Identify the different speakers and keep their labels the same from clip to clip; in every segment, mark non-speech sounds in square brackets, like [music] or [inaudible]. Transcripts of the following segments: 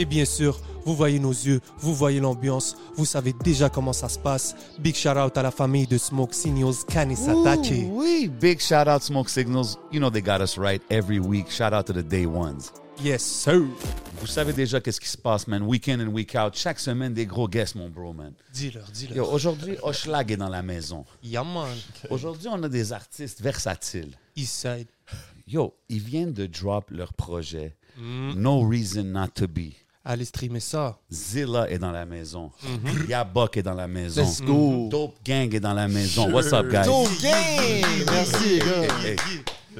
Speaker 1: Et bien sûr, vous voyez nos yeux, vous voyez l'ambiance, vous savez déjà comment ça se passe. Big shout out à la famille de Smoke Signals Kanisatake.
Speaker 2: Ooh, wee. Big shout out Smoke Signals. You know they got us right every week. Shout out to the day ones.
Speaker 1: Yes, sir.
Speaker 2: Vous savez déjà qu'est-ce qui se passe, man. Week in and week out. Chaque semaine, des gros guests, mon bro, man.
Speaker 1: Dis-leur, dis-leur.
Speaker 2: Yo, aujourd'hui, Oshlag est dans la maison.
Speaker 1: Yeah, man.
Speaker 2: Aujourd'hui, on a des artistes versatiles.
Speaker 1: Eastside.
Speaker 2: Yo, ils viennent de drop leur projet. No Reason Not To Be.
Speaker 1: Allez streamer ça.
Speaker 2: Zilla est dans la maison. Yabok est dans la maison.
Speaker 3: Mmh.
Speaker 2: Dope Gang est dans la maison. What's up, guys?
Speaker 3: Merci, les gars.
Speaker 2: Hey,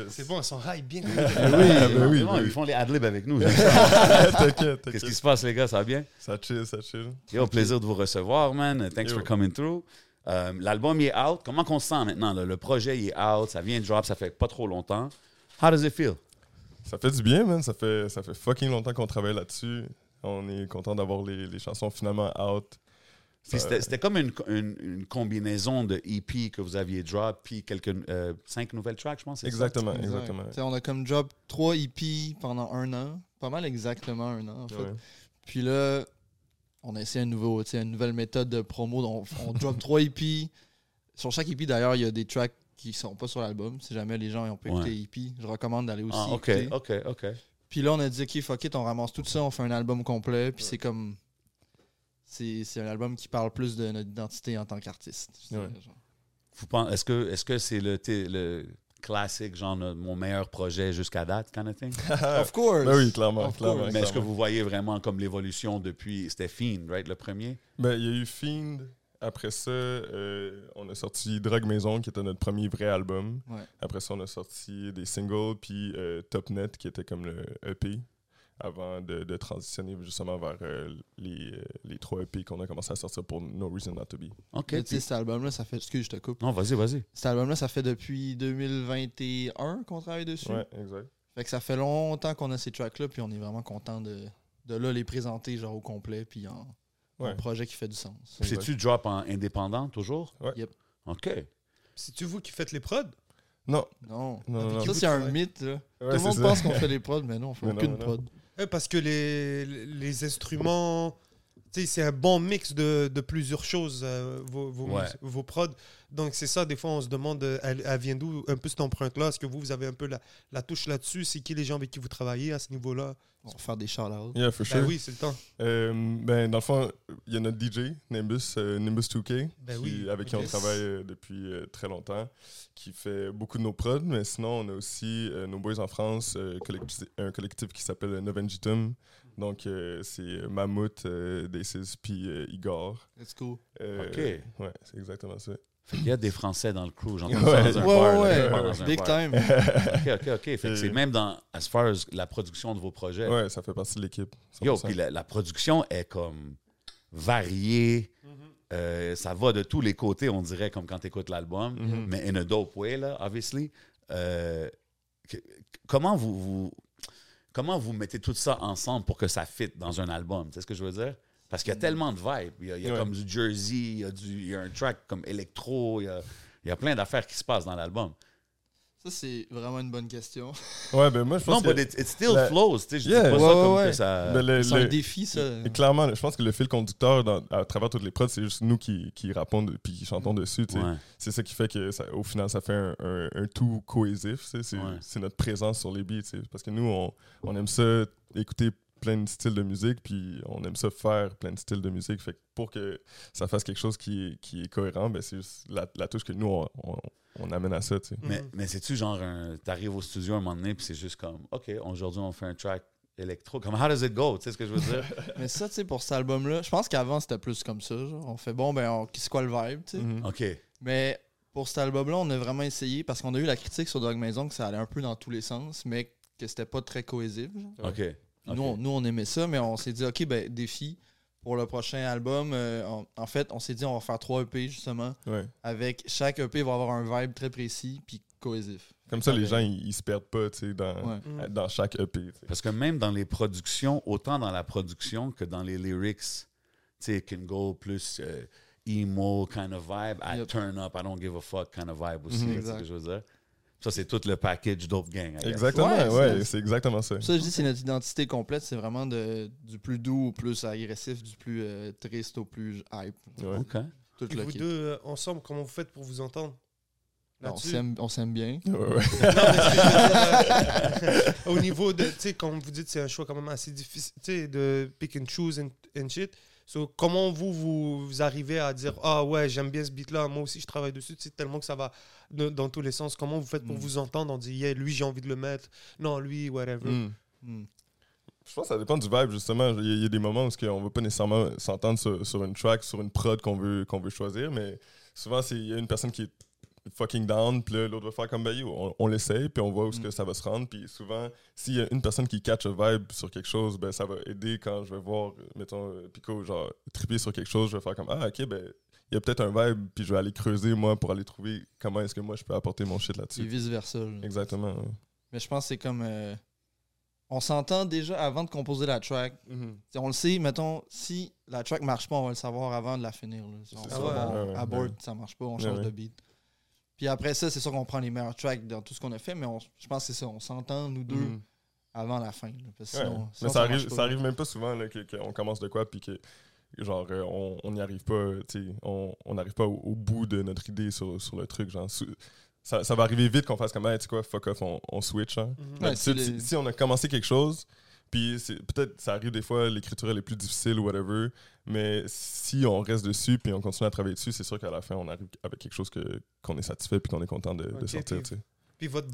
Speaker 1: C'est bon, ils sont high bien.
Speaker 2: Non, non, Ils font les adlibs avec nous. j'aime ça.
Speaker 3: T'inquiète,
Speaker 2: Mmh. Qu'est-ce qui
Speaker 3: t'inquiète.
Speaker 2: se passe, les gars? Ça va bien?
Speaker 3: Ça chill, ça chill.
Speaker 2: Yo, plaisir de vous recevoir, man. Thanks for coming through. Euh, L'album il est out. Comment qu'on se sent maintenant? là? Le projet il est out. Ça vient de drop. Ça fait pas trop longtemps. How does it
Speaker 3: Euh,
Speaker 2: feel?
Speaker 3: Ça fait du bien, man. Ça fait, ça fait fucking longtemps qu'on travaille là-dessus. On est content d'avoir les, les chansons finalement out.
Speaker 2: Puis C'était c'était comme une, une- une combinaison de EP que vous aviez drop, puis quelques, euh, cinq nouvelles tracks, je pense. c'est ça?
Speaker 3: Exactement,
Speaker 4: Exact.
Speaker 3: exactement.
Speaker 4: T'sais, on a comme job trois hippies pendant un an, pas mal exactement un an en fait.
Speaker 3: Ouais.
Speaker 4: Puis là, on a essayé un nouveau, t'sais, une nouvelle méthode de promo. On,
Speaker 3: [laughs]
Speaker 4: on drop trois hippies. Sur chaque hippie d'ailleurs, il y a des tracks qui sont pas sur l'album. Si jamais les gens ils ont pas
Speaker 2: Ouais.
Speaker 4: écouté hippie, je recommande d'aller aussi.
Speaker 2: Ah,
Speaker 3: E
Speaker 2: ok,
Speaker 4: écouter.
Speaker 2: ok, ok.
Speaker 4: Puis là, on a dit ok, fuck it, on ramasse tout ça, on fait un album complet. Puis c'est comme. C'est c'est un album qui parle plus de notre identité en tant qu'artiste. je dirais,
Speaker 3: Ouais.
Speaker 4: genre.
Speaker 2: Vous pensez- Est-ce que est-ce que c'est le, t- le classique, genre euh, mon meilleur projet jusqu'à date, kind of
Speaker 3: [laughs]
Speaker 2: thing?
Speaker 4: Of course!
Speaker 3: Ben oui, clairement,
Speaker 4: Of
Speaker 3: clairement.
Speaker 4: course.
Speaker 2: Mais est-ce que
Speaker 3: clairement.
Speaker 2: vous voyez vraiment comme l'évolution depuis. C'était Fiend, right, le premier?
Speaker 3: Ben, il y a eu Fiend. Après ça, euh, on a sorti Drogue Maison, qui était notre premier vrai album.
Speaker 4: Ouais.
Speaker 3: Après ça, on a sorti des singles, puis euh, Topnet, qui était comme le EP, avant de, de transitionner justement vers euh, les, euh, les trois EP qu'on a commencé à sortir pour No Reason Not To Be.
Speaker 2: OK.
Speaker 4: Là,
Speaker 2: puis-
Speaker 4: t'sais, cet album-là, ça fait. Excuse, je te coupe.
Speaker 2: Non, vas-y, vas-y.
Speaker 4: Cet album-là, ça fait depuis 2021 qu'on travaille dessus.
Speaker 3: Ouais, exact.
Speaker 4: Fait que ça fait longtemps qu'on a ces tracks-là, puis on est vraiment content de, de là les présenter genre au complet, puis en, en
Speaker 3: Ouais.
Speaker 4: projet qui fait du sens.
Speaker 3: Exact.
Speaker 2: C'est-tu drop en indépendant toujours?
Speaker 3: Ouais.
Speaker 4: Yep.
Speaker 2: OK.
Speaker 4: Euh,
Speaker 1: C'est-tu vous qui faites les prods?
Speaker 3: Non,
Speaker 2: Ah,
Speaker 4: Non.
Speaker 3: non, non. non.
Speaker 4: Ça, c'est un mythe. Là.
Speaker 3: Ouais,
Speaker 4: Tout le
Speaker 3: c'est
Speaker 4: monde
Speaker 3: ça.
Speaker 4: pense qu'on fait des prods, mais non, on fait
Speaker 3: Mais non,
Speaker 4: aucune
Speaker 3: mais non.
Speaker 4: prod.
Speaker 5: Ouais, Euh, parce que les, les instruments, tu sais, c'est un bon mix de, de plusieurs choses, euh, vos, vos,
Speaker 2: Ouais.
Speaker 5: mus- vos prods. Donc, c'est ça, des fois, on se demande, euh, elle, elle vient d'où un peu cette empreinte-là Est-ce que vous, vous avez un peu la, la touche là-dessus C'est qui les gens avec qui vous travaillez à ce niveau-là
Speaker 4: On va faire des shout-outs.
Speaker 3: [laughs] Yeah, for sure.
Speaker 5: Ben oui, c'est le temps.
Speaker 3: Euh, ben, dans le fond, il y a notre DJ, Nimbus, euh, Nimbus 2K,
Speaker 5: Ben
Speaker 3: qui-
Speaker 5: oui,
Speaker 3: avec qui on
Speaker 5: yes.
Speaker 3: travaille euh, depuis euh, très longtemps, qui fait beaucoup de nos prods, mais sinon, on a aussi euh, nos Boys en France, euh, collecti- un collectif qui s'appelle Novengitum. Donc, euh, c'est Mammouth, euh, Daces, puis euh, Igor.
Speaker 4: Let's go.
Speaker 3: Euh,
Speaker 2: Ok.
Speaker 3: Ouais, c'est
Speaker 5: [laughs]
Speaker 3: exactement ça.
Speaker 2: Fait qu'il y a des Français dans le crew. J'entends
Speaker 3: Ouais.
Speaker 2: ça dans un
Speaker 4: Ouais,
Speaker 2: bar.
Speaker 4: ouais,
Speaker 2: là,
Speaker 4: ouais.
Speaker 2: pas dans un
Speaker 4: Big
Speaker 2: bar.
Speaker 4: time. Euh.
Speaker 2: OK, OK, OK. Fait que c'est même dans, as far as la production de vos projets.
Speaker 3: Ouais, ça fait partie de l'équipe.
Speaker 2: Yo,
Speaker 3: 100%.
Speaker 2: puis la, la production est comme variée.
Speaker 3: Mm-hmm.
Speaker 2: Euh, ça va de tous les côtés, on dirait, comme quand tu écoutes l'album,
Speaker 3: Mm-hmm.
Speaker 2: mais in a dope way, là, obviously. Euh, que- comment vous, vous- comment vous mettez tout ça ensemble pour que ça fit dans un album? C'est ce que je veux dire? Parce qu'il y a tellement de vibes. Il y a, il y a
Speaker 3: Mm-hmm. Ouais.
Speaker 2: comme du Jersey, il y, a du- il y a un track comme électro, il y a, il y a plein d'affaires qui se passent dans l'album.
Speaker 4: Ça, c'est vraiment une bonne question.
Speaker 3: Ouais, ben moi, je
Speaker 2: Non,
Speaker 3: pense que...
Speaker 2: but it, it still
Speaker 3: la-
Speaker 2: flows. tu sais, Je dis
Speaker 3: Yeah.
Speaker 2: pas ça
Speaker 4: Ouais,
Speaker 2: comme
Speaker 4: ouais,
Speaker 2: que
Speaker 4: ouais.
Speaker 2: ça...
Speaker 3: ben, le-
Speaker 4: C'est un
Speaker 3: le-
Speaker 4: défi,
Speaker 3: [laughs]
Speaker 4: ça.
Speaker 3: Et clairement, je pense que le fil conducteur dans- à travers toutes les prods, c'est juste nous qui, qui rappons de- puis qui chantons dessus. tu sais.
Speaker 2: Ouais.
Speaker 3: C'est ça qui fait que, ça- au final, ça fait un, un- un tout cohésif. tu sais. C'est
Speaker 2: Ouais.
Speaker 3: c'est notre présence sur les beats. tu sais. Parce que nous, on, on aime ça écouter plein de styles de musique, puis on aime ça faire plein de styles de musique. Fait que pour que ça fasse quelque chose qui, est- qui est cohérent, ben c'est juste la, la touche que nous, on, on- on amène à ça. tu sais.
Speaker 2: Mais,
Speaker 5: Mhm.
Speaker 2: mais c'est-tu genre, un- t'arrives au studio un moment donné, puis c'est juste comme, OK, aujourd'hui, on fait un track électro. Comme, how does it go? Tu sais ce que je veux dire?
Speaker 4: Mais ça, tu sais, pour cet album-là, je pense qu'avant, c'était plus comme ça. genre. On fait bon, ben, on- c'est quoi le vibe, tu sais.
Speaker 3: Mhm.
Speaker 2: OK.
Speaker 4: Mais pour cet album-là, on a vraiment essayé parce qu'on a eu la critique sur Dog Maison que ça allait un peu dans tous les sens, mais que c'était pas très cohésif. genre.
Speaker 2: OK.
Speaker 4: Puis Nous, on, nous, on aimait ça, mais on s'est dit, OK, ben, défi pour le prochain album. euh, on- en fait, on s'est dit, on va faire trois EP justement.
Speaker 3: Ouais.
Speaker 4: Avec chaque EP, va avoir un vibe très précis puis cohésif.
Speaker 3: Comme ça, les
Speaker 4: Ouais.
Speaker 3: gens, ils, ils se perdent pas tu sais, dans,
Speaker 4: Ouais.
Speaker 5: Ouais.
Speaker 3: dans chaque EP. tu sais.
Speaker 2: Parce que même dans les productions, autant dans la production que dans les lyrics, tu sais, it can go plus euh, emo kind of vibe, I
Speaker 4: Yep.
Speaker 2: turn up, I don't give a fuck kind of vibe aussi, tu sais
Speaker 4: Mhm.
Speaker 2: ce
Speaker 4: Exact.
Speaker 2: que je veux dire? Ça, c'est tout le package Dope Gang. I guess.
Speaker 3: Exactement,
Speaker 4: Ouais,
Speaker 3: ouais,
Speaker 4: c'est-
Speaker 3: c'est exactement ça.
Speaker 4: Ça, je dis, c'est notre identité complète. C'est vraiment de, du plus doux au plus agressif, du plus euh, triste au plus hype.
Speaker 3: Ouais.
Speaker 2: OK.
Speaker 4: Tout
Speaker 5: Et
Speaker 4: le
Speaker 5: vous
Speaker 4: kit.
Speaker 5: deux, euh, ensemble, comment vous faites pour vous entendre
Speaker 4: Ben, On
Speaker 5: là-dessus?
Speaker 4: s'aime- on s'aime bien.
Speaker 3: Ouais, ouais.
Speaker 5: euh, Au niveau de, tu sais, comme vous dites, c'est un choix quand même assez difficile, tu sais, de pick and choose and, and shit. So, comment vous, vous, vous arrivez à dire, ah ouais, j'aime bien ce beat-là, moi aussi je travaille dessus, tu sais, tellement que ça va de- dans tous les sens. Comment vous faites pour
Speaker 4: Mm.
Speaker 5: vous entendre On dit, yeah, lui j'ai envie de le mettre, non, lui, whatever.
Speaker 3: Mm.
Speaker 4: [laughs] Hmm.
Speaker 3: [laughs] Je pense que ça dépend du vibe, justement. Il y a- il y, a des moments où ce que on ne va pas nécessairement s'entendre sur, sur une track, sur une prod qu'on veut, qu'on veut choisir, mais souvent, c'est- il y a une personne qui est fucking down, puis là, l'autre va faire comme bah, yo, on, on l'essaye, puis on voit où ce que ça va se rendre. Puis souvent, s'il y a une personne qui catch a vibe sur quelque chose, ben, ça va aider quand je vais voir, euh, mettons, euh, Pico, genre, triper sur quelque chose, je vais faire comme Ah, ok, ben, il y a peut-être un vibe, puis je vais aller creuser, moi, pour aller trouver comment est-ce que moi je peux apporter mon shit
Speaker 4: Et
Speaker 3: là-dessus.
Speaker 4: vice-versa. là.
Speaker 3: Exactement. ouais.
Speaker 4: Mais je pense que c'est comme. euh, on s'entend déjà avant de composer la track. T'sais, on le sait, mettons, si la track marche pas, on va le savoir avant de la finir. là. Si on
Speaker 3: C'est
Speaker 4: va
Speaker 5: ça,
Speaker 4: voir,
Speaker 3: ouais,
Speaker 4: on
Speaker 3: ouais,
Speaker 4: abort,
Speaker 3: ouais.
Speaker 4: ça marche pas, on
Speaker 3: Ouais,
Speaker 4: change
Speaker 3: ouais.
Speaker 4: de beat. Puis après ça, c'est sûr qu'on prend les meilleurs tracks dans tout ce qu'on a fait, mais on- je pense que c'est ça, on s'entend, nous deux,
Speaker 2: Mm-hmm.
Speaker 3: Mhm.
Speaker 4: avant la fin. là, parce que
Speaker 3: Ouais.
Speaker 4: sinon,
Speaker 3: mais
Speaker 4: sinon,
Speaker 3: ça,
Speaker 4: marche
Speaker 3: arrive,
Speaker 4: pas.
Speaker 3: ça arrive même pas souvent là, que- qu'on commence de quoi puis que genre euh, on on n'y arrive pas euh, tu sais, on on n'arrive pas au, au bout de notre idée sur, sur le truc genre sou- ça, ça va arriver vite qu'on fasse comme Hey, tu sais quoi fuck off on, on switch hein.
Speaker 5: Mhm.
Speaker 4: Ouais,
Speaker 3: D'habitude,
Speaker 4: c'est
Speaker 3: si,
Speaker 4: les-
Speaker 3: si on a commencé quelque chose puis c'est- peut-être ça arrive des fois l'écriture elle est plus difficile ou whatever mais si on reste dessus puis on continue à travailler dessus c'est sûr qu'à la fin on arrive avec quelque chose que qu'on est satisfait puis qu'on est content de, de
Speaker 5: Ok,
Speaker 3: sortir
Speaker 5: puis-
Speaker 3: tu sais.
Speaker 5: Puis votre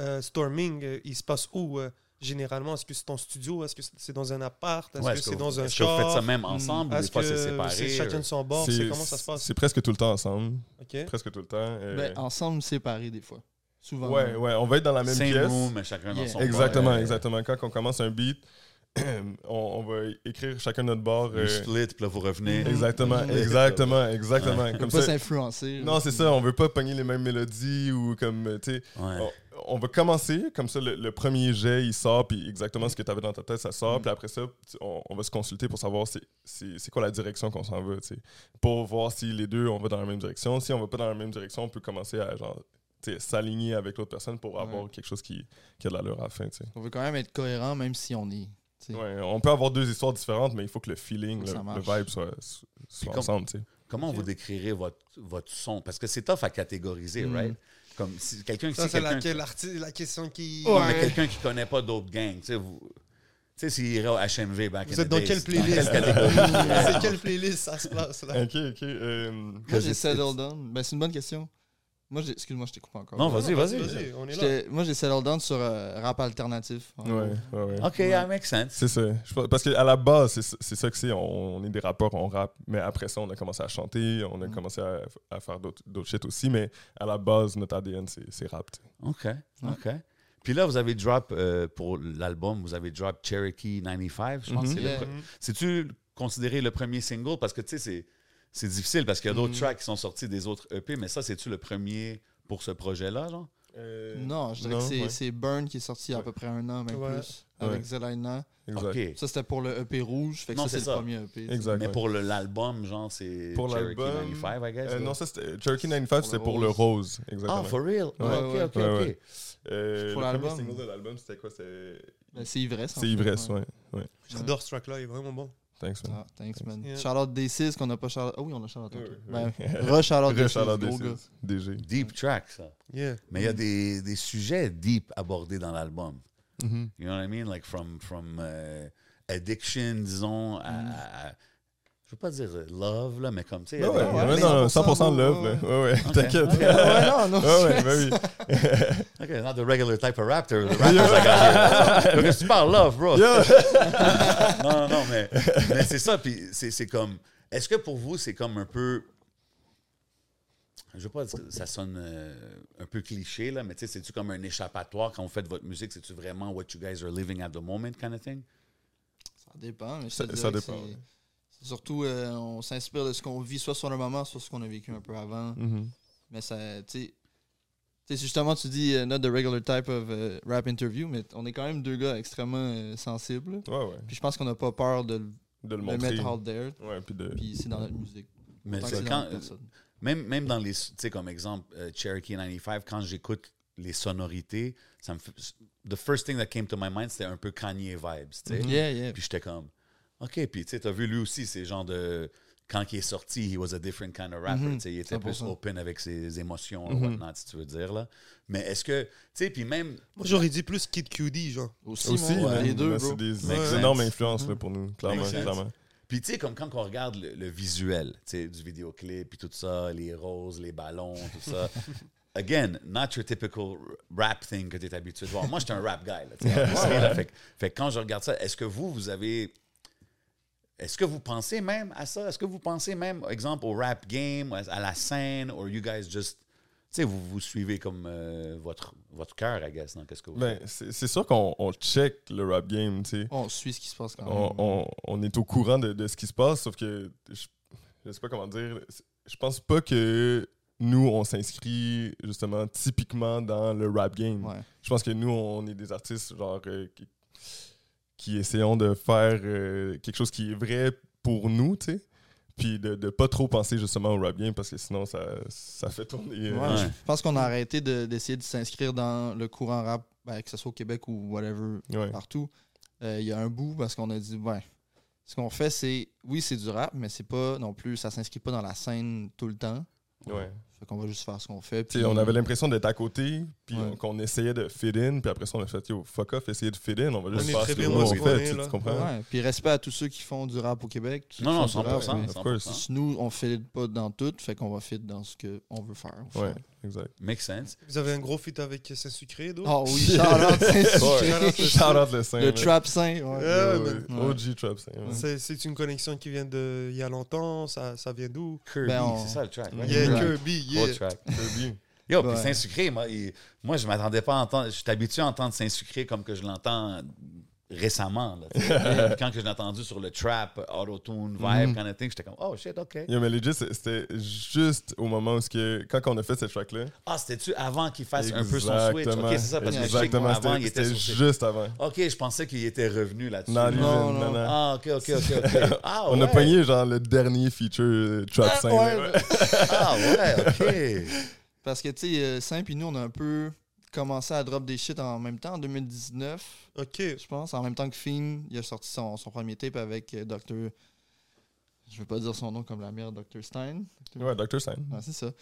Speaker 5: brainstorming, il se passe où euh, généralement Est-ce que c'est en studio Est-ce que c'est dans un appart Est-ce
Speaker 2: Ouais,
Speaker 5: que c'est dans un
Speaker 2: Est-ce que vous faites ça
Speaker 5: char hmm,
Speaker 2: même ensemble ou des
Speaker 5: Est-ce
Speaker 2: fois c'est
Speaker 5: que
Speaker 2: séparé? euh,
Speaker 5: c'est chacun de son bord C'est comment ça se passe
Speaker 3: c'est presque tout le temps ensemble
Speaker 5: Ok.
Speaker 3: presque tout le temps euh,
Speaker 4: Ben, ensemble, séparés des fois. Souvent.
Speaker 3: Ouais, ouais, on va être dans la même
Speaker 2: Same
Speaker 3: pièce.
Speaker 2: room, mais chacun dans
Speaker 4: Yeah.
Speaker 2: son euh,
Speaker 3: Exactement,
Speaker 2: bord.
Speaker 3: exactement. Quand on commence un beat, [clears throat] on, on va écrire chacun notre bord.
Speaker 2: You
Speaker 3: euh, Mm-hmm.
Speaker 2: split, puis là, vous revenez.
Speaker 3: exactement, exactement, exactement.
Speaker 4: On peut
Speaker 3: Comme
Speaker 4: pas
Speaker 3: ça.
Speaker 4: s'influencer. là.
Speaker 3: Non, c'est ça, on veut pas pogner les mêmes mélodies ou comme, euh, tu sais,
Speaker 2: Ouais.
Speaker 5: Oh,
Speaker 3: on, on va commencer, comme ça, le, le premier jet, il sort, puis exactement ce que tu avais dans ta tête, ça sort, puis après ça, tu- on, on va se consulter pour savoir c'est- c'est c'est quoi la direction qu'on s'en va, tu sais. Pour voir si les deux, on va dans la même direction. Si on va pas dans la même direction, on peut commencer à, genre, tu sais, s'aligner avec l'autre personne pour avoir quelque chose qui, qui a de l'allure à la fin, tu sais.
Speaker 4: On veut quand même être cohérent, même si on est. t'sais.
Speaker 3: Ouais, on peut avoir deux histoires différentes, mais il faut que le feeling,
Speaker 4: Ça
Speaker 3: le, le
Speaker 4: marche.
Speaker 3: vibe soit, soit
Speaker 2: comme-
Speaker 3: ensemble, tu sais.
Speaker 2: Oh, Comment vous décrirez votre, votre son? Parce que c'est tough à catégoriser,
Speaker 4: Mm.
Speaker 2: right? Comme si quelqu'un
Speaker 5: Ça,
Speaker 2: si
Speaker 5: c'est
Speaker 2: quelqu'un-
Speaker 5: laquelle l'arti- la question qui.
Speaker 2: Non, mais quelqu'un qui connaît pas d'autres gangs, tu sais, vous. Tu sais, s'il irait au HMV back
Speaker 5: Vous
Speaker 2: in
Speaker 5: êtes
Speaker 2: the
Speaker 5: dans
Speaker 2: days,
Speaker 5: quelle
Speaker 2: c'est quelle
Speaker 5: playlist
Speaker 2: catégorie?
Speaker 4: Ah
Speaker 5: C'est quelle playlist ça se passe là
Speaker 3: Ok, ok. euh,
Speaker 4: Moi,
Speaker 2: Because
Speaker 4: j'ai
Speaker 2: it's-
Speaker 4: Settle Down. Ben, c'est une bonne question. Moi, j'ai- excuse-moi, je t'ai coupé encore.
Speaker 2: Non, vas-y, vas-y.
Speaker 5: Vas-y, on est là.
Speaker 4: J'étais- Moi, j'ai Settle Down sur euh, rap alternatif. en
Speaker 3: ouais,
Speaker 4: gros.
Speaker 3: ouais, ouais.
Speaker 2: OK, that makes sense.
Speaker 3: C'est ça. Je pense- parce qu'à la base, c'est ça- c'est ça que c'est. On, on est des rappeurs, on rappe. Mais après ça, on a commencé à chanter, on a commencé à, à faire d'autres d'autres shit aussi. Mais à la base, notre ADN, c'est c'est rap. tu sais.
Speaker 2: OK, OK. Puis là, vous avez drop, euh, pour l'album, vous avez drop Cherokee 95, je pense.
Speaker 3: Mhm.
Speaker 2: que c'est le
Speaker 5: Mm-hmm.
Speaker 4: Yeah.
Speaker 2: pre- C'est-tu considéré le premier single? Parce que, tu sais, c'est- c'est difficile parce qu'il y a
Speaker 5: Mm-hmm.
Speaker 2: d'autres
Speaker 4: Mhm.
Speaker 2: tracks qui sont sortis des autres EP, mais ça, c'est-tu le premier pour ce projet-là, genre?
Speaker 4: Non, je dirais que c'est-
Speaker 3: ouais.
Speaker 4: c'est Burn qui est sorti il y a à peu près un an, même
Speaker 5: Ouais.
Speaker 4: plus, avec
Speaker 3: Ouais.
Speaker 4: Zelina.
Speaker 3: Exact. Euh,
Speaker 2: OK.
Speaker 4: Ça, c'était pour le EP rouge. Fait que
Speaker 2: Non,
Speaker 4: ça,
Speaker 2: c'est
Speaker 4: c'est
Speaker 2: ça.
Speaker 4: le premier E EP.
Speaker 3: Exact,
Speaker 2: Mais
Speaker 3: ouais.
Speaker 2: pour le- l'album, genre, c'est
Speaker 3: Pour
Speaker 2: Cherokee
Speaker 3: l'album,
Speaker 2: 95, I guess.
Speaker 3: Euh,
Speaker 2: là.
Speaker 3: non, ça c'était. Cherokee 95, c'était pour le rose. Exactement.
Speaker 2: ah, for real? Ah,
Speaker 4: Ouais,
Speaker 2: OK,
Speaker 4: ouais.
Speaker 2: OK,
Speaker 3: Ouais,
Speaker 2: OK.
Speaker 3: ouais. Euh,
Speaker 4: Pour
Speaker 3: le premier
Speaker 4: l'album.
Speaker 3: single de l'album, c'était quoi C'est
Speaker 4: Ben, c'est Ivresse. en
Speaker 3: c'est
Speaker 4: fait,
Speaker 3: Ivresse,
Speaker 4: ouais.
Speaker 3: ouais. ouais.
Speaker 5: J'adore ce track là, il est vraiment bon.
Speaker 3: Thanks, man.
Speaker 4: Ah, thanks, man.
Speaker 5: Yeah.
Speaker 4: Charlotte D6, qu'on n'a pas Charlotte. Ah oui, on a Charlotte.
Speaker 3: Ouais,
Speaker 4: ok.
Speaker 3: ouais.
Speaker 4: Ben, re-Charlotte D6.
Speaker 3: Rush Hour
Speaker 4: gros
Speaker 3: Odyssey,
Speaker 4: gars.
Speaker 3: [laughs] DG.
Speaker 2: Deep track, ça.
Speaker 5: Yeah.
Speaker 2: Mais il
Speaker 3: Mm.
Speaker 2: y a des,
Speaker 4: Mm-hmm.
Speaker 2: des sujets deep abordés dans l'album. You know what I mean? Like from, from euh, addiction, disons, à,
Speaker 3: Mm.
Speaker 2: à- à- je veux pas dire euh, love, là, mais comme, tu sais,
Speaker 3: Ah Ouais, ouais,
Speaker 2: euh,
Speaker 3: ouais,
Speaker 4: mais
Speaker 3: non,
Speaker 4: 100%
Speaker 3: 100% de love.
Speaker 4: ouais,
Speaker 3: là. Ouais, ouais,
Speaker 2: Ok.
Speaker 3: t'inquiète.
Speaker 2: Ok.
Speaker 4: Ouais, non, non.
Speaker 3: [laughs] Ouais, ouais,
Speaker 4: c'est-
Speaker 3: ben oui. [laughs]
Speaker 2: OK, not the regular type of raptor. The raptor's like, ah,
Speaker 3: [laughs]
Speaker 2: yeah. Parce que tu parles love, bro.
Speaker 3: Yeah.
Speaker 2: non, non, non, mais, mais c'est ça. Puis c'est c'est comme. Est-ce que pour vous, c'est comme un peu. Je veux pas dire que ça sonne euh, un peu cliché, là, mais tu sais, c'est-tu comme un échappatoire quand vous faites votre musique? C'est-tu vraiment what you guys are living at the moment kind of thing?
Speaker 4: Ça dépend. Mais je te
Speaker 3: Ça-
Speaker 4: dirais
Speaker 3: ça
Speaker 4: que
Speaker 3: dépend,
Speaker 4: c'est-
Speaker 3: ouais.
Speaker 4: c'est Surtout, euh, on s'inspire de ce qu'on vit, soit sur le moment, soit ce qu'on a vécu un peu avant.
Speaker 3: Mhm.
Speaker 4: Mais ça, tu sais- tu sais, justement, tu dis euh, not the regular type of euh, rap interview, mais on est quand même deux gars extrêmement euh, sensibles.
Speaker 3: Ouais, ouais.
Speaker 4: Puis je pense qu'on n'a pas peur de, le-
Speaker 3: De le
Speaker 4: le
Speaker 3: montrer.
Speaker 4: mettre out there.
Speaker 3: Ouais, puis de.
Speaker 4: Puis c'est dans notre musique.
Speaker 2: Mais
Speaker 4: Tant que
Speaker 2: c'est
Speaker 4: c'est dans
Speaker 2: quand, euh,
Speaker 4: notre personne.
Speaker 2: même, même dans les. Tu sais, comme exemple, euh, Cherokee 95, quand j'écoute les sonorités, ça me fait, the first thing that came to my mind, c'était un peu Kanye vibes, tu sais.
Speaker 4: Yeah, yeah.
Speaker 2: Puis j'étais comme, OK. Puis tu sais, t'as vu lui aussi, c'est genre de. Quand il est sorti, he was a different kind of rapper.
Speaker 4: Mhm,
Speaker 2: tu sais, il était plus
Speaker 4: 100%.
Speaker 2: open avec ses émotions, ou whatnot, si tu veux dire. là. Mais est-ce que. Tu sais, puis même.
Speaker 5: Moi, j'aurais dit plus Kid QD, genre.
Speaker 4: Aussi,
Speaker 3: Aussi,
Speaker 4: mon-
Speaker 3: ouais,
Speaker 4: les deux,
Speaker 3: mais
Speaker 4: bro.
Speaker 3: c'est des
Speaker 2: Makes
Speaker 3: énormes
Speaker 2: sense.
Speaker 3: influences là, pour nous, clairement.
Speaker 2: Makes sense.
Speaker 3: clairement.
Speaker 2: Puis tu sais, comme quand on regarde le, le visuel, tu sais, du vidéoclip, puis tout ça, les roses, les ballons, tout ça. Again, not your typical rap thing que tu es habitué de voir. Moi, j'étais un rap guy. Là, tu sais, obviously, là. fait, que- fait que quand je regarde ça, est-ce que vous, vous avez. Est-ce que vous pensez même à ça? Est-ce que vous pensez même, exemple, au rap game, à à la scène, or you guys just. Tu sais, vous vous suivez comme euh, votre, votre cœur, I guess, non? Qu'est-ce que vous
Speaker 3: Ben, c'est c'est sûr qu'on on check le rap game, tu sais.
Speaker 4: On suit ce qui se passe quand même.
Speaker 3: on, on- on est au courant de, de ce qui se passe, sauf que je, je sais pas comment dire. Je pense pas que nous, on s'inscrit justement typiquement dans le rap game.
Speaker 4: Ouais.
Speaker 3: Je pense que nous, on est des artistes genre euh, qui, qui essayons de faire euh, quelque chose qui est vrai pour nous, tu sais. Puis de, de pas trop penser justement au rap game parce que sinon ça, ça fait tourner. euh,
Speaker 4: Ouais, Je pense qu'on a arrêté de- d'essayer de, s'inscrire dans le courant rap, ben, que ce soit au Québec ou whatever,
Speaker 3: ouais.
Speaker 4: partout. Euh, Il y a un bout parce qu'on a dit, ouais, ce qu'on fait, c'est, oui, c'est du rap, mais c'est pas non plus, ça s'inscrit pas dans la scène tout le temps.
Speaker 3: ouais.
Speaker 4: Fait qu'on va juste faire ce qu'on fait.
Speaker 3: Tu
Speaker 4: Puis
Speaker 3: sais, on avait l'impression d'être à côté, puis
Speaker 4: Ouais.
Speaker 3: on- qu'on essayait de fit in, puis après ça, on a fait yo, fuck off, essayez de fit in, on va
Speaker 5: On
Speaker 3: juste
Speaker 5: est
Speaker 3: faire
Speaker 5: très
Speaker 3: ce
Speaker 5: bien
Speaker 3: qu'on
Speaker 5: motivés,
Speaker 3: fait, tu-
Speaker 5: là.
Speaker 3: tu comprends?
Speaker 4: Ouais, puis respect à tous ceux qui font du rap au Québec. tous ceux
Speaker 2: Non,
Speaker 4: qui
Speaker 2: non,
Speaker 4: font du rap,
Speaker 2: 100%.
Speaker 4: mais
Speaker 3: of course.
Speaker 2: 100%.
Speaker 4: Nous, on fait pas dans tout, fait qu'on va fit dans ce qu'on veut faire. au
Speaker 3: Ouais,
Speaker 4: final.
Speaker 3: exact.
Speaker 2: Makes sense.
Speaker 5: Vous avez un gros feat avec Saint-Sucré, d'où
Speaker 4: Ah oui, shout-out, c'est
Speaker 3: [laughs] Ouais.
Speaker 4: sucré.
Speaker 3: Shout out le Saint.
Speaker 4: Le
Speaker 3: là.
Speaker 4: trap saint.
Speaker 5: Ouais,
Speaker 4: ouais.
Speaker 3: Ouais,
Speaker 5: man.
Speaker 3: ouais.
Speaker 4: Ouais.
Speaker 3: OG Trap Saint. ouais.
Speaker 5: C'est c'est une connexion qui vient de il y a longtemps, ça, ça vient d'où
Speaker 2: Kirby,
Speaker 4: Ben, on-
Speaker 2: c'est ça le track. right?
Speaker 5: Yeah,
Speaker 4: Ouais.
Speaker 5: Kirby,
Speaker 2: Gros
Speaker 5: yeah.
Speaker 2: track.
Speaker 3: C'est bien.
Speaker 2: Yo,
Speaker 4: Ouais.
Speaker 2: puis Saint-Sucré, moi, il- moi je m'attendais pas à entendre. Je suis habitué à entendre Saint-Sucré comme que je l'entends récemment. là, tu sais.
Speaker 3: [laughs]
Speaker 2: Puis Quand que je l'ai entendu sur le trap, auto-tune, vibe,
Speaker 3: Mhm.
Speaker 2: kind of thing, j'étais comme, oh shit, OK.
Speaker 3: Yo, mais legit, c'est- c'était juste au moment où, ce que, quand on a fait cette track-là,
Speaker 2: Ah, c'était-tu avant qu'il fasse un peu son switch?
Speaker 3: exactement.
Speaker 2: OK, c'est ça, parce que je sais
Speaker 3: exactement,
Speaker 2: qu'avant,
Speaker 3: c'était-
Speaker 2: il était
Speaker 3: c'était
Speaker 2: sur ses-
Speaker 3: juste avant.
Speaker 2: OK, je pensais qu'il était revenu là-dessus.
Speaker 3: Non, lui,
Speaker 4: Non,
Speaker 3: non,
Speaker 4: non.
Speaker 3: non.
Speaker 2: Ah, OK, OK, OK,
Speaker 3: [laughs]
Speaker 2: OK. Ah,
Speaker 3: On a
Speaker 2: ouais.
Speaker 3: pogné genre le dernier feature euh, Trap Saint. là, ouais.
Speaker 2: Ah, ouais, OK.
Speaker 4: Parce que, tu sais, euh, Saint puis nous, on a un peu commencé à drop des shit en même temps, en 2019,
Speaker 3: [laughs]
Speaker 5: Ok.
Speaker 4: je pense, en même temps que Finn, il a sorti son, son premier tape avec euh, Dr. Je veux pas dire son nom comme la mère, Dr. Stein.
Speaker 3: Ouais, Dr. Saint.
Speaker 4: Ah, c'est ça.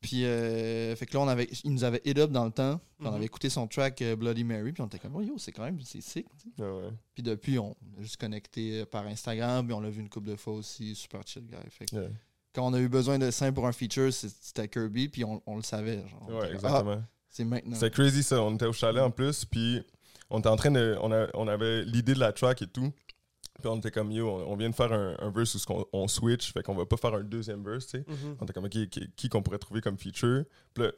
Speaker 4: Puis, euh, fait que là, on avait, il nous avait hit up dans le temps, puis on
Speaker 5: Mhm.
Speaker 4: avait écouté son track euh, Bloody Mary, puis on était comme, oh, yo, c'est quand même, c'est sick.
Speaker 3: Ouais, ouais.
Speaker 4: Puis depuis, on l'a juste connecté euh, par Instagram, puis on l'a vu une couple de fois aussi, super chill, guy. Fait que
Speaker 3: Yeah.
Speaker 4: quand on a eu besoin de Saint pour un feature, c'est- c'était Kirby, puis on, on le savait. genre. On était
Speaker 3: Ouais,
Speaker 4: comme, Ah,
Speaker 3: exactement.
Speaker 4: c'est maintenant.
Speaker 3: C'était crazy ça. On était au chalet en plus, puis on était en train de. On, a- on avait l'idée de la track et tout. Puis on était comme yo, on, on vient de faire un, un verse où ce qu'on- on switch, fait qu'on va pas faire un deuxième verse, tu sais.
Speaker 5: Mhm.
Speaker 3: On était comme, ok, qui qui qu'on pourrait trouver comme feature. Puis là,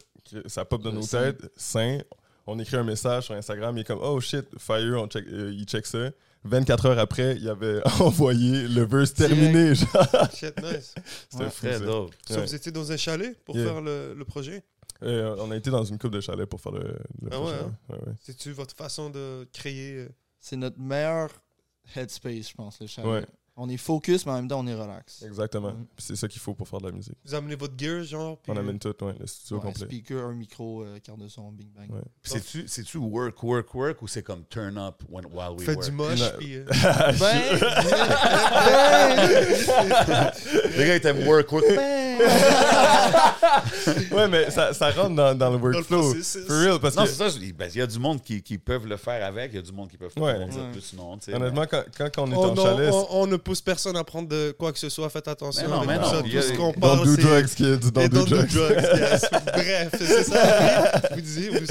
Speaker 3: ça pop dans
Speaker 4: Le
Speaker 3: nos
Speaker 4: Saint.
Speaker 3: têtes. Saint. On écrit un message sur Instagram, il est comme, oh shit, fire, on check, euh, il check ça. 24 heures après, il avait [laughs] envoyé le verse
Speaker 4: Direct.
Speaker 3: terminé. genre.
Speaker 5: Shit, nice.
Speaker 3: C'était
Speaker 4: Ouais.
Speaker 3: fou,
Speaker 2: Très
Speaker 3: ça.
Speaker 2: dope.
Speaker 5: So,
Speaker 3: Ouais.
Speaker 5: vous étiez dans un chalet pour
Speaker 3: Yeah.
Speaker 5: faire le, le projet
Speaker 3: Euh, on a été dans une coupe de chalet pour faire le, le
Speaker 5: Ah ouais,
Speaker 3: projet.
Speaker 5: hein?
Speaker 3: Ouais, ouais.
Speaker 5: C'est-tu votre façon de créer euh,
Speaker 4: C'est notre meilleur headspace, je pense, le chalet.
Speaker 3: Ouais.
Speaker 4: On est focus, mais en même temps, on est relax.
Speaker 3: Exactement.
Speaker 2: Mm.
Speaker 4: Mhm.
Speaker 3: Puis C'est ça qu'il faut pour faire de la musique.
Speaker 5: Vous amenez votre gear, genre puis,
Speaker 3: On amène tout, ouais, le studio
Speaker 4: Ouais,
Speaker 3: complet.
Speaker 4: speaker, un micro, euh, carte de son, bing bang.
Speaker 3: Ouais.
Speaker 2: C'est-tu c'est-tu work, work, work ou c'est comme turn up when, while
Speaker 5: euh,
Speaker 2: we
Speaker 5: Faites
Speaker 2: work?
Speaker 5: du moche,
Speaker 3: Non.
Speaker 5: puis... euh,
Speaker 3: [laughs]
Speaker 4: Ben, ben,
Speaker 2: Les gars, ils t'aiment work, work. Ben,
Speaker 3: Ouais, mais ça, ça rentre dans, dans le
Speaker 5: Dans le
Speaker 3: workflow.
Speaker 5: processus.
Speaker 3: For real, parce
Speaker 2: Non,
Speaker 3: que
Speaker 2: c'est ça. je dis, ben, Il y a du monde qui, qui peuvent le faire avec, il y a du monde qui peuvent pas
Speaker 3: Ouais.
Speaker 2: le faire
Speaker 4: Ouais.
Speaker 2: plus non. tu sais, mais-
Speaker 3: honnêtement, quand, quand on est
Speaker 5: On,
Speaker 3: en
Speaker 5: on-
Speaker 3: chalet,
Speaker 5: Oh on- on ne pousse personne à prendre de quoi que ce soit, faites attention.
Speaker 2: Mais non,
Speaker 5: avec
Speaker 2: mais
Speaker 5: tout
Speaker 2: non,
Speaker 5: ça.
Speaker 2: il y a-
Speaker 5: Tout ce qu'on
Speaker 3: c'est- don't
Speaker 5: parle,
Speaker 3: do
Speaker 5: c'est-
Speaker 3: drugs, kids, don't
Speaker 5: Et
Speaker 3: do
Speaker 5: don't do
Speaker 3: drugs.
Speaker 5: drugs,
Speaker 3: [laughs]
Speaker 5: yes. Bref, c'est ça. Vous disiez, vous-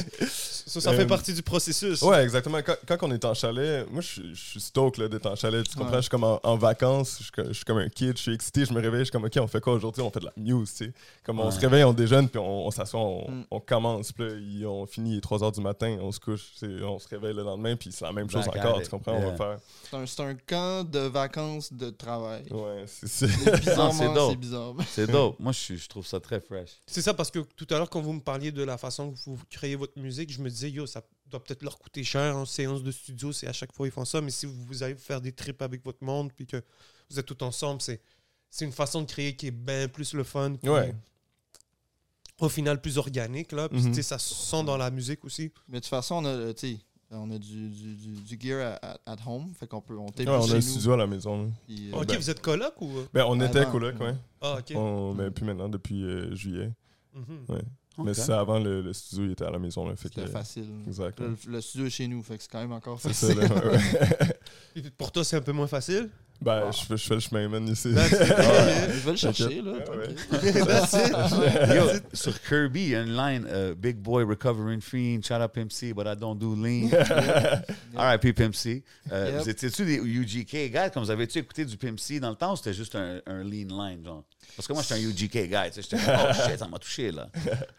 Speaker 5: ça, ça fait
Speaker 3: Euh,
Speaker 5: partie du processus.
Speaker 3: Ouais, exactement. Quand, quand on est en chalet, moi, je, suis- je suis stoked là, d'être en chalet. Tu comprends?
Speaker 4: Ouais.
Speaker 3: Je suis comme en, en vacances, je, suis co- je suis comme un kid, je suis excité, je me réveille, je suis comme, OK, on fait quoi aujourd'hui? On fait de la news, tu sais. Comme on se réveille, on déjeune, puis on, on s'assoit, on,
Speaker 4: Mm.
Speaker 3: on commence. Puis là, ils- on finit il est 3 h du matin, on se couche, tu sais, on se réveille le lendemain, puis c'est la même chose
Speaker 2: Back at
Speaker 3: encore,
Speaker 2: it.
Speaker 3: tu comprends? On va
Speaker 2: Yeah.
Speaker 3: faire.
Speaker 4: C'est un, c'est un camp de vacances de travail.
Speaker 3: Ouais, Ah, c'est ça.
Speaker 2: c'est
Speaker 4: Bizarrement,
Speaker 2: dope.
Speaker 4: c'est bizarre. [laughs]
Speaker 2: C'est dope. Moi, je, suis- je trouve ça très
Speaker 3: [laughs]
Speaker 2: fresh.
Speaker 5: C'est ça parce que tout à l'heure, quand vous me parliez de la façon que vous créez votre musique, je me disais, yo, ça doit peut-être leur coûter cher en séance de studio, c'est à chaque fois ils font ça, mais si vous, vous arrivez à faire des trips avec votre monde, puis que vous êtes tout ensemble, c'est, c'est une façon de créer qui est bien plus le fun. puis
Speaker 3: Ouais.
Speaker 5: Au final, plus organique, là. Puis,
Speaker 3: Mhm.
Speaker 5: tu sais, ça se sent dans la musique aussi.
Speaker 4: Mais de toute façon, on a, euh, tu sais, on a du, du, du, du gear à- à- at home. Fait qu'on peut, on tape
Speaker 3: Ouais, on
Speaker 4: chez
Speaker 3: a un
Speaker 4: nous,
Speaker 3: studio à la maison. là.
Speaker 4: puis, euh,
Speaker 5: Ok,
Speaker 3: ben-
Speaker 5: vous êtes coloc ou. euh?
Speaker 3: Ben, on était
Speaker 4: Avant. Mm-hmm.
Speaker 3: coloc, ouais.
Speaker 5: Ah, ok.
Speaker 3: On, mais plus maintenant, depuis euh, juillet.
Speaker 5: Mhm.
Speaker 3: Mais
Speaker 2: Ok.
Speaker 3: c'est avant, le, le studio, il était à la maison. Là, fait que,
Speaker 4: C'était facile.
Speaker 3: Exact.
Speaker 4: Le, le studio est chez nous, fait que c'est quand même encore
Speaker 3: C'est
Speaker 4: facile.
Speaker 3: ça,
Speaker 4: [laughs]
Speaker 3: là, ouais, ouais.
Speaker 5: Et puis, Pour toi, c'est un peu moins facile.
Speaker 3: Ben, je, fais- je fais le chemin, man, ici.
Speaker 5: That's it.
Speaker 4: [laughs] Je vais le chercher, là.
Speaker 3: Ouais.
Speaker 4: t'inquiète.
Speaker 5: That's it.
Speaker 2: Yo, sur Kirby, il y a une line euh, Big boy recovering fiend, shout out Pimp C, but I don't do
Speaker 3: [laughs]
Speaker 2: lean. R.I.P. Pimp C. Euh,
Speaker 4: Yep.
Speaker 2: Vous étiez-tu des UGK guys? Comme vous avez-tu écouté du Pimp C dans le temps ou c'était juste un, un lean line, genre? Parce que moi, je suis un UGK guy. tu sais, J'étais comme, oh shit, ça m'a touché, là.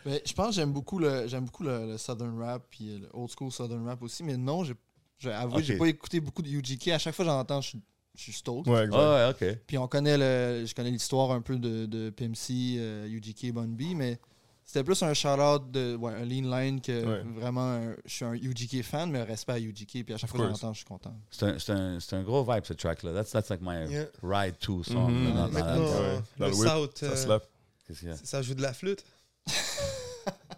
Speaker 4: Mais je pense que j'aime beaucoup le, j'aime beaucoup le, le Southern Rap puis euh, le old school Southern Rap aussi. Mais non, j'ai, j'ai avoué, j'ai
Speaker 2: Ok.
Speaker 4: pas écouté beaucoup de UGK. À chaque fois que j'entends, je suis- je suis stoked.
Speaker 3: [laughs] Ouais, exact.
Speaker 2: Ah, ouais, ok.
Speaker 4: Puis on connaît le, je connais l'histoire un peu de, de PMC, euh, UGK, Bun B, mais c'était plus un shout-out de ouais, un lean line que
Speaker 3: Ouais.
Speaker 4: vraiment un- je suis un UGK fan, mais un respect à UGK. Puis à
Speaker 3: Of
Speaker 4: chaque fois que
Speaker 3: course.
Speaker 4: j'entends, je suis content.
Speaker 2: C'est un, c'est un, c'est un gros vibe, ce track-là. That's, that's like my
Speaker 5: Yeah.
Speaker 2: ride to song.
Speaker 3: Mhm.
Speaker 2: là, dans- Ah, dans
Speaker 5: Maintenant,
Speaker 2: l'album.
Speaker 3: Ouais,
Speaker 5: euh,
Speaker 3: dans
Speaker 5: le
Speaker 3: le whip,
Speaker 5: South,
Speaker 3: Ça
Speaker 5: euh,
Speaker 3: slap.
Speaker 2: Qu'est-ce qu'il y a?
Speaker 5: ça joue de la flute.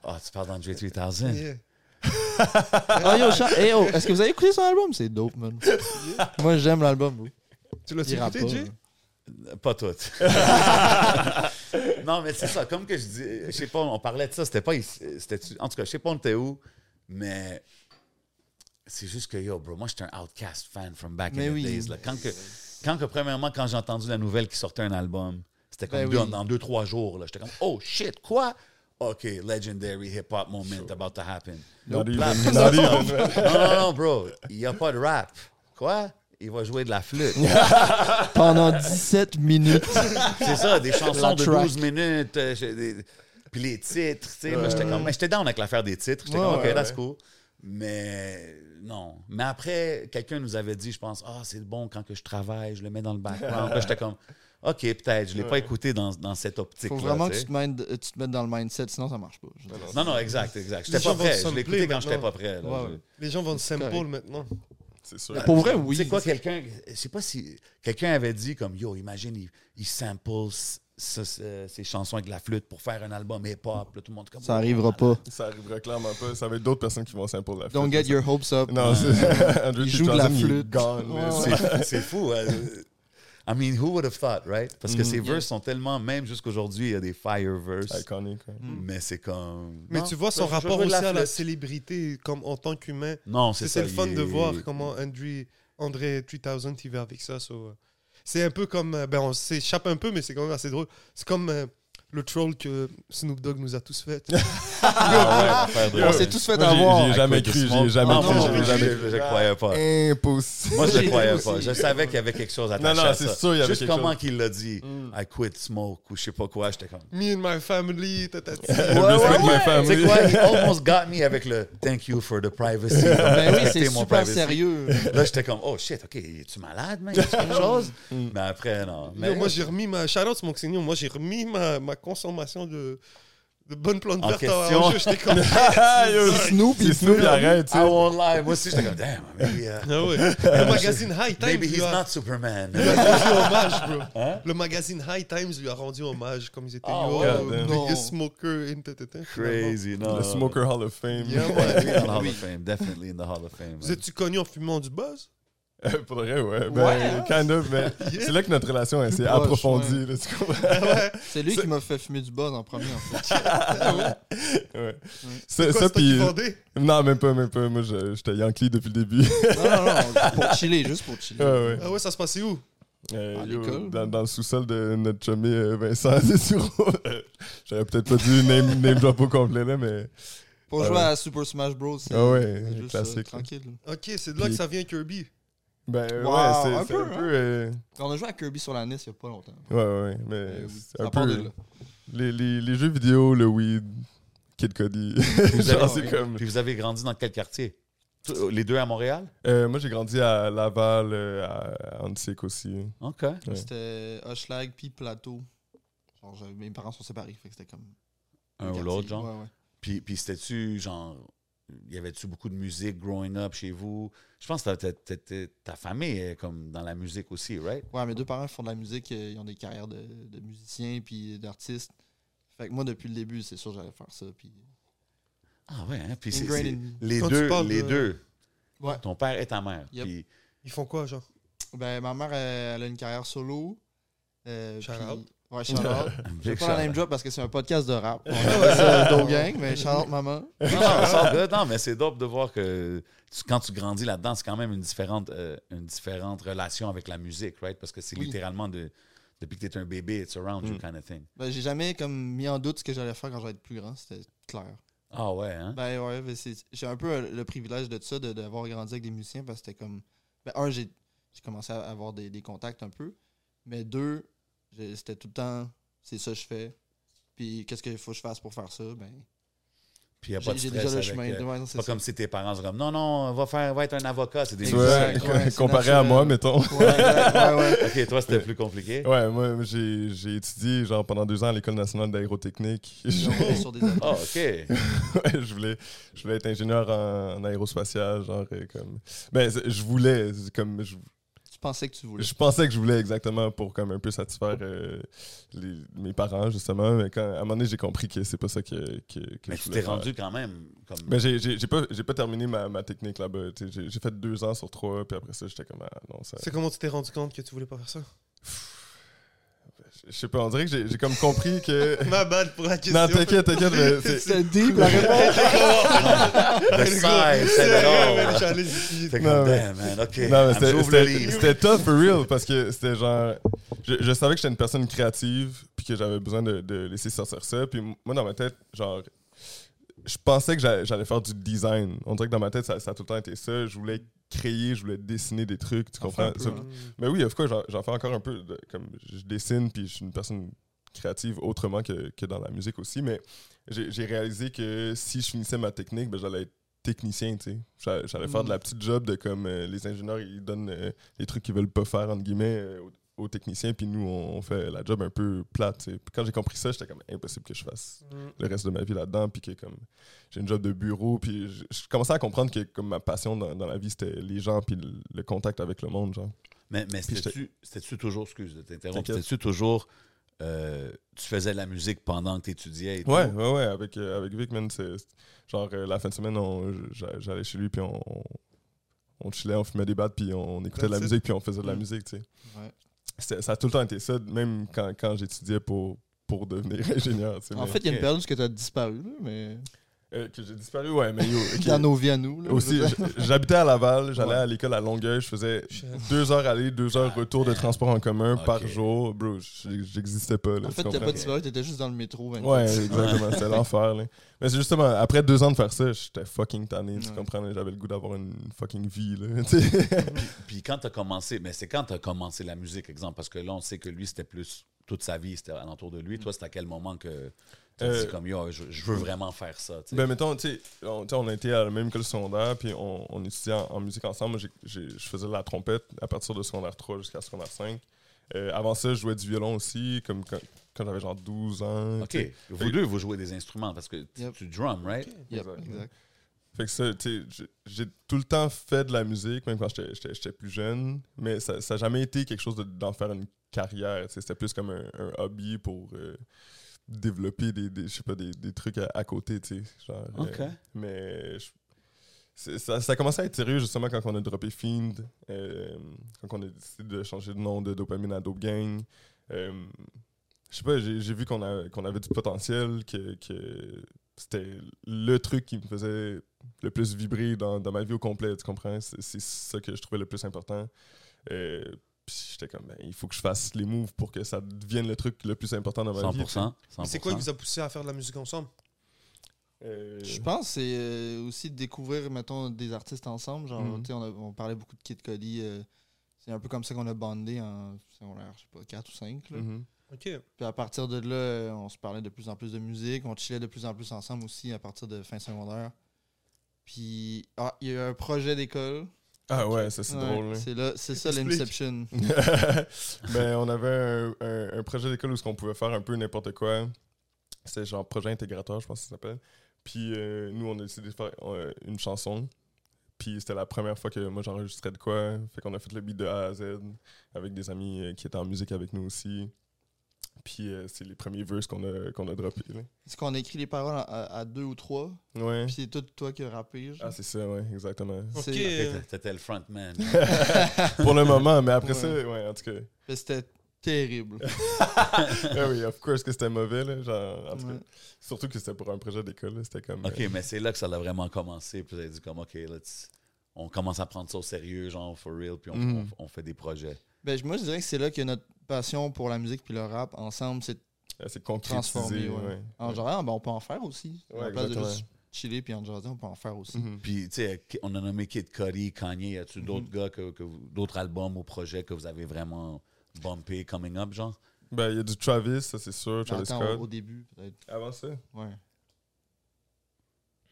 Speaker 2: Ah, tu parles d'André 3000.
Speaker 5: Yeah.
Speaker 4: [laughs] Ah yo, Cha- hey, oh, est-ce que vous avez écouté son album? C'est dope, man.
Speaker 3: [laughs]
Speaker 4: Moi, j'aime l'album. bro.
Speaker 5: Tu l'as
Speaker 4: Il rappe
Speaker 5: écouté,
Speaker 4: pas,
Speaker 5: Jay
Speaker 4: là.
Speaker 2: Pas toutes. non, mais c'est ça. Comme que je dis, je sais pas, on parlait de ça. C'était pas. ici- c'était-tu- en tout cas, je sais pas on était où, mais c'est juste que yo, bro, moi, j'étais un outcast fan from back
Speaker 4: Mais
Speaker 2: in
Speaker 4: oui.
Speaker 2: the days. là. Quand, que, quand que, premièrement, quand j'ai entendu la nouvelle qui sortait un album, c'était comme
Speaker 4: Ben
Speaker 2: deux-
Speaker 4: oui.
Speaker 2: dans deux, trois jours. là. J'étais comme, oh shit, quoi? OK, legendary hip-hop moment about to happen.
Speaker 3: Not even,
Speaker 2: Là, après ça,
Speaker 3: not
Speaker 4: [laughs]
Speaker 3: even, ouais.
Speaker 2: non, non, non, bro, il n'y a pas de rap. Quoi? Il va jouer de la flûte.
Speaker 4: Pendant 17 minutes.
Speaker 2: C'est ça, des chansons
Speaker 4: La
Speaker 2: de
Speaker 4: track.
Speaker 2: 12 minutes. euh, j'ai des- Puis les titres, tu sais. moi, j'étais comme- mais J'étais down avec l'affaire des titres. J'étais comme, OK,
Speaker 3: ouais,
Speaker 2: that's
Speaker 3: ouais.
Speaker 2: cool. Mais non. Mais après, quelqu'un nous avait dit, je pense, ah, c'est bon quand que je travaille, je le mets dans le background. Là, j'étais comme, OK, peut-être, je ne l'ai pas écouté dans, dans cette optique.
Speaker 4: Faut vraiment que tu te, mindes- tu te mettes dans le mindset, sinon ça marche pas. Je veux dire.
Speaker 2: Non, non, exact, exact. J'étais
Speaker 5: Les
Speaker 2: pas
Speaker 5: gens vont
Speaker 2: prêt.
Speaker 5: se
Speaker 2: Je l'ai
Speaker 5: sampler
Speaker 2: écouté quand j'étais
Speaker 5: maintenant.
Speaker 2: pas prêt. là.
Speaker 4: Ouais,
Speaker 2: Je-
Speaker 4: ouais.
Speaker 5: Les gens vendent Simple
Speaker 4: correct.
Speaker 5: maintenant.
Speaker 3: C'est sûr.
Speaker 4: Pour vrai, oui.
Speaker 2: Tu sais Ah, quoi, quelqu'un, je sais pas si quelqu'un avait dit comme yo, imagine, il, il sample s- ce- ce- ses chansons avec la flûte pour faire un album hip-hop. Là, Tout le monde comme
Speaker 4: Ça arrivera pas.
Speaker 3: Ça arrivera clairement pas. Ça va être d'autres personnes qui vont s'imposer de la flûte.
Speaker 4: Don't get your hopes up.
Speaker 3: Non, c'est. [laughs] Andrew
Speaker 4: Il joue de la
Speaker 3: 3000, il est
Speaker 4: flûte.
Speaker 3: gone,
Speaker 4: Ouais,
Speaker 3: là.
Speaker 4: ouais.
Speaker 2: C'est- C'est fou. hein. I mean, who would have thought, right? Parce
Speaker 5: Mm-hmm.
Speaker 2: que ces verses sont tellement, même jusqu'aujourd'hui, il y a des fire
Speaker 3: C'est
Speaker 2: verses.
Speaker 3: iconique. ouais.
Speaker 4: Mm.
Speaker 2: Mais c'est comme.
Speaker 5: Mais
Speaker 2: Non,
Speaker 5: tu vois son
Speaker 2: je- je
Speaker 5: rapport
Speaker 2: veux
Speaker 5: aussi
Speaker 2: de
Speaker 5: à la
Speaker 2: flûte.
Speaker 5: célébrité comme en tant qu'humain.
Speaker 2: Non,
Speaker 5: C'est
Speaker 2: c'est
Speaker 5: c'est
Speaker 2: ça.
Speaker 5: le fun
Speaker 2: il
Speaker 5: de
Speaker 2: est-
Speaker 5: voir comment André, André 3000 il va avec ça. so, euh, c'est un peu comme. euh, Ben, on s'échappe un peu, mais c'est quand même assez drôle. C'est comme euh, le troll que Snoop Dogg nous a tous fait.
Speaker 2: Ah ouais, faire de-
Speaker 4: On s'est tous fait
Speaker 3: Moi, j'y-
Speaker 4: avoir. Ah,
Speaker 3: j'y ai jamais
Speaker 2: I quit
Speaker 3: cru,
Speaker 2: the smoke.
Speaker 3: j'y ai jamais
Speaker 2: Non,
Speaker 3: cru,
Speaker 2: moi,
Speaker 3: [laughs] j'y ai
Speaker 2: je-
Speaker 3: jamais
Speaker 2: je- Je croyais pas.
Speaker 3: Impossible.
Speaker 2: Moi, je
Speaker 4: J'ai
Speaker 2: le croyais
Speaker 4: cru
Speaker 2: pas.
Speaker 4: aussi.
Speaker 2: Je savais qu'il y avait quelque chose à
Speaker 3: Non, non,
Speaker 2: à
Speaker 3: c'est
Speaker 2: ça.
Speaker 3: sûr, il y avait
Speaker 2: Juste
Speaker 3: quelque
Speaker 2: comment
Speaker 3: chose.
Speaker 2: qu'il l'a dit. I quit smoke ou je sais pas quoi. J'étais comme.
Speaker 5: Me and my family. tatati.
Speaker 3: Le respect de
Speaker 2: Tu
Speaker 3: ma
Speaker 2: sais
Speaker 3: famille.
Speaker 2: quoi? He almost got me avec le thank you for the privacy.
Speaker 4: Ben oui, c'est
Speaker 2: Respectez mon
Speaker 4: super
Speaker 2: privacy.
Speaker 4: sérieux.
Speaker 2: Là, j'étais comme, oh shit, ok, es-tu malade, man? Est-ce quelque chose? Mais après, non.
Speaker 5: Yo,
Speaker 2: Mais
Speaker 5: moi, j'ai remis ma. Shout out, Smoxigno. Moi, j'ai remis ma, ma consommation de, de bonne plante
Speaker 2: En
Speaker 5: verte
Speaker 2: question.
Speaker 5: jeu. J'étais
Speaker 2: [laughs]
Speaker 5: comme.
Speaker 3: Ah, yo,
Speaker 4: Snoop,
Speaker 3: [laughs] c'est Snoop, il arrête, tu
Speaker 2: I
Speaker 3: sais.
Speaker 2: won't lie. Moi aussi, j'étais comme, damn, maybe, uh, [laughs]
Speaker 5: Ah ouais. Le magazine High Times.
Speaker 2: maybe
Speaker 5: lui
Speaker 2: he's
Speaker 5: a-
Speaker 2: not Superman.
Speaker 5: lui
Speaker 2: [laughs]
Speaker 5: a rendu hommage, bro.
Speaker 2: Hein?
Speaker 5: Le magazine High Times lui a rendu hommage, comme ils étaient
Speaker 2: Ah
Speaker 5: yo,
Speaker 2: ouais,
Speaker 3: hein.
Speaker 5: euh,
Speaker 4: damn.
Speaker 5: biggest smoker in tatata, finalement.
Speaker 2: Crazy, non.
Speaker 3: Le Smoker Hall of Fame.
Speaker 5: Yeah,
Speaker 2: Ouais,
Speaker 5: ouais.
Speaker 2: lui, in the Hall of Fame, definitely in the Hall of Fame.
Speaker 5: Vous êtes-tu connu en fumant du buzz
Speaker 3: [laughs] Euh, Pour de vrai, ouais. Ben, kind of, mais c'est là que notre relation elle, s'est
Speaker 4: proche,
Speaker 3: approfondie. là, tu comprends?
Speaker 4: C'est lui qui m'a fait fumer du bon en premier,
Speaker 3: [laughs]
Speaker 4: en fait.
Speaker 3: Ouais. Ça,
Speaker 5: Quoi, c'est
Speaker 3: ça,
Speaker 5: toi qui
Speaker 2: euh,
Speaker 3: puis- euh,
Speaker 5: vendais?
Speaker 3: Non, même pas, même pas. Moi, je- j'étais Yankee depuis le début. [laughs]
Speaker 4: Non, non, non, pour chiller, juste pour chiller.
Speaker 3: ouais, ouais.
Speaker 5: Ah ouais, ça se passait où
Speaker 3: Euh,
Speaker 4: À
Speaker 3: yo,
Speaker 4: l'école?
Speaker 3: dans, dans le sous-sol de notre chumé euh, Vincent, [laughs] c'est sûr. J'aurais peut-être pas dû name, name drop au complet, là, mais.
Speaker 4: Pour
Speaker 3: Ah
Speaker 4: jouer
Speaker 3: ouais.
Speaker 4: à Super Smash Bros. c'est-
Speaker 3: Ah ouais,
Speaker 4: c'est juste,
Speaker 3: classique,
Speaker 4: euh,
Speaker 3: là.
Speaker 4: tranquille. là.
Speaker 5: Ok, c'est de là que ça vient Kirby.
Speaker 3: Ben, euh,
Speaker 4: Wow,
Speaker 3: ouais, c'est
Speaker 4: un
Speaker 3: c'est un
Speaker 4: peu,
Speaker 3: peu.
Speaker 4: hein?
Speaker 3: euh,
Speaker 4: On a joué à Kirby sur la NES il y a pas longtemps.
Speaker 3: Ouais, ouais, mais
Speaker 4: Euh,
Speaker 3: c'est
Speaker 4: à
Speaker 3: un
Speaker 4: part de
Speaker 3: peu.
Speaker 4: là.
Speaker 3: Les, les, les jeux vidéo, le weed, Kid [laughs] Cody.
Speaker 2: Vous
Speaker 3: Genre,
Speaker 2: avez-
Speaker 3: c'est comme.
Speaker 2: Puis vous avez grandi dans quel quartier? Tous- Les deux à Montréal?
Speaker 3: Euh, moi, j'ai grandi à Laval, euh, à Antique aussi. [laughs]
Speaker 2: OK.
Speaker 3: Ouais.
Speaker 4: C'était euh, Hochelag puis Plateau. Genre, j'avais- mes parents sont séparés, fait que c'était comme.
Speaker 2: Un
Speaker 4: quartier.
Speaker 2: ou l'autre, genre.
Speaker 4: Ouais, ouais.
Speaker 2: Puis, puis c'était-tu, genre, y avait-tu beaucoup de musique growing up chez vous? Je pense que t'as- t'as- t'as- ta famille est comme dans la musique aussi, right?
Speaker 4: Ouais, mes deux parents font de la musique, euh, ils ont des carrières de, de musiciens puis d'artistes. Fait que moi, depuis le début, c'est sûr que j'allais faire ça. Puis...
Speaker 2: Ah ouais, hein? Puis c'est,
Speaker 4: Ingrained
Speaker 2: c'est-
Speaker 4: in-
Speaker 2: les
Speaker 5: Quand tu
Speaker 2: deux,
Speaker 5: parles
Speaker 2: les
Speaker 5: de-
Speaker 2: deux.
Speaker 4: Ouais.
Speaker 2: Ton père et ta mère.
Speaker 4: Yep.
Speaker 2: Puis
Speaker 5: Ils font quoi, genre
Speaker 4: Ben, ma mère, elle, elle a une carrière solo. Euh,
Speaker 5: Shout
Speaker 4: puis-
Speaker 5: out.
Speaker 4: Ouais, shout
Speaker 3: [laughs]
Speaker 4: out. Je vais
Speaker 2: Big
Speaker 4: pas la
Speaker 2: shout-out.
Speaker 4: name drop parce que c'est un podcast de
Speaker 2: [laughs]
Speaker 4: rap. On appelle ça Doe Gang, mais shout out, maman.
Speaker 2: Non, non, it's all good. Non, mais c'est dope de voir que tu- quand tu grandis là-dedans, c'est quand même une différente, euh, une différente relation avec la musique, right? Parce que c'est
Speaker 4: Oui.
Speaker 2: littéralement de, depuis que tu es un bébé, it's around you
Speaker 3: Mm.
Speaker 2: kind of thing.
Speaker 4: Ben, j'ai jamais comme mis en doute ce que j'allais faire quand j'allais être plus grand, c'était clair.
Speaker 2: Ah ouais, hein?
Speaker 4: Ben ouais, ben c'est- j'ai un peu euh, le privilège de ça, de- d'avoir grandi avec des musiciens parce que c'était comme. Ben, un, j'ai j'ai commencé à avoir des, des contacts un peu. Mais deux, j'ai- c'était tout le temps, c'est ça que je fais. Puis qu'est-ce qu'il faut que je fasse pour faire ça? Ben,
Speaker 2: Puis il n'y a pas
Speaker 4: j'ai
Speaker 2: de
Speaker 4: j'ai
Speaker 2: stress
Speaker 4: déjà le
Speaker 2: avec,
Speaker 4: chemin.
Speaker 2: euh,
Speaker 4: de- ouais, non, c'est
Speaker 2: pas
Speaker 4: ça.
Speaker 2: comme si tes parents se comme non, non, va, faire, va être un avocat, c'est des
Speaker 3: Tu
Speaker 4: Exact,
Speaker 2: musiciens.
Speaker 3: vois,
Speaker 4: ouais, c'est
Speaker 3: comparé à moi,
Speaker 4: naturel.
Speaker 3: mettons.
Speaker 4: Ouais, ouais, ouais,
Speaker 2: [laughs]
Speaker 4: ouais.
Speaker 2: Ok, toi, c'était plus compliqué. [laughs]
Speaker 3: Ouais, moi, j'ai j'ai étudié genre pendant deux ans à l'École nationale d'aérotechnique. [laughs]
Speaker 4: Ils ont été sur
Speaker 2: [laughs]
Speaker 4: des
Speaker 2: Ah, ok.
Speaker 3: Ouais, je voulais, je voulais être ingénieur en, en aérospatial, genre euh, comme. Ben, c'est- je voulais, c'est comme je,
Speaker 4: Tu pensais que tu voulais.
Speaker 3: je pensais que je voulais exactement pour comme un peu satisfaire euh, les- mes parents justement, mais quand, à un moment donné j'ai compris que c'est pas ça que, que, que
Speaker 2: Mais
Speaker 3: je
Speaker 2: tu
Speaker 3: voulais
Speaker 2: t'es
Speaker 3: faire.
Speaker 2: rendu quand même comme.
Speaker 3: Mais j'ai- j'ai j'ai pas, j'ai pas terminé ma, ma technique là-bas. tu sais, J'ai j'ai fait deux ans sur trois, puis après ça j'étais comme ah, non ça.
Speaker 5: C'est comment tu t'es rendu compte que tu voulais pas faire ça [laughs]
Speaker 3: Je sais pas, on dirait que j'ai j'ai comme compris que.
Speaker 5: [laughs] Ma balle pour la question.
Speaker 3: non
Speaker 5: [laughs]
Speaker 3: t'inquiète, t'inquiète, mais c'est-
Speaker 4: C'était deep la réponse.
Speaker 2: [laughs] The size, c'est drôle. T'es
Speaker 3: Non,
Speaker 2: comme,
Speaker 3: mais-
Speaker 2: damn, man, ok.
Speaker 3: Non, mais
Speaker 2: I'm-
Speaker 3: c'était-
Speaker 2: J'ouvre le
Speaker 3: c'était
Speaker 2: livre.
Speaker 3: c'était tough for real parce que c'était genre. Je, je savais que j'étais une personne créative puis que j'avais besoin de, de laisser sortir ça. Puis m- moi, dans ma tête, genre. Je pensais que j'allais j'allais faire du design. On dirait que dans ma tête, ça, ça a tout le temps été ça. Je voulais créer, je voulais dessiner des trucs, tu comprends? Ça- Mais oui, of course, j'en- j'en fais encore un peu. de- comme je dessine, puis je suis une personne créative autrement que, que dans la musique aussi. Mais j'ai j'ai réalisé que si je finissais ma technique, ben, j'allais être technicien, tu sais. J'a- J'allais faire de la petite job de comme euh, les ingénieurs, ils donnent euh, les trucs qu'ils veulent pas faire, entre guillemets, euh, aux, aux techniciens, puis nous, on, on fait la job un peu plate, tu sais. Puis quand j'ai compris ça, j'étais comme impossible que je fasse le reste de ma vie là-dedans, puis que comme j'ai une job de bureau, puis je, je commençais à comprendre que comme ma passion dans, dans la vie, c'était les gens, puis le- le contact avec le monde, genre.
Speaker 2: Mais, mais
Speaker 3: Puis
Speaker 2: c'était-tu c'était-tu toujours, excuse de t'interrompre,
Speaker 3: T'inquiète.
Speaker 2: c'était-tu toujours, euh, tu faisais de la musique pendant que tu étudiais et
Speaker 3: Ouais,
Speaker 2: tout?
Speaker 3: ouais, ouais, avec, euh, avec Vic, man, c'est c'est- genre euh, la fin de semaine, on- j'a- j'allais chez lui, puis on, on chillait, on fumait des battes, puis on écoutait de
Speaker 5: That's
Speaker 3: la
Speaker 5: it.
Speaker 3: musique, puis on faisait de la
Speaker 4: Mm.
Speaker 3: musique, tu sais.
Speaker 4: Ouais.
Speaker 3: C'était- Ça a tout le temps été ça, même quand, quand j'étudiais pour, pour devenir [laughs] ingénieur, tu sais.
Speaker 4: En
Speaker 3: mais-
Speaker 4: fait, il y a une période où tu as disparu, là, mais.
Speaker 3: Euh, que j'ai disparu, ouais, mais yo,
Speaker 4: [laughs]
Speaker 3: ok.
Speaker 4: Dans nos vies à nous. Là,
Speaker 3: Aussi,
Speaker 4: je veux dire.
Speaker 3: j- j'habitais à Laval, j'allais
Speaker 4: Ouais.
Speaker 3: à l'école à Longueuil, je faisais deux heures aller, deux heures retour de transport en commun
Speaker 2: Ok.
Speaker 3: par jour. Bro, j- j'existais pas. Là,
Speaker 4: En
Speaker 3: tu
Speaker 4: fait, t'as
Speaker 3: comprends?
Speaker 4: pas disparu, t'étais juste dans le métro. 24.
Speaker 3: Ouais, exactement. C'était l'enfer. là. Mais c'est justement, après deux ans de faire ça, j'étais fucking tanné. Tu
Speaker 4: Ouais.
Speaker 3: comprends? là, J'avais le goût d'avoir une fucking vie. Là, [laughs] tu sais.
Speaker 2: Puis quand t'as commencé, mais c'est quand t'as commencé la musique, exemple, parce que là, on sait que lui, c'était plus toute sa vie, c'était alentour de lui. Toi, c'était à quel moment que tu as
Speaker 3: Euh,
Speaker 2: dit comme, yo, je, je veux vraiment faire ça, tu sais?
Speaker 3: ben, mettons, tu sais, on, tu sais, on a été à la même école secondaire, puis on, on étudiait en, en musique ensemble. Moi, j'ai- j'ai- Je faisais de la trompette à partir de secondaire 3 jusqu'à secondaire 5. Euh, avant ça, je jouais du violon aussi, comme quand, quand j'avais genre 12 ans. tu sais.
Speaker 2: OK. Vous deux, vous jouez des instruments parce que tu-
Speaker 4: Yep.
Speaker 2: tu drum, right?
Speaker 4: Yep,
Speaker 3: Exact. Euh,
Speaker 4: exact.
Speaker 3: Fait que ça, tu sais, j'ai- j'ai tout le temps fait de la musique, même quand j'étais- j'étais j'étais plus jeune, mais ça n'a jamais été quelque chose de- d'en faire une carrière. tu sais, C'était plus comme un, un hobby pour euh, développer des, des- je sais pas, des, des trucs à, à côté, tu sais. genre, euh,
Speaker 2: OK.
Speaker 3: mais je- c'est- ça, ça a commencé à être sérieux justement quand on a droppé Fiend, euh, quand on a décidé de changer de nom de Dopamine à Dope Gang. Euh, je sais pas, j'ai j'ai vu qu'on a- qu'on avait du potentiel, que, que c'était le truc qui me faisait le plus vibrer dans, dans ma vie au complet, tu comprends? C'est c'est ça que je trouvais le plus important. Euh, puis j'étais comme, ben, il faut que je fasse les moves pour que ça devienne le truc le plus important dans ma vie.
Speaker 2: 100%.
Speaker 1: Mais
Speaker 2: 100%.
Speaker 1: C'est quoi qui vous a poussé à faire de la musique ensemble
Speaker 3: Euh,
Speaker 4: Je pense que c'est euh, aussi de découvrir, mettons, des artistes ensemble. Genre,
Speaker 3: Mm-hmm.
Speaker 5: Mhm.
Speaker 4: tu sais, on, a- on parlait beaucoup de Kid Cody. euh, c'est un peu comme ça qu'on a bandé en secondaire, je sais pas, 4 ou 5.
Speaker 3: mhm.
Speaker 5: Ok.
Speaker 4: Puis à partir de là, euh, on se parlait de plus en plus de musique. On chillait de plus en plus ensemble aussi à partir de fin secondaire. Puis, ah, il y a eu un projet d'école.
Speaker 3: Ah ouais, ça c'est
Speaker 4: Ouais,
Speaker 3: drôle. là.
Speaker 4: C'est là- c'est ça
Speaker 5: Explique.
Speaker 4: l'inception.
Speaker 3: [laughs] ben, on avait un, un- un projet d'école où on pouvait faire un peu n'importe quoi. C'était genre projet intégrateur, je pense que ça s'appelle. Puis euh, nous, on a décidé de faire euh, une chanson. Puis c'était la première fois que moi j'enregistrais de quoi. Fait qu'on a fait le beat de A à Z avec des amis euh, qui étaient en musique avec nous aussi. Puis euh, c'est les premiers verses qu'on a, qu'on a droppés. là.
Speaker 4: Est-ce qu'on a écrit les paroles à, à deux ou trois?
Speaker 3: Ouais.
Speaker 4: Puis c'est tout toi qui as rappé. genre.
Speaker 3: Ah, c'est ça, ouais, exactement.
Speaker 5: Ok. euh,
Speaker 4: C'est-
Speaker 2: T'étais- T'étais le frontman.
Speaker 3: Pour le moment, mais après
Speaker 4: Ouais.
Speaker 3: ça, ouais, en tout cas.
Speaker 4: Mais C'était terrible.
Speaker 3: Ah oui, of course que c'était mauvais, là. Genre, [laughs] en tout cas.
Speaker 4: Ouais.
Speaker 3: Surtout que c'était pour un projet d'école, là, c'était comme.
Speaker 2: OK, mais c'est là que ça a vraiment commencé. Puis vous avez dit comme, OK, là, tu- on commence à prendre ça au sérieux, genre, for real, puis on,
Speaker 3: Mhm.
Speaker 2: on- on fait des projets.
Speaker 4: Ben, je- moi, je dirais que c'est là que notre passion pour la musique puis le rap ensemble s'est
Speaker 3: euh, c'est concrétisé.
Speaker 4: transformée. ouais.
Speaker 3: ouais.
Speaker 4: En genre, ah, ben, on peut en faire aussi.
Speaker 3: Ouais,
Speaker 4: à la place de
Speaker 3: exactement.
Speaker 4: juste chiller puis en jaser, on peut en faire aussi.
Speaker 3: Mhm.
Speaker 2: Puis, tu sais, on a nommé Kid Cudi, Kanye. Y a-tu d'autres gars, que, que vous- d'autres albums ou projets que vous avez vraiment bumpé, coming up, genre?
Speaker 3: Ben, il y a du Travis, ça c'est sûr,
Speaker 4: Mais
Speaker 3: Travis
Speaker 4: attends,
Speaker 3: Scott.
Speaker 4: au, au début, peut-être.
Speaker 3: Avant ça?
Speaker 4: Ouais.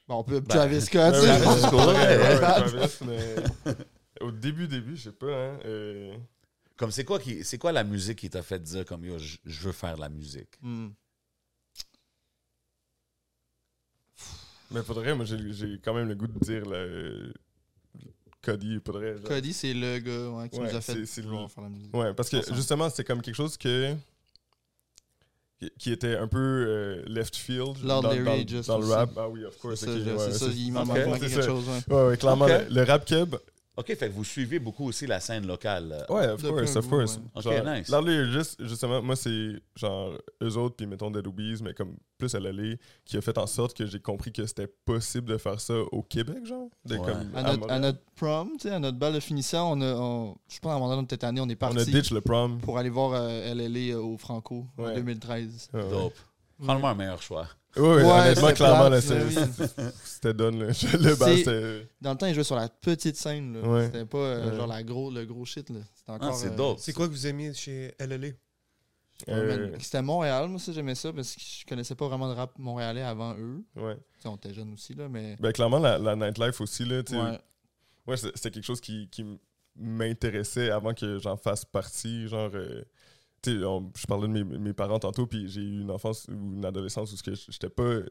Speaker 4: Ben, on peut
Speaker 2: Ben,
Speaker 4: Travis Scott.
Speaker 3: Ouais, ouais,
Speaker 4: c'est-
Speaker 3: c'est pour vrai,
Speaker 4: [laughs]
Speaker 3: ouais, ouais,
Speaker 4: Bad.
Speaker 3: Travis, mais. Au début, début, je sais pas, hein. euh,
Speaker 2: Comme, c'est quoi, qui, c'est quoi la musique qui t'a fait dire, comme, yo, je je veux faire de la musique?
Speaker 4: Hmm.
Speaker 3: Mais faudrait, moi j'ai j'ai quand même le goût de dire le. Cody, faudrait. genre-
Speaker 4: [laughs] Cody, c'est le gars ouais, qui
Speaker 3: Ouais,
Speaker 4: nous a fait
Speaker 3: c'est- c'est
Speaker 4: vouloir
Speaker 3: lui.
Speaker 4: faire la musique.
Speaker 3: Ouais, parce que
Speaker 4: Ensemble.
Speaker 3: justement, c'est comme quelque chose que qui- qui était un peu euh, left field
Speaker 4: Lord
Speaker 3: dans,
Speaker 4: Larry
Speaker 3: dans-
Speaker 4: Just
Speaker 3: dans le
Speaker 4: aussi.
Speaker 3: rap. Ah oui, of course.
Speaker 4: C'est ça,
Speaker 3: ok,
Speaker 4: je-
Speaker 3: ouais,
Speaker 4: c'est ça, il m'a
Speaker 3: c'est-
Speaker 4: manqué
Speaker 3: c'est
Speaker 4: quelque
Speaker 3: ça.
Speaker 4: chose. ouais.
Speaker 3: Ouais, ouais, clairement,
Speaker 2: Ok.
Speaker 3: le, le rap keb.
Speaker 2: OK, fait que vous suivez beaucoup aussi la scène locale. euh, là.
Speaker 3: Ouais, of
Speaker 4: Depuis
Speaker 3: course,
Speaker 4: un
Speaker 3: of
Speaker 4: bout,
Speaker 3: course.
Speaker 2: ouais.
Speaker 3: Genre,
Speaker 2: Ok, nice.
Speaker 3: Lord Larry Just, justement, moi, c'est genre eux autres, puis mettons Dead Obies, mais comme plus à l'aller, qui a fait en sorte que j'ai compris que c'était possible de faire ça au Québec, genre. De,
Speaker 2: Ouais.
Speaker 3: comme,
Speaker 4: À
Speaker 3: à
Speaker 4: notre, à
Speaker 3: Montréal.
Speaker 4: notre prom, tu sais, à notre balle de finissant, on a, on- je pense à un moment donné, peut-être année, on est
Speaker 3: on a
Speaker 4: parti
Speaker 3: ditch le prom.
Speaker 4: pour aller voir euh, LLA au Franco en
Speaker 3: Ouais.
Speaker 4: 2013.
Speaker 3: Ah Ouais, ouais.
Speaker 2: Dope. Probablement un meilleur choix.
Speaker 3: Ouais, ouais, honnêtement,
Speaker 4: c'était
Speaker 3: clairement,
Speaker 4: plate,
Speaker 3: là,
Speaker 4: mais
Speaker 3: c'est-
Speaker 4: oui.
Speaker 3: c'était donne, là. [laughs] Le bas,
Speaker 4: C'est-
Speaker 3: c'était.
Speaker 4: Dans le temps, ils jouaient sur la petite scène. là.
Speaker 3: Ouais.
Speaker 4: C'était pas euh,
Speaker 3: Ouais.
Speaker 4: genre la gros, le gros shit. là. C'était
Speaker 2: Ah,
Speaker 4: encore.
Speaker 2: c'est
Speaker 4: euh,
Speaker 2: dope.
Speaker 5: C'est quoi que vous aimiez chez LLA
Speaker 3: Euh,
Speaker 4: ouais, C'était Montréal, moi, ça, j'aimais ça parce que je connaissais pas vraiment de rap montréalais avant eux.
Speaker 3: ouais.
Speaker 4: Tu sais, on était jeunes aussi, là, mais.
Speaker 3: Ben, clairement, la, la nightlife aussi, là, tu sais,
Speaker 4: Ouais.
Speaker 3: Ouais, c'est- c'était quelque chose qui, qui m'intéressait avant que j'en fasse partie. Genre, euh, tu sais, on- je parlais de mes, mes parents tantôt, puis j'ai eu une enfance ou une adolescence où ce que j- j'étais pas, euh,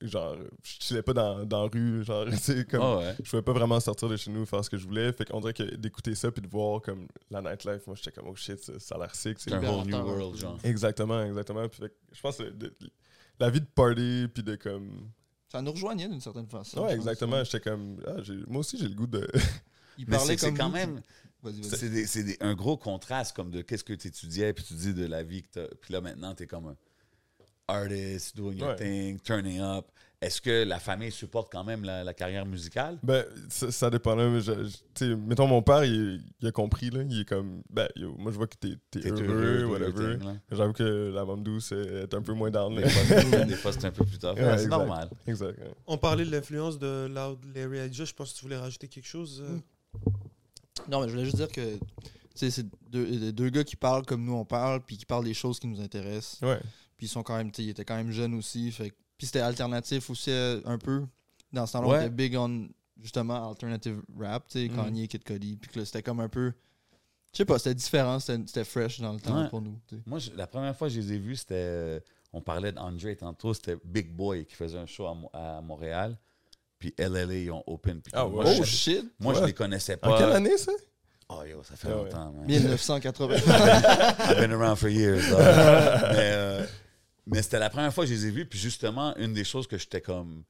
Speaker 3: genre, je chillais pas dans, dans la rue, genre, [laughs] tu sais, comme,
Speaker 2: Ah ouais.
Speaker 3: je pouvais pas vraiment sortir de chez nous, faire ce que je voulais. Fait qu'on dirait que d'écouter ça, puis de voir comme la nightlife, moi, j'étais comme, oh shit, ça, ça a l'air sick. c'est-
Speaker 2: C'est un whole new
Speaker 4: libérateur, un
Speaker 2: world,
Speaker 4: peu.
Speaker 2: genre.
Speaker 3: [laughs] Exactement, exactement. Puis fait que je pense que de- la vie de party, puis de comme.
Speaker 4: Ça nous rejoignait d'une certaine façon.
Speaker 3: Ouais,
Speaker 4: je pense,
Speaker 3: exactement.
Speaker 4: ouais.
Speaker 3: J'étais comme, ah, j'ai- moi aussi, j'ai le goût de.
Speaker 4: Ils
Speaker 2: Mais
Speaker 4: parlaient
Speaker 2: c'est c'est
Speaker 4: comme
Speaker 2: quand
Speaker 4: nous,
Speaker 2: même,
Speaker 4: Vas-y, vas-y.
Speaker 2: C'est des- c'est des- un gros contraste comme de qu'est-ce que tu étudiais, puis tu dis de la vie que tu Puis là, maintenant, tu es comme un artist, doing your
Speaker 3: Ouais.
Speaker 2: thing, turning up. Est-ce que la famille supporte quand même la, la carrière musicale?
Speaker 3: Ben, ça, ça dépend. Là, mais je- je- tu sais, mettons, mon père, il, il a compris. Là, il est comme, ben, yo, moi, je vois que t'es t'es
Speaker 2: T'es
Speaker 3: heureux,
Speaker 2: do your
Speaker 3: whatever.
Speaker 2: thing, là.
Speaker 3: J'avoue que la maman douce euh, est un peu moins down.
Speaker 2: Des
Speaker 3: là. [laughs]
Speaker 2: fois, des fois, c'est un peu plus tard.
Speaker 3: Ouais,
Speaker 2: c'est
Speaker 3: exact.
Speaker 2: normal.
Speaker 3: exact. ouais.
Speaker 5: On parlait de l'influence de Loud Larry Adja. Je pense que tu voulais rajouter quelque chose. euh.
Speaker 4: Mm. Non, mais je voulais juste dire que tu sais, c'est deux, deux gars qui parlent comme nous on parle, puis qui parlent des choses qui nous intéressent.
Speaker 3: Ouais.
Speaker 4: Puis ils sont quand même, tu sais, ils étaient quand même jeunes aussi. Fait, que- puis c'était alternatif aussi euh, un peu. Dans ce temps-là, on
Speaker 2: Ouais.
Speaker 4: était big on justement alternative rap, tu sais,
Speaker 3: Mhm.
Speaker 4: Kanye, Kid Cody. Puis que là, c'était comme un peu, je sais pas, c'était différent, c'était c'était fresh dans le temps
Speaker 2: Ouais.
Speaker 4: pour nous. tu sais.
Speaker 2: Moi, je- la première fois que je les ai vus, c'était. euh, On parlait d'André tantôt, c'était Big Boy qui faisait un show à, Mo- à Montréal. Puis LLA, ils ont open. Puis
Speaker 3: Ah
Speaker 2: moi,
Speaker 3: ouais.
Speaker 2: je,
Speaker 4: Oh shit!
Speaker 2: moi, je
Speaker 3: Ouais.
Speaker 2: les connaissais
Speaker 3: En quelle
Speaker 2: pas.
Speaker 3: année, ça?
Speaker 2: Oh yo, ça fait
Speaker 3: Ah ouais.
Speaker 2: longtemps, man.
Speaker 3: [laughs]
Speaker 4: 1980.
Speaker 2: I've been around for years. là. mais euh, mais c'était la première fois que je les ai vus. Puis justement, une des choses que j'étais comme.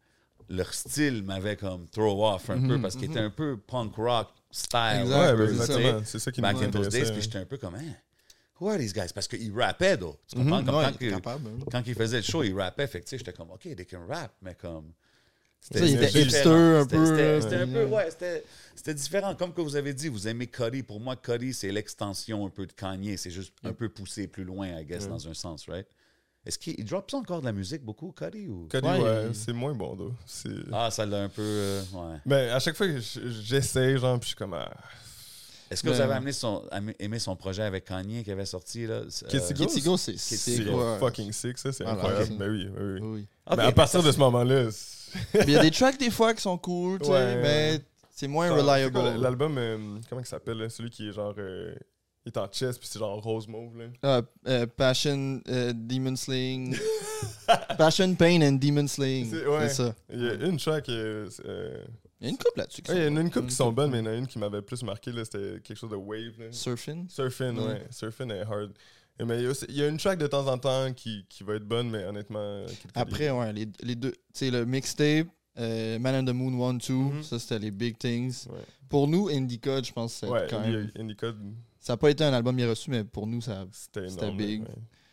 Speaker 2: leur style m'avait comme throw off un peu parce qu'il était un peu punk rock style.
Speaker 4: Exact,
Speaker 2: un
Speaker 3: Mhm,
Speaker 2: peu,
Speaker 3: Ouais, ben,
Speaker 2: tu sais.
Speaker 3: exactement. C'est ça qui
Speaker 2: Back
Speaker 3: nous
Speaker 2: in those days,
Speaker 3: intéressait.
Speaker 2: puis j'étais un peu comme, hein, who are these guys? Parce qu'ils rappaient, though. Tu comprends?
Speaker 4: Mhm.
Speaker 2: Comme
Speaker 4: Ouais,
Speaker 2: quand
Speaker 4: il est
Speaker 2: que-
Speaker 4: capable, hein.
Speaker 2: quand ils faisaient le show, ils rappaient. Fait que, tu sais, j'étais comme, OK, they can rap, mais comme.
Speaker 4: Ça, il était
Speaker 2: différent.
Speaker 4: hipster un
Speaker 2: C'était-
Speaker 4: peu,
Speaker 2: c'était-
Speaker 4: là.
Speaker 2: C'était un peu, ouais, c'était- c'était différent. Comme que vous avez dit, vous aimez Cody. Pour moi, Cody, c'est l'extension un peu de Kanye. C'est juste un peu poussé plus loin, I guess, dans un sens, right? Est-ce qu'il il drop ça encore de la musique beaucoup, Cody? Ou...
Speaker 3: Cody,
Speaker 4: Ouais,
Speaker 3: ouais,
Speaker 4: il-
Speaker 3: c'est moins bon, though. C'est-
Speaker 2: Ah, ça l'a un peu. euh, ouais.
Speaker 3: Mais à chaque fois que je- j'essaie, genre, puis je suis comme. ah,
Speaker 2: Est-ce que vous
Speaker 4: Ben-
Speaker 2: avez amené son, ami- aimé son projet avec Kanye qui avait sorti? Là, c'est, euh,
Speaker 3: Kitsy Ghost?
Speaker 4: Kitty Go, c'est
Speaker 3: C'est
Speaker 4: c'est quoi
Speaker 3: fucking sick, ça, c'est
Speaker 4: Voilà,
Speaker 3: incroyable.
Speaker 4: c'est-
Speaker 3: Mais oui, mais oui.
Speaker 4: Oui.
Speaker 2: Ah, Ok,
Speaker 3: Mais Ben, à partir de ce moment-là, c'est-
Speaker 4: Mais Il y a des tracks des fois qui sont cool, tu sais,
Speaker 3: Ouais.
Speaker 4: mais c'est moins
Speaker 3: Genre, c'est quoi,
Speaker 4: reliable.
Speaker 3: L'album, euh, comment il s'appelle là? Celui qui est genre. euh, il est en chest, puis c'est genre rose mauve. Là.
Speaker 4: Ah, euh, Passion, euh, Demon
Speaker 3: [laughs]
Speaker 4: Slaying. Passion, Pain and Demon Slaying.
Speaker 3: C'est- ouais.
Speaker 4: C'est ça.
Speaker 3: Il y a une track. euh, c'est, euh,
Speaker 4: Il y a une couple là-dessus. qui
Speaker 3: ouais, il y en a une couple
Speaker 4: Une
Speaker 3: qui sont bonnes, mais il y en a une qui m'avait plus marqué. là, C'était quelque chose de wave. Là.
Speaker 4: sont- Surfing.
Speaker 3: Surfing,
Speaker 4: Ouais.
Speaker 3: ouais. Surfing est hard. Et mais il y a aussi- il y a une track de temps en temps qui, qui va être bonne, mais honnêtement. Kid Cudi-
Speaker 4: Après, ouais, les, les deux. Tu sais, le mixtape, euh, Man and the Moon 1-2,
Speaker 3: Mhm.
Speaker 4: ça c'était les big things.
Speaker 3: Ouais.
Speaker 4: Pour nous, Indica, je pense que c'est
Speaker 3: Ouais,
Speaker 4: quand
Speaker 3: Indie-
Speaker 4: même.
Speaker 3: Indica,
Speaker 4: Ça n'a pas été un album bien reçu, mais pour nous, ça.
Speaker 3: c'était énorme.
Speaker 4: C'était
Speaker 3: là,
Speaker 4: big.
Speaker 3: ouais.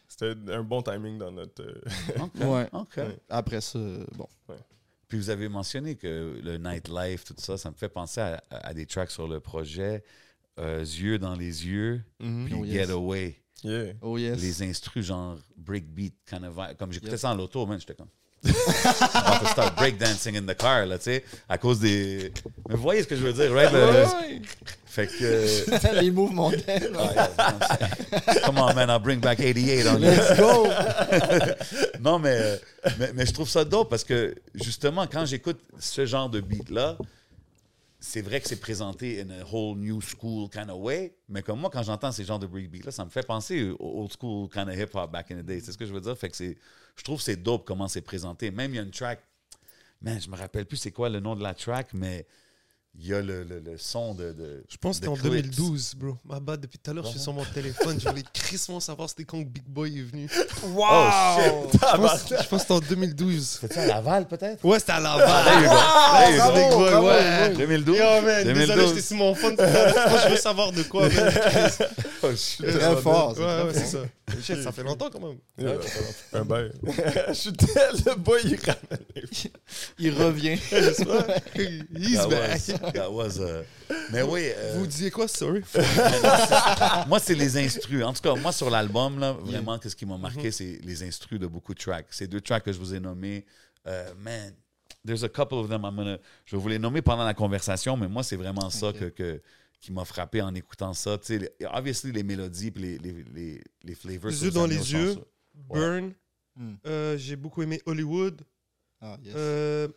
Speaker 3: C'était un bon timing dans notre. euh,
Speaker 2: OK,
Speaker 4: Ouais.
Speaker 2: OK.
Speaker 3: Ouais.
Speaker 4: Après ça, euh, bon.
Speaker 2: Puis vous avez mentionné que le nightlife, tout ça, ça me fait penser à, à- à des tracks sur le projet euh, Yeux dans les yeux, puis
Speaker 4: Oh, yes.
Speaker 2: Get Away.
Speaker 3: [laughs] Yeah.
Speaker 4: Oh yes.
Speaker 2: Les instrus genre breakbeat, kind of vibe. Comme j'écoutais
Speaker 4: Yep.
Speaker 2: ça en l'auto, man, j'étais comme. [laughs] About to start breakdancing in the car, là, tu sais, à cause des. Mais vous voyez ce que je veux dire, right? le- le-
Speaker 4: Ouais.
Speaker 2: Fait que. [laughs] oh,
Speaker 4: [laughs] les moves montaient.
Speaker 2: Ah, yeah. Come on, man, I'll bring back 88 on you.
Speaker 4: Let's go!
Speaker 2: non, mais, euh, mais, mais je trouve ça dope parce que justement, quand j'écoute ce genre de beat-là, c'est vrai que c'est présenté in a whole new school kind of way, mais comme moi, quand j'entends ces genres de breakbeat-là, ça me fait penser au old school kind of hip-hop back in the day. C'est ce que je veux dire. Fait que c'est, je trouve que c'est dope comment c'est présenté. Même il y a une track, man, je me rappelle plus c'est quoi le nom de la track, mais il y a le, le- le son de. de-
Speaker 1: Je pense que
Speaker 2: de
Speaker 1: c'était en
Speaker 2: Clips.
Speaker 1: 2012, bro. Ma bad, depuis tout à l'heure, je suis sur mon téléphone. Je voulais crissement savoir c'était quand que Big Boy est venu.
Speaker 2: Oh,
Speaker 1: Wow! je, pense, je pense que c'était en 2012.
Speaker 2: C'était-tu à Laval, peut-être? Ah,
Speaker 1: Ouais, c'était à Laval.
Speaker 2: There you go. There you go.
Speaker 1: Big Boy, ouais.
Speaker 2: 2012.
Speaker 1: Yo, man, désolé,
Speaker 2: 2012.
Speaker 1: j'étais sur mon phone. tout à l'heure. Moi, je veux savoir de quoi, man.
Speaker 2: Oh, shit.
Speaker 4: Très fort.
Speaker 1: Ouais, ouais, c'est ça. Shit, ça fait longtemps quand même.
Speaker 3: Yeah, un
Speaker 4: [laughs]
Speaker 3: bail. Je suis tellement le boy, il ramène.
Speaker 4: Il revient.
Speaker 1: He's
Speaker 2: That
Speaker 1: back.
Speaker 2: was- that was, euh, Mais oui, euh,
Speaker 1: Vous disiez quoi, sorry?
Speaker 2: moi, c'est les instrus. En tout cas, moi, sur l'album, là, vraiment, qu'est-ce qui m'a marqué, c'est les instrus de beaucoup de tracks. Ces deux tracks que je vous ai nommés, euh, man, there's a couple of them. I'm gonna- je vais vous les nommer pendant la conversation, mais moi, c'est vraiment ça que, que- qui m'a frappé en écoutant ça. Tu sais, les- obviously, les mélodies puis les, les, les, les flavors.
Speaker 1: Les
Speaker 2: que
Speaker 1: yeux
Speaker 2: vous
Speaker 1: dans
Speaker 2: amenez
Speaker 1: les
Speaker 2: au
Speaker 1: yeux.
Speaker 2: sens-
Speaker 1: Burn.
Speaker 4: Hmm.
Speaker 1: Euh, j'ai beaucoup aimé Hollywood.
Speaker 4: Ah, yes.
Speaker 1: Euh,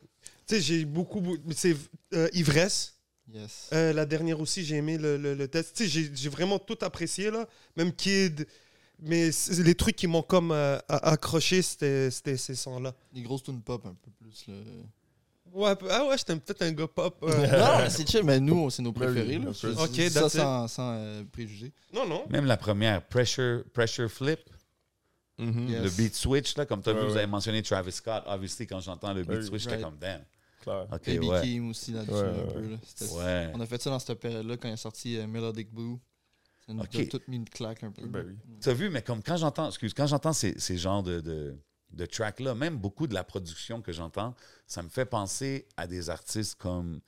Speaker 1: tu sais, j'ai beaucoup. bou- C'est euh, Ivresse.
Speaker 4: yes.
Speaker 1: Euh, la dernière aussi, j'ai aimé le, le, le test. Tu sais, j'ai- j'ai vraiment tout apprécié, là. Même Kid. Mais c'est- les trucs qui m'ont comme euh, a- accroché, c'était c'était ces sons-là.
Speaker 4: Les grosses tunes pop un peu plus. Là.
Speaker 1: Ouais, p- ah ouais, j'étais peut-être un gars pop. euh.
Speaker 4: non, mais c'est chill, mais nous, c'est nos
Speaker 3: Ben oui,
Speaker 4: préférés.
Speaker 3: un
Speaker 4: Là.
Speaker 3: peu.
Speaker 4: Je-
Speaker 1: Ok,
Speaker 4: je- ça
Speaker 1: that's it.
Speaker 4: sans, sans euh, préjugés.
Speaker 1: Non, non.
Speaker 2: Même la première, Pressure, pressure Flip.
Speaker 3: Mm-hmm,
Speaker 4: Yes.
Speaker 2: Le beat switch, là, comme tu as
Speaker 3: Ouais,
Speaker 2: vu, vous
Speaker 3: ouais.
Speaker 2: avez mentionné Travis Scott. Obviously, quand j'entends le beat
Speaker 3: Oui.
Speaker 2: switch, j'étais
Speaker 4: Right.
Speaker 2: comme damn.
Speaker 3: Clair.
Speaker 2: OK,
Speaker 4: Baby
Speaker 2: ouais.
Speaker 4: Kim aussi là-dessus.
Speaker 3: Ouais,
Speaker 4: un
Speaker 3: ouais,
Speaker 4: peu, là. C'était-
Speaker 2: Ouais.
Speaker 4: On a fait ça dans cette période-là quand il a sorti euh, Melodic Blue. Ça nous
Speaker 2: Ok.
Speaker 4: a tout mis une claque un peu.
Speaker 3: Ben oui.
Speaker 2: Tu as vu, mais comme quand j'entends, excuse, quand j'entends ces, ces genres de, de, de tracks-là, même beaucoup de la production que j'entends, ça me fait penser à des artistes comme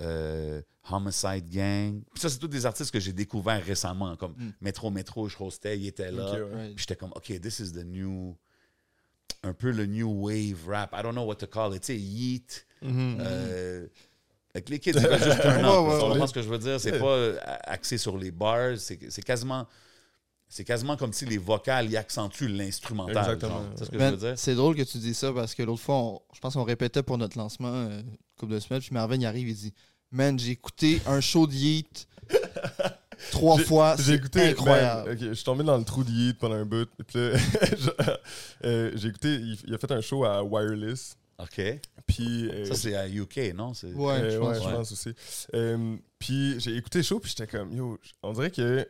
Speaker 2: euh, Homicide Gang. Puis ça, c'est tous des artistes que j'ai découverts récemment, comme
Speaker 4: Mm.
Speaker 2: Metro Metro, je hostais, il était là.
Speaker 3: Ok, ouais.
Speaker 4: Right.
Speaker 2: Puis j'étais comme, OK, this is the new. Un peu le new wave rap. I don't know what to call it. Tu sais, Yeet.
Speaker 4: Mm-hmm.
Speaker 2: euh, avec les kids, ils veulent juste un an.
Speaker 3: [laughs] Mm-hmm. Ouais, ouais,
Speaker 2: Tu comprends
Speaker 3: ouais.
Speaker 2: ce que je veux dire? C'est
Speaker 3: Ouais.
Speaker 2: pas euh, axé sur les bars. C'est c'est quasiment. C'est quasiment comme si les vocales y accentuent l'instrumental.
Speaker 3: Exactement.
Speaker 2: genre. C'est ce que je
Speaker 4: Ben,
Speaker 2: veux dire?
Speaker 4: c'est drôle que tu dis ça parce que l'autre fois, on- je pense qu'on répétait pour notre lancement euh, une couple de semaines. Puis Marvin, il arrive, il dit Man, j'ai écouté un show
Speaker 2: [laughs]
Speaker 4: de Yeet trois fois.
Speaker 3: J'ai
Speaker 4: Ah, c'est
Speaker 3: écouté.
Speaker 4: Incroyable.
Speaker 3: ben,
Speaker 2: euh,
Speaker 3: ok, je suis tombé dans le trou de Yeet pendant un bout. Puis là, [laughs] je- euh, j'ai écouté. Il, il a fait un show à Wireless.
Speaker 2: OK.
Speaker 3: Puis. euh,
Speaker 2: Ça, c'est à UK, non? C'est-
Speaker 4: ouais,
Speaker 3: euh,
Speaker 4: je
Speaker 3: ouais,
Speaker 4: pense.
Speaker 3: je pense aussi. Euh, puis j'ai écouté le show, puis j'étais comme, yo, on dirait que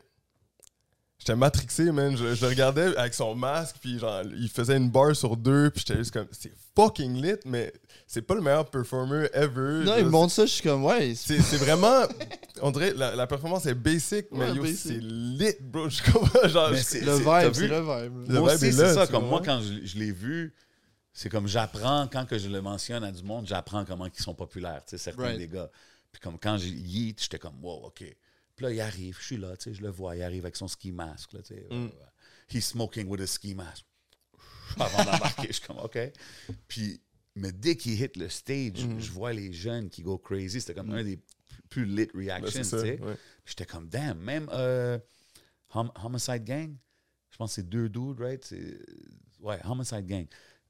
Speaker 3: J'étais matrixé, man. Je, je le regardais avec son masque, puis genre, il faisait une barre sur deux, puis j'étais juste comme, c'est fucking lit, mais c'est pas le meilleur performer ever.
Speaker 4: Non,
Speaker 3: Je-
Speaker 4: il me montre ça, je suis comme, ouais. c'est-
Speaker 3: C'est c'est vraiment. On dirait la, la performance est basic, mais
Speaker 4: Ouais,
Speaker 3: yo,
Speaker 4: basic.
Speaker 3: c'est lit, bro. Je comprends. Genre,
Speaker 2: Mais
Speaker 3: je-
Speaker 2: c'est-
Speaker 4: Le
Speaker 2: c'est- t'as
Speaker 4: vibe,
Speaker 2: vu?
Speaker 4: c'est le vibe. là.
Speaker 2: moi
Speaker 3: Le vibe
Speaker 2: aussi,
Speaker 3: est
Speaker 2: c'est
Speaker 3: là,
Speaker 2: ça.
Speaker 3: tu
Speaker 2: Comme moi,
Speaker 3: vois.
Speaker 2: quand je, je l'ai vu, c'est comme j'apprends, quand que je le mentionne à du monde, j'apprends comment ils sont populaires, tu sais, certains
Speaker 4: Right.
Speaker 2: des gars. Puis comme quand j'ai yeet, j'étais comme, wow, OK. Puis là, il arrive, je suis là, tu sais, je le vois, il arrive avec son ski mask, là, tu sais.
Speaker 3: Mm.
Speaker 2: ouais, ouais. He's smoking with a ski mask. [laughs] Avant d'embarquer, je suis comme, OK. Puis, mais dès qu'il hit le stage,
Speaker 3: Mm.
Speaker 2: je vois les jeunes qui go crazy. C'était comme un des plus lit
Speaker 3: Ben,
Speaker 2: reactions,
Speaker 3: c'est
Speaker 2: tu
Speaker 3: ça,
Speaker 2: sais.
Speaker 3: ouais.
Speaker 2: J'étais comme, damn, même euh, Hom- Homicide Gang, je pense que c'est deux dudes, right? C'est- Ouais, Homicide Gang.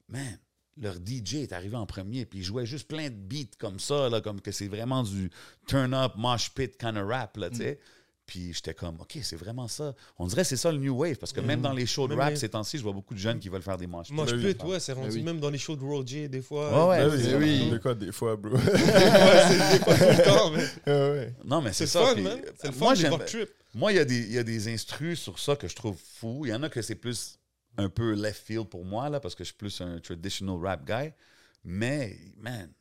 Speaker 2: Man, leur DJ est arrivé en premier, puis ils jouaient juste plein de beats comme ça, là, comme que c'est vraiment du turn-up, mosh pit kind of rap, là, tu sais. Puis j'étais comme, OK, c'est vraiment ça. On dirait que c'est ça le new wave, parce que même dans les shows de
Speaker 5: Mhm. Même
Speaker 2: rap
Speaker 5: les-
Speaker 2: ces temps-ci, je vois beaucoup de jeunes qui veulent faire des mosh pits.
Speaker 5: Moi, je
Speaker 3: Ben
Speaker 5: peux,
Speaker 3: oui.
Speaker 5: ouais, c'est rendu
Speaker 4: oui.
Speaker 5: même dans les shows de Roger, des fois.
Speaker 2: Ouais,
Speaker 4: Ah,
Speaker 2: ouais.
Speaker 3: Ben oui,
Speaker 2: c'est-
Speaker 3: oui. De quoi, des fois,
Speaker 4: [laughs]
Speaker 3: bro. ouais,
Speaker 5: Tout le temps, mais
Speaker 3: ouais.
Speaker 2: Non, mais c'est
Speaker 5: C'est
Speaker 2: ça.
Speaker 5: fun,
Speaker 2: puis-
Speaker 5: man. C'est le fun,
Speaker 2: moi,
Speaker 5: les
Speaker 2: j'aime-
Speaker 5: road trip.
Speaker 2: Moi, il y, a des- il y a des instrus sur ça que je trouve fou. Il y en a que c'est plus un peu left field pour moi, là, parce que je suis plus un traditional rap guy. Mais, man,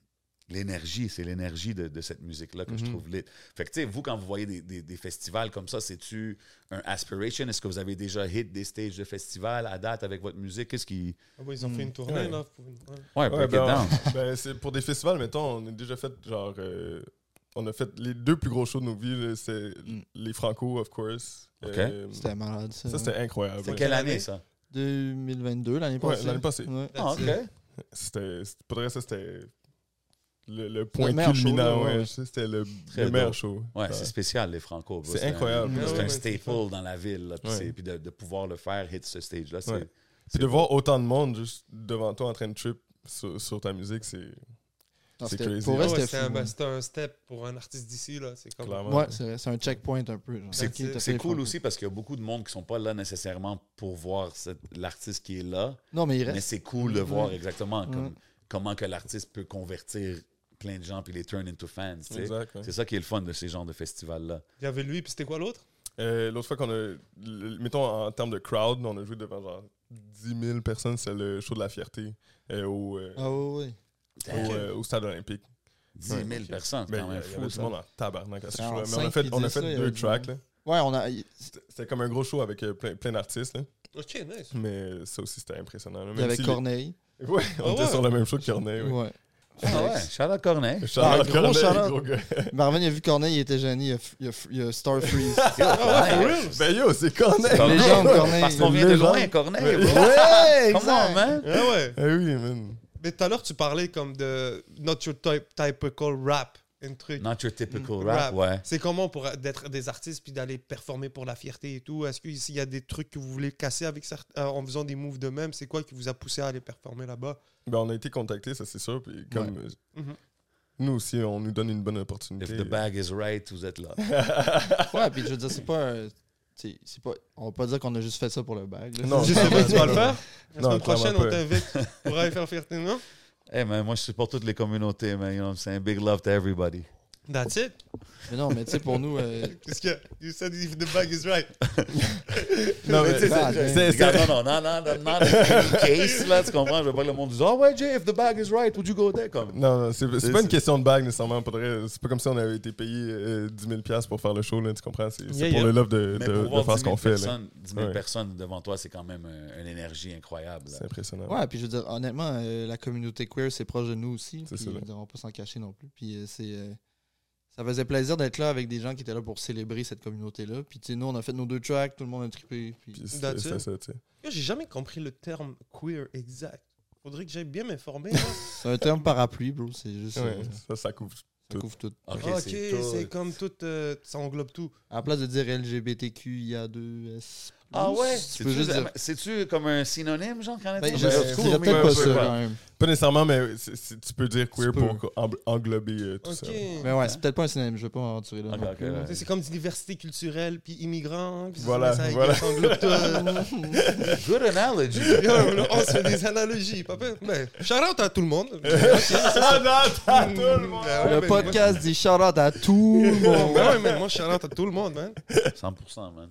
Speaker 2: l'énergie, c'est l'énergie de, de cette musique-là que je trouve lit. Fait que, tu sais, vous, quand vous voyez des, des- des festivals comme ça, c'est-tu un aspiration? Est-ce que vous avez déjà hit des stages de festivals à date avec votre musique? Qu'est-ce qui.
Speaker 5: Ah ouais, ils ont fait une tournée,
Speaker 3: Ouais.
Speaker 5: là. pour une- ouais.
Speaker 2: Ouais,
Speaker 3: Ouais,
Speaker 2: break
Speaker 3: ben,
Speaker 2: it down.
Speaker 3: [laughs] ben, c'est pour des festivals, mettons, on a déjà fait genre. euh, on a fait les deux plus gros shows de nos vies, là, c'est
Speaker 4: Mm.
Speaker 3: les Franco, of course.
Speaker 2: Ok.
Speaker 3: Euh,
Speaker 4: C'était malade, ça.
Speaker 3: ça, c'était incroyable.
Speaker 2: C'est
Speaker 3: ouais.
Speaker 2: quelle
Speaker 5: Quelle
Speaker 2: année,
Speaker 5: année?
Speaker 2: ça?
Speaker 4: 2022, l'année
Speaker 3: Ouais,
Speaker 4: passée.
Speaker 3: l'année passée.
Speaker 4: Ouais.
Speaker 2: Ah, OK.
Speaker 3: C'était, c'est- pour de vrai, ça, c'était le, le point
Speaker 4: meilleur show,
Speaker 3: culminant.
Speaker 4: là,
Speaker 3: ouais.
Speaker 4: ouais.
Speaker 3: Ça, C'était le,
Speaker 2: Très
Speaker 3: le meilleur
Speaker 2: dope.
Speaker 3: show.
Speaker 2: Ouais, c'est spécial, les Franco. bro.
Speaker 3: C'est
Speaker 2: un-
Speaker 3: incroyable.
Speaker 4: Ouais,
Speaker 2: C'est
Speaker 5: ouais,
Speaker 2: un
Speaker 5: c'est
Speaker 2: staple dans la ville. là, Puis
Speaker 3: Ouais.
Speaker 2: c'est- puis de, de pouvoir le faire, hit ce stage-là, c'est
Speaker 3: Ouais. Puis de voir autant de monde juste devant toi en train de trip sur, sur ta musique, c'est
Speaker 4: Non,
Speaker 3: C'est
Speaker 4: c'était-
Speaker 3: crazy.
Speaker 4: Pour vrai,
Speaker 5: Ouais,
Speaker 4: c'était
Speaker 5: c'était un,
Speaker 4: fou.
Speaker 5: bah, c'était un step pour un artiste d'ici, là. C'est comme.
Speaker 3: clairement.
Speaker 4: Ouais, c'est vrai, c'est un checkpoint un peu. genre.
Speaker 2: C'est
Speaker 4: Ok, t'as fait
Speaker 2: c'est
Speaker 4: les
Speaker 2: cool
Speaker 4: Franco.
Speaker 2: aussi parce qu'il y a beaucoup de monde qui sont pas là nécessairement pour voir cette- l'artiste qui est là,
Speaker 4: Non, mais il
Speaker 2: mais
Speaker 4: reste.
Speaker 2: c'est cool de voir exactement
Speaker 4: Ouais.
Speaker 2: comme- comment que l'artiste peut convertir plein de gens puis les turn into fans. tu sais.
Speaker 3: Exact. ouais.
Speaker 2: C'est ça qui est le fun de ces genres de festivals-là.
Speaker 5: Il y avait lui, puis c'était quoi l'autre
Speaker 3: Euh, L'autre fois qu'on a, le- mettons en termes de crowd, on a joué devant genre 10 000 personnes, c'est le show de la fierté euh, au, euh,
Speaker 4: Ah oui, oui.
Speaker 3: au, euh, au stade olympique.
Speaker 2: 10 000 personnes, c'est
Speaker 3: Mais
Speaker 2: quand
Speaker 3: il y
Speaker 2: même
Speaker 3: avait
Speaker 2: fou.
Speaker 3: tout
Speaker 2: ça.
Speaker 3: le monde en tabarnak à ce show-là.
Speaker 4: 45
Speaker 3: Mais on a fait,
Speaker 4: qui
Speaker 3: on a
Speaker 4: disaient
Speaker 3: fait
Speaker 4: ça, il y
Speaker 3: deux
Speaker 4: avait du
Speaker 3: tracks. là.
Speaker 4: Ouais, on a. il-
Speaker 3: C'était- C'était comme un gros show avec euh, plein, plein d'artistes. là.
Speaker 5: Ok, nice.
Speaker 3: Mais ça aussi, c'était impressionnant. là.
Speaker 4: Il y
Speaker 3: Même
Speaker 4: avait
Speaker 3: si les-
Speaker 4: Corneille.
Speaker 3: Ouais, on
Speaker 5: Ah
Speaker 3: était
Speaker 5: ouais.
Speaker 3: sur le même show que Corneille. Ouais.
Speaker 4: Ouais.
Speaker 2: Ah ouais, Charlotte
Speaker 3: [laughs]
Speaker 2: Corneille.
Speaker 3: Shout-out
Speaker 4: Ah,
Speaker 3: à
Speaker 4: gros
Speaker 3: Corneille,
Speaker 4: shout-out.
Speaker 3: gros gars. [laughs]
Speaker 4: Marvin, il a vu Corneille, il était gêné, il a, f- il a f- il a Star Freeze.
Speaker 5: Ah
Speaker 3: Ben yo, c'est Corneille.
Speaker 2: Corneille.
Speaker 4: Légende, Corneille.
Speaker 2: Parce qu'on vient de
Speaker 3: Légende.
Speaker 2: loin,
Speaker 3: [laughs]
Speaker 2: Corneille. bro.
Speaker 4: ouais,
Speaker 2: Comment,
Speaker 4: exact.
Speaker 2: man?
Speaker 5: Ah ouais.
Speaker 3: Ah oui, man.
Speaker 5: Mais tout à l'heure, tu parlais comme de not your type, typical rap, un truc.
Speaker 2: Not your typical
Speaker 5: Mm,
Speaker 2: rap,
Speaker 5: rap.
Speaker 2: ouais.
Speaker 5: C'est comment pour d'être des artistes puis d'aller performer pour la fierté et tout Est-ce qu'il y a des trucs que vous voulez casser avec certes- euh, en faisant des moves de même C'est quoi qui vous a poussé à aller performer là-bas
Speaker 3: Ben, on a été contactés, ça c'est sûr. Puis comme euh,
Speaker 5: Mhm.
Speaker 3: nous aussi, on nous donne une bonne
Speaker 2: If
Speaker 3: opportunité.
Speaker 2: the bag is right, vous êtes là. [laughs]
Speaker 4: Ouais, puis je veux dire, c'est pas. euh, t'sais, c'est pas on va pas dire qu'on a juste fait ça pour le bag. là.
Speaker 3: Non,
Speaker 4: C'est-
Speaker 3: clairement
Speaker 5: Justement, tu vas le
Speaker 3: pas.
Speaker 5: faire La
Speaker 3: Non,
Speaker 5: semaine prochaine,
Speaker 3: clairement
Speaker 5: on
Speaker 3: pas.
Speaker 5: t'invite [laughs] pour aller faire fierté, non
Speaker 2: Hey, man, moi, je supporte toutes les communautés, man. You know what I'm saying? Big love to everybody.
Speaker 5: That's it.
Speaker 4: Mais non, mais tu sais, pour nous. euh,
Speaker 5: Qu'est-ce qu'il y a You said if the bag is right.
Speaker 3: [laughs] Non, mais tu sais,
Speaker 4: Ah,
Speaker 3: c'est-
Speaker 4: damn.
Speaker 3: c'est- c'est-
Speaker 2: Regarde, non, non, non, non, non, non, non, case, là, tu comprends? Je veux pas que le monde dise, oh ouais, Jay, if the bag is right, would you go there? Comme,
Speaker 3: Non, non, c'est c'est pas
Speaker 2: c'est-
Speaker 3: une question de bague nécessairement. pour de vrai. C'est pas comme si on avait été payé euh, 10 000 piastres pour faire le show, là, tu comprends? C'est c'est
Speaker 5: Yeah,
Speaker 3: pour
Speaker 5: yeah.
Speaker 3: le love de,
Speaker 2: mais
Speaker 3: de-
Speaker 2: pour
Speaker 3: de
Speaker 2: voir
Speaker 3: faire
Speaker 2: 10
Speaker 3: ce
Speaker 2: 000,
Speaker 3: qu'on fait. là.
Speaker 2: personnes, 10 000
Speaker 3: Ouais.
Speaker 2: personnes devant toi, c'est quand même un- une énergie incroyable. là.
Speaker 3: C'est impressionnant.
Speaker 4: Ouais, puis je veux dire, honnêtement, euh, la communauté queer, c'est proche de nous aussi.
Speaker 3: C'est
Speaker 4: Puis,
Speaker 3: ça, là.
Speaker 4: je veux dire, on va pas s'en cacher non plus. Puis euh, c'est. euh, ça faisait plaisir d'être là avec des gens qui étaient là pour célébrer cette communauté-là. Puis tu sais, nous, on a fait nos deux tracks, tout le monde a trippé. Puis...
Speaker 3: Puis c'est
Speaker 5: That's
Speaker 3: c'est
Speaker 5: it.
Speaker 3: ça, tu sais.
Speaker 5: Yo, J'ai jamais compris le terme queer exact. Faudrait que j'aille bien m'informer. hein. là.
Speaker 4: C'est un terme parapluie, bro. C'est juste.
Speaker 3: Ouais,
Speaker 4: euh,
Speaker 3: Ça, ça couvre.
Speaker 4: ça couvre tout.
Speaker 2: Ok,
Speaker 5: ok,
Speaker 2: c'est tout.
Speaker 5: c'est comme tout, euh, ça englobe tout.
Speaker 4: À la place de dire LGBTQIA2S.
Speaker 2: Ah ouais?
Speaker 4: Tu peux
Speaker 2: C'est-tu
Speaker 4: juste dire.
Speaker 2: c'est-tu comme un synonyme, genre, canadien?
Speaker 4: Ben, je
Speaker 3: Ben,
Speaker 4: je
Speaker 3: cool,
Speaker 4: dirais
Speaker 3: mais
Speaker 4: peut-être
Speaker 3: ouais,
Speaker 4: pas
Speaker 3: ouais,
Speaker 4: ça
Speaker 3: ouais.
Speaker 4: quand même.
Speaker 3: Pas nécessairement, mais c'est- c'est- tu peux dire queer
Speaker 4: Tu
Speaker 3: pour
Speaker 4: peux.
Speaker 3: co- en- englober euh, tout
Speaker 5: Ok.
Speaker 3: [laughs] ça.
Speaker 4: Mais ouais, c'est peut-être pas un synonyme, je vais pas m'aventurer là. euh.
Speaker 2: Ok,
Speaker 4: non
Speaker 2: Ah, ok,
Speaker 4: plus, là.
Speaker 2: ouais.
Speaker 5: Tu sais, C'est comme diversité culturelle, puis immigrant. Puis
Speaker 3: Voilà,
Speaker 5: ça, ça,
Speaker 3: voilà.
Speaker 5: ça englobe tout.
Speaker 3: [laughs]
Speaker 5: euh,
Speaker 2: Good analogy.
Speaker 5: Yo, là, on se fait des analogies, papa. Mais shout out à tout le monde.
Speaker 3: [laughs] à tout le monde!
Speaker 5: Ben ouais,
Speaker 4: [laughs] Le
Speaker 5: ben,
Speaker 4: podcast dit shout out à tout le
Speaker 5: moi-
Speaker 4: monde.
Speaker 5: Ben ouais, mais moi, shout out à tout le monde, man.
Speaker 2: 100 man.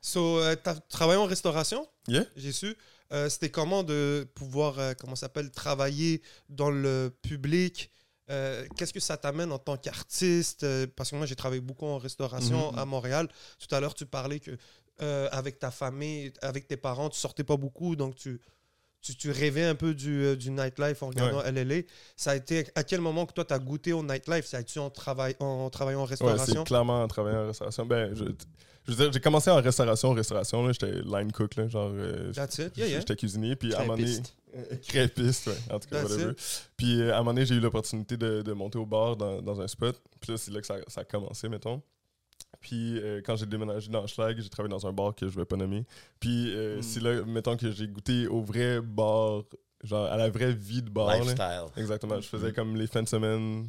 Speaker 5: So, euh, t'as travaillé en restauration?
Speaker 3: Yeah.
Speaker 5: J'ai su. Euh, C'était comment de pouvoir, euh, comment ça s'appelle, travailler dans le public? Euh, Qu'est-ce que ça t'amène en tant qu'artiste? Euh, Parce que moi, j'ai travaillé beaucoup en restauration
Speaker 3: Mm-hmm.
Speaker 5: à Montréal. Tout à l'heure, tu parlais que euh, avec ta famille, avec tes parents, tu sortais pas beaucoup, donc tu, tu, tu rêvais un peu du, euh, du nightlife en regardant LLA. Ça a été à quel moment que toi, tu as goûté au nightlife? Ça a été en, travail, en travaillant en
Speaker 3: Ouais,
Speaker 5: restauration?
Speaker 3: c'est clairement en travaillant en restauration. Ben, je, je veux dire, j'ai commencé en restauration, restauration. là, J'étais line cook, là, genre. euh,
Speaker 5: That's it, yeah,
Speaker 3: J'étais
Speaker 5: yeah.
Speaker 3: cuisinier, puis à un moment donné.
Speaker 4: Crépiste.
Speaker 3: Crépiste, Euh, ouais. En tout cas,
Speaker 5: That's
Speaker 3: whatever. Puis euh, à un moment donné, j'ai eu l'opportunité de, de monter au bar dans, dans un spot. Puis là, c'est là que ça, ça a commencé, mettons. Puis euh, quand j'ai déménagé dans Schlag, j'ai travaillé dans un bar que je vais pas nommer. Puis
Speaker 2: Hmm.
Speaker 3: euh, c'est là, mettons, que j'ai goûté au vrai bar, genre à la vraie vie de bar. là.
Speaker 2: Lifestyle. Hmm.
Speaker 3: Exactement. Je faisais comme les fins de semaine,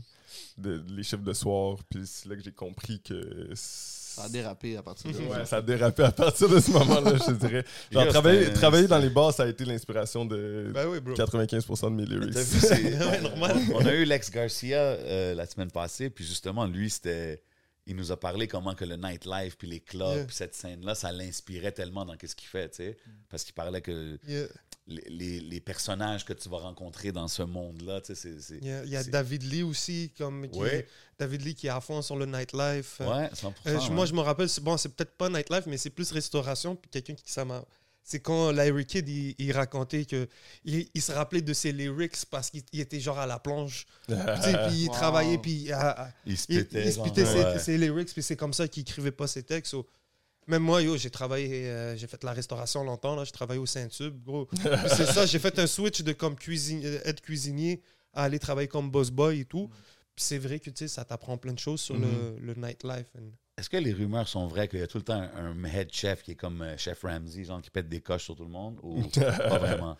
Speaker 3: de- les chiffres de soir. Puis c'est là que j'ai compris que.
Speaker 4: Ça a dérapé à
Speaker 3: [laughs]
Speaker 4: partir de là.
Speaker 3: Ouais, ça a dérapé à partir de ce moment-là, je te dirais. Genre,
Speaker 2: [laughs] Yo,
Speaker 3: travailler,
Speaker 2: c'était-
Speaker 3: travailler dans les bars, ça a été l'inspiration de
Speaker 5: Ben oui, bro.
Speaker 3: 95% de mes lyrics.
Speaker 2: T'as
Speaker 3: [laughs]
Speaker 2: vu, [laughs] c'est-
Speaker 5: [laughs] Ouais, normal.
Speaker 2: on, on a eu Lex Garcia euh, la semaine passée, puis justement, lui, c'était. Il nous a parlé comment que le nightlife, puis les clubs,
Speaker 5: Yeah. Mm.
Speaker 2: puis cette scène-là, ça l'inspirait tellement dans qu'est-ce qu'il fait, tu sais. Parce qu'il parlait que
Speaker 5: Yeah.
Speaker 2: les, les- les personnages que tu vas rencontrer dans ce monde-là, tu sais, c'est. c'est-
Speaker 5: Il y a, il y a
Speaker 2: c'est-
Speaker 5: David Lee aussi, comme qui,
Speaker 2: Ouais.
Speaker 5: David Lee qui est à fond sur le nightlife. Euh,
Speaker 2: Ouais, 100%.
Speaker 5: euh, je- moi,
Speaker 2: ouais.
Speaker 5: je me rappelle, c'est- bon, c'est peut-être pas nightlife, mais c'est plus restauration. Puis quelqu'un qui ça m'a. C'est quand Larry Kidd, il, il racontait que il, il se rappelait de ses lyrics parce qu'il il était genre à la
Speaker 2: [laughs]
Speaker 5: planche. Tu sais, puis il
Speaker 4: Wow.
Speaker 5: travaillait, puis à- à-
Speaker 2: Il se
Speaker 5: il,
Speaker 2: pétait.
Speaker 5: il se
Speaker 2: genre,
Speaker 5: pitait ses,
Speaker 2: ouais.
Speaker 5: ses lyrics, puis c'est comme ça qu'il écrivait pas ses textes. So, Même moi, yo, j'ai travaillé, euh, j'ai fait la restauration longtemps, là, j'ai travaillé au Saint-Tube, gros. Puis c'est ça, j'ai fait un switch de comme cuisine, euh, être cuisinier à aller travailler comme boss boy et tout. Puis c'est vrai que, tu sais, ça t'apprend plein de choses sur le, le nightlife. and-
Speaker 2: Est-ce que les rumeurs sont vraies qu'il y a tout le temps un, un head chef qui est comme euh, chef Ramsey, genre qui pète des coches sur tout le monde ou
Speaker 5: [laughs]
Speaker 2: pas vraiment?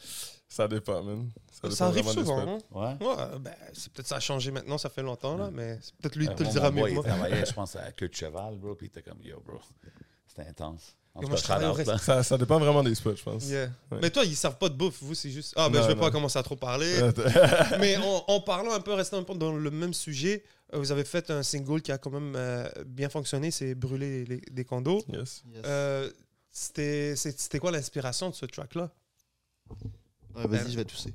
Speaker 3: Ça dépend, man.
Speaker 5: Ça,
Speaker 3: dépend
Speaker 5: arrive
Speaker 3: vraiment des
Speaker 5: souvent,
Speaker 3: spots.
Speaker 5: hein.
Speaker 2: Ouais.
Speaker 5: Ouais, ben, c'est peut-être ça a changé maintenant, ça fait longtemps, là, mais c'est peut-être lui qui
Speaker 2: Euh,
Speaker 5: te le
Speaker 2: mon
Speaker 5: dira
Speaker 2: boy,
Speaker 5: mieux que
Speaker 2: Il
Speaker 5: moi. [laughs]
Speaker 2: travaillait, je pense, à queue de cheval, bro, puis il était comme, yo, bro, c'était intense. En
Speaker 5: Yo,
Speaker 2: tout
Speaker 5: moi,
Speaker 2: cas,
Speaker 5: je travaille au
Speaker 2: shout-out,
Speaker 5: restaurant.
Speaker 2: là.
Speaker 3: Ça, ça dépend vraiment des spots, je pense.
Speaker 5: Yeah.
Speaker 3: Ouais.
Speaker 5: Mais toi, ils servent pas de bouffe, vous, c'est juste. Ah, ben,
Speaker 3: Non,
Speaker 5: je vais pas
Speaker 3: non.
Speaker 5: commencer à trop parler. Mais en, en parlant un peu, restant un peu dans le même sujet, euh, vous avez fait un single qui a quand même euh, bien fonctionné, c'est Brûler les- des condos.
Speaker 3: [laughs] yes. [laughs]
Speaker 4: Yes.
Speaker 5: Euh, C'était c'est- c'était quoi l'inspiration de ce track-là
Speaker 4: Ouais, Vas-y, je vais tousser.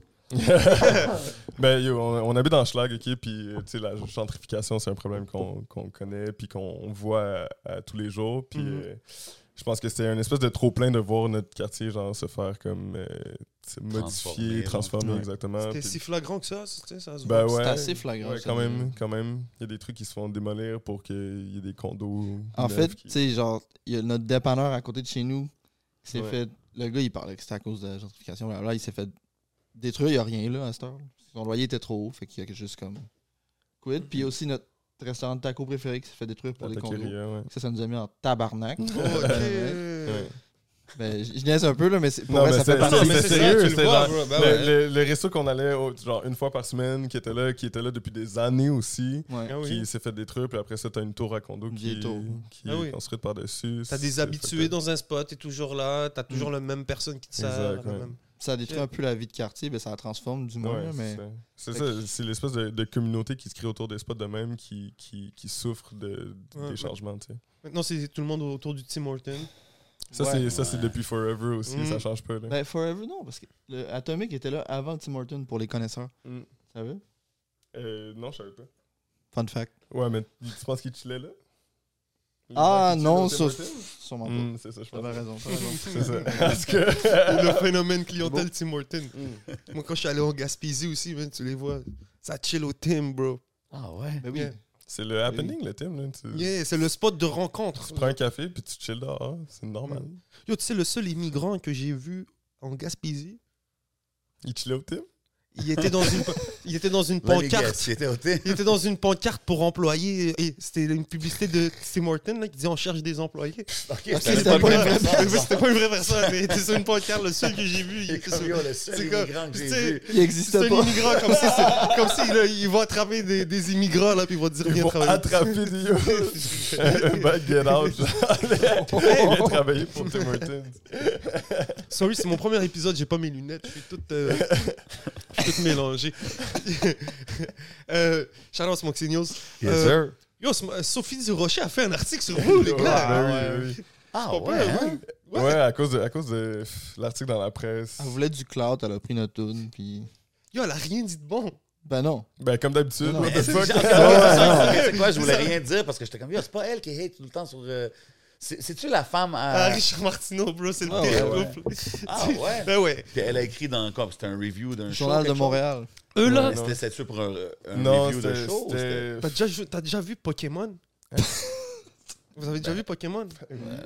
Speaker 3: Ben, yo, on, on habite dans Schlag, OK? Puis, euh, tu sais, la gentrification, c'est un problème qu'on qu'on connaît puis qu'on voit à, à tous les jours. Puis,
Speaker 5: Mhm.
Speaker 3: euh, je pense que c'était une espèce de trop-plein de voir notre quartier, genre, se faire comme... euh, tu sais, modifier,
Speaker 2: Transformer,
Speaker 3: transformer,
Speaker 2: genre.
Speaker 3: exactement.
Speaker 5: C'était
Speaker 3: Puis-
Speaker 5: si flagrant que ça, c'était ça se
Speaker 3: Ben
Speaker 5: voit.
Speaker 3: ouais.
Speaker 4: C'est assez flagrant.
Speaker 3: Ouais,
Speaker 4: ça,
Speaker 3: quand
Speaker 4: de-
Speaker 3: même, quand même. Il y a des trucs qui se font démolir pour qu'il y ait des condos.
Speaker 4: En
Speaker 3: neufs
Speaker 4: fait,
Speaker 3: qui-
Speaker 4: tu sais, genre, il y a notre dépanneur à côté de chez nous qui s'est
Speaker 3: Ouais.
Speaker 4: fait. Le gars, il parlait que c'était à cause de la gentrification. Là, il s'est fait détruire, il n'y a rien là à cette heure. Son loyer était trop haut, fait qu'il y a juste comme. Quid. Puis il y a aussi notre restaurant de tacos préféré qui s'est fait détruire pour
Speaker 3: la
Speaker 4: les condos.
Speaker 3: taqueria, ouais.
Speaker 4: Ça, ça nous a mis en tabarnak.
Speaker 3: Ouais.
Speaker 4: [laughs] ben, je je niaise un peu, là, mais c'est- pour
Speaker 3: Non,
Speaker 4: vrai,
Speaker 3: mais
Speaker 4: ça fait
Speaker 3: c'est-
Speaker 4: partie.
Speaker 3: c'est-
Speaker 5: Non, mais
Speaker 3: c'est
Speaker 5: c'est
Speaker 3: sérieux,
Speaker 5: ça, tu le
Speaker 3: c'est
Speaker 5: vois,
Speaker 3: genre
Speaker 5: bro. Ben
Speaker 3: le,
Speaker 5: ouais.
Speaker 3: le- le resto qu'on allait au- genre une fois par semaine, qui était là, qui était là depuis des années aussi,
Speaker 4: Ouais.
Speaker 5: Ah oui.
Speaker 3: qui s'est fait détruire, puis après ça, t'as une tour à condo
Speaker 4: Une
Speaker 3: qui,
Speaker 4: vieille tour.
Speaker 3: qui
Speaker 5: Ah oui.
Speaker 3: est construite par-dessus.
Speaker 5: T'as des
Speaker 3: C'est
Speaker 5: habitués
Speaker 3: fucked up.
Speaker 5: dans un spot, t'es toujours là, t'as toujours la même personne qui te sert.
Speaker 3: Exact,
Speaker 5: la
Speaker 3: ouais.
Speaker 5: même-
Speaker 4: Ça détruit un peu la vie de quartier, mais ça la transforme du moins.
Speaker 3: Ouais,
Speaker 4: là, mais...
Speaker 3: c'est ça. C'est
Speaker 4: Fait
Speaker 3: ça,
Speaker 4: que-
Speaker 3: c'est l'espèce de, de communauté qui se crée autour des spots de même qui, qui, qui souffre de,
Speaker 5: Ouais, ouais.
Speaker 3: des changements, tu sais.
Speaker 5: Maintenant, c'est tout le monde autour du Tim Horton.
Speaker 3: Ça,
Speaker 4: Ouais.
Speaker 3: c'est- ça, c'est depuis Forever aussi,
Speaker 5: Mm.
Speaker 3: ça change pas, là.
Speaker 4: Ben, Forever, non, parce que le Atomic était là avant Tim Horton pour les connaisseurs.
Speaker 3: Mm.
Speaker 4: Ça veut?
Speaker 3: Euh, non, je savais pas.
Speaker 4: Fun fact.
Speaker 3: Ouais, mais tu penses qu'il chillait là? Les gens
Speaker 4: Ah
Speaker 3: qui chillent
Speaker 4: non,
Speaker 3: au
Speaker 4: sauf.
Speaker 3: Tim Hortons?
Speaker 4: Sûrement pas.
Speaker 3: Mm, c'est ça, je
Speaker 4: T'avais
Speaker 3: pense.
Speaker 4: raison, t'avais raison.
Speaker 3: C'est ça. [laughs] Parce que...
Speaker 5: le phénomène clientèle Tim Horton. Moi, quand je suis allé en Gaspésie aussi, man, tu les vois. Ça chill au Tim, bro.
Speaker 2: Ah ouais?
Speaker 4: Ben oui.
Speaker 5: Yeah.
Speaker 3: C'est le happening, le thème, là. Tu,
Speaker 5: Yeah, c'est le spot de rencontre.
Speaker 3: tu prends un café, puis tu chill dehors. C'est normal.
Speaker 5: Yo, tu sais, le seul immigrant que j'ai vu en Gaspésie,
Speaker 3: Il chillait au thème?
Speaker 5: il était dans une, [laughs] il était dans une
Speaker 2: Là, les
Speaker 5: pancarte.
Speaker 2: guests, ils étaient au thé.
Speaker 5: Il était dans une pancarte pour employés. Et c'était une publicité de Tim Horton là, qui disait on cherche des employés.
Speaker 2: Ok,
Speaker 4: c'était
Speaker 2: c'était
Speaker 4: pas
Speaker 2: pas
Speaker 4: une
Speaker 2: le
Speaker 4: vraie
Speaker 2: même
Speaker 5: Mais
Speaker 2: [laughs]
Speaker 5: [laughs]
Speaker 2: personne.
Speaker 5: C'était pas une vraie personne, mais il était sur une pancarte, le seul que j'ai vu. Il
Speaker 2: C'est
Speaker 5: était sur-
Speaker 2: comme, yo, le seul
Speaker 5: C'est comme-
Speaker 2: immigrant que j'ai
Speaker 5: tu sais,
Speaker 2: vu.
Speaker 4: Il
Speaker 5: C'est un
Speaker 4: existait pas.
Speaker 5: immigrant, comme si, c'est- comme si là, ils vont attraper des, des immigrants, là, puis ils vont dire
Speaker 3: Ils
Speaker 5: viens
Speaker 3: vont
Speaker 5: travailler.
Speaker 3: attraper des yo.
Speaker 5: [laughs]
Speaker 3: [laughs] Un bad get out, genre. Il a travaillé pour Tim Hortons.
Speaker 5: Sorry, c'est mon premier épisode, j'ai pas mes lunettes, je suis tout,
Speaker 2: [laughs]
Speaker 5: euh, je suis tout mélangé. [laughs] euh, Charles Moxignos.
Speaker 2: Yes, sir.
Speaker 5: Yo, Sm- Sophie Durocher a fait un article sur vous, les gars.
Speaker 3: Ah, ben oui, oui.
Speaker 2: Ah,
Speaker 5: Ton
Speaker 2: ouais,
Speaker 5: père,
Speaker 2: hein?
Speaker 5: oui.
Speaker 3: Ouais, à cause de, à cause de pff, l'article dans la presse.
Speaker 4: Elle voulait du clout, elle a pris notre tune, puis.
Speaker 5: Yo, elle a rien dit de bon.
Speaker 4: Ben non.
Speaker 3: Ben, comme d'habitude.
Speaker 4: Non,
Speaker 3: what
Speaker 2: Mais [laughs]
Speaker 3: the
Speaker 2: c'est
Speaker 3: fuck?
Speaker 2: genre- [laughs] c'est c'est quoi, je voulais rien dire parce que j'étais comme, Yo, c'est pas elle qui hate tout le temps sur. euh, c'est- C'est-tu la femme
Speaker 5: Ah,
Speaker 2: à.
Speaker 5: Richard Martineau, bro, [laughs] c'est le
Speaker 4: Ah,
Speaker 5: pire
Speaker 2: ouais, ouais.
Speaker 5: couple.
Speaker 2: Ah ouais?
Speaker 5: Ben ouais.
Speaker 2: Puis elle a écrit dans comme c'était un review d'un show.
Speaker 4: Journal de
Speaker 2: quelque
Speaker 4: Montréal.
Speaker 5: Eux,
Speaker 2: chose.
Speaker 5: là.
Speaker 2: Ouais, C'était c'était-tu pour un, un
Speaker 3: Non,
Speaker 2: review de
Speaker 3: c'était-
Speaker 2: show. ou c'était-
Speaker 3: c'était.
Speaker 5: T'as déjà, joué- t'as déjà vu Pokémon [laughs] Vous avez déjà vu Pokémon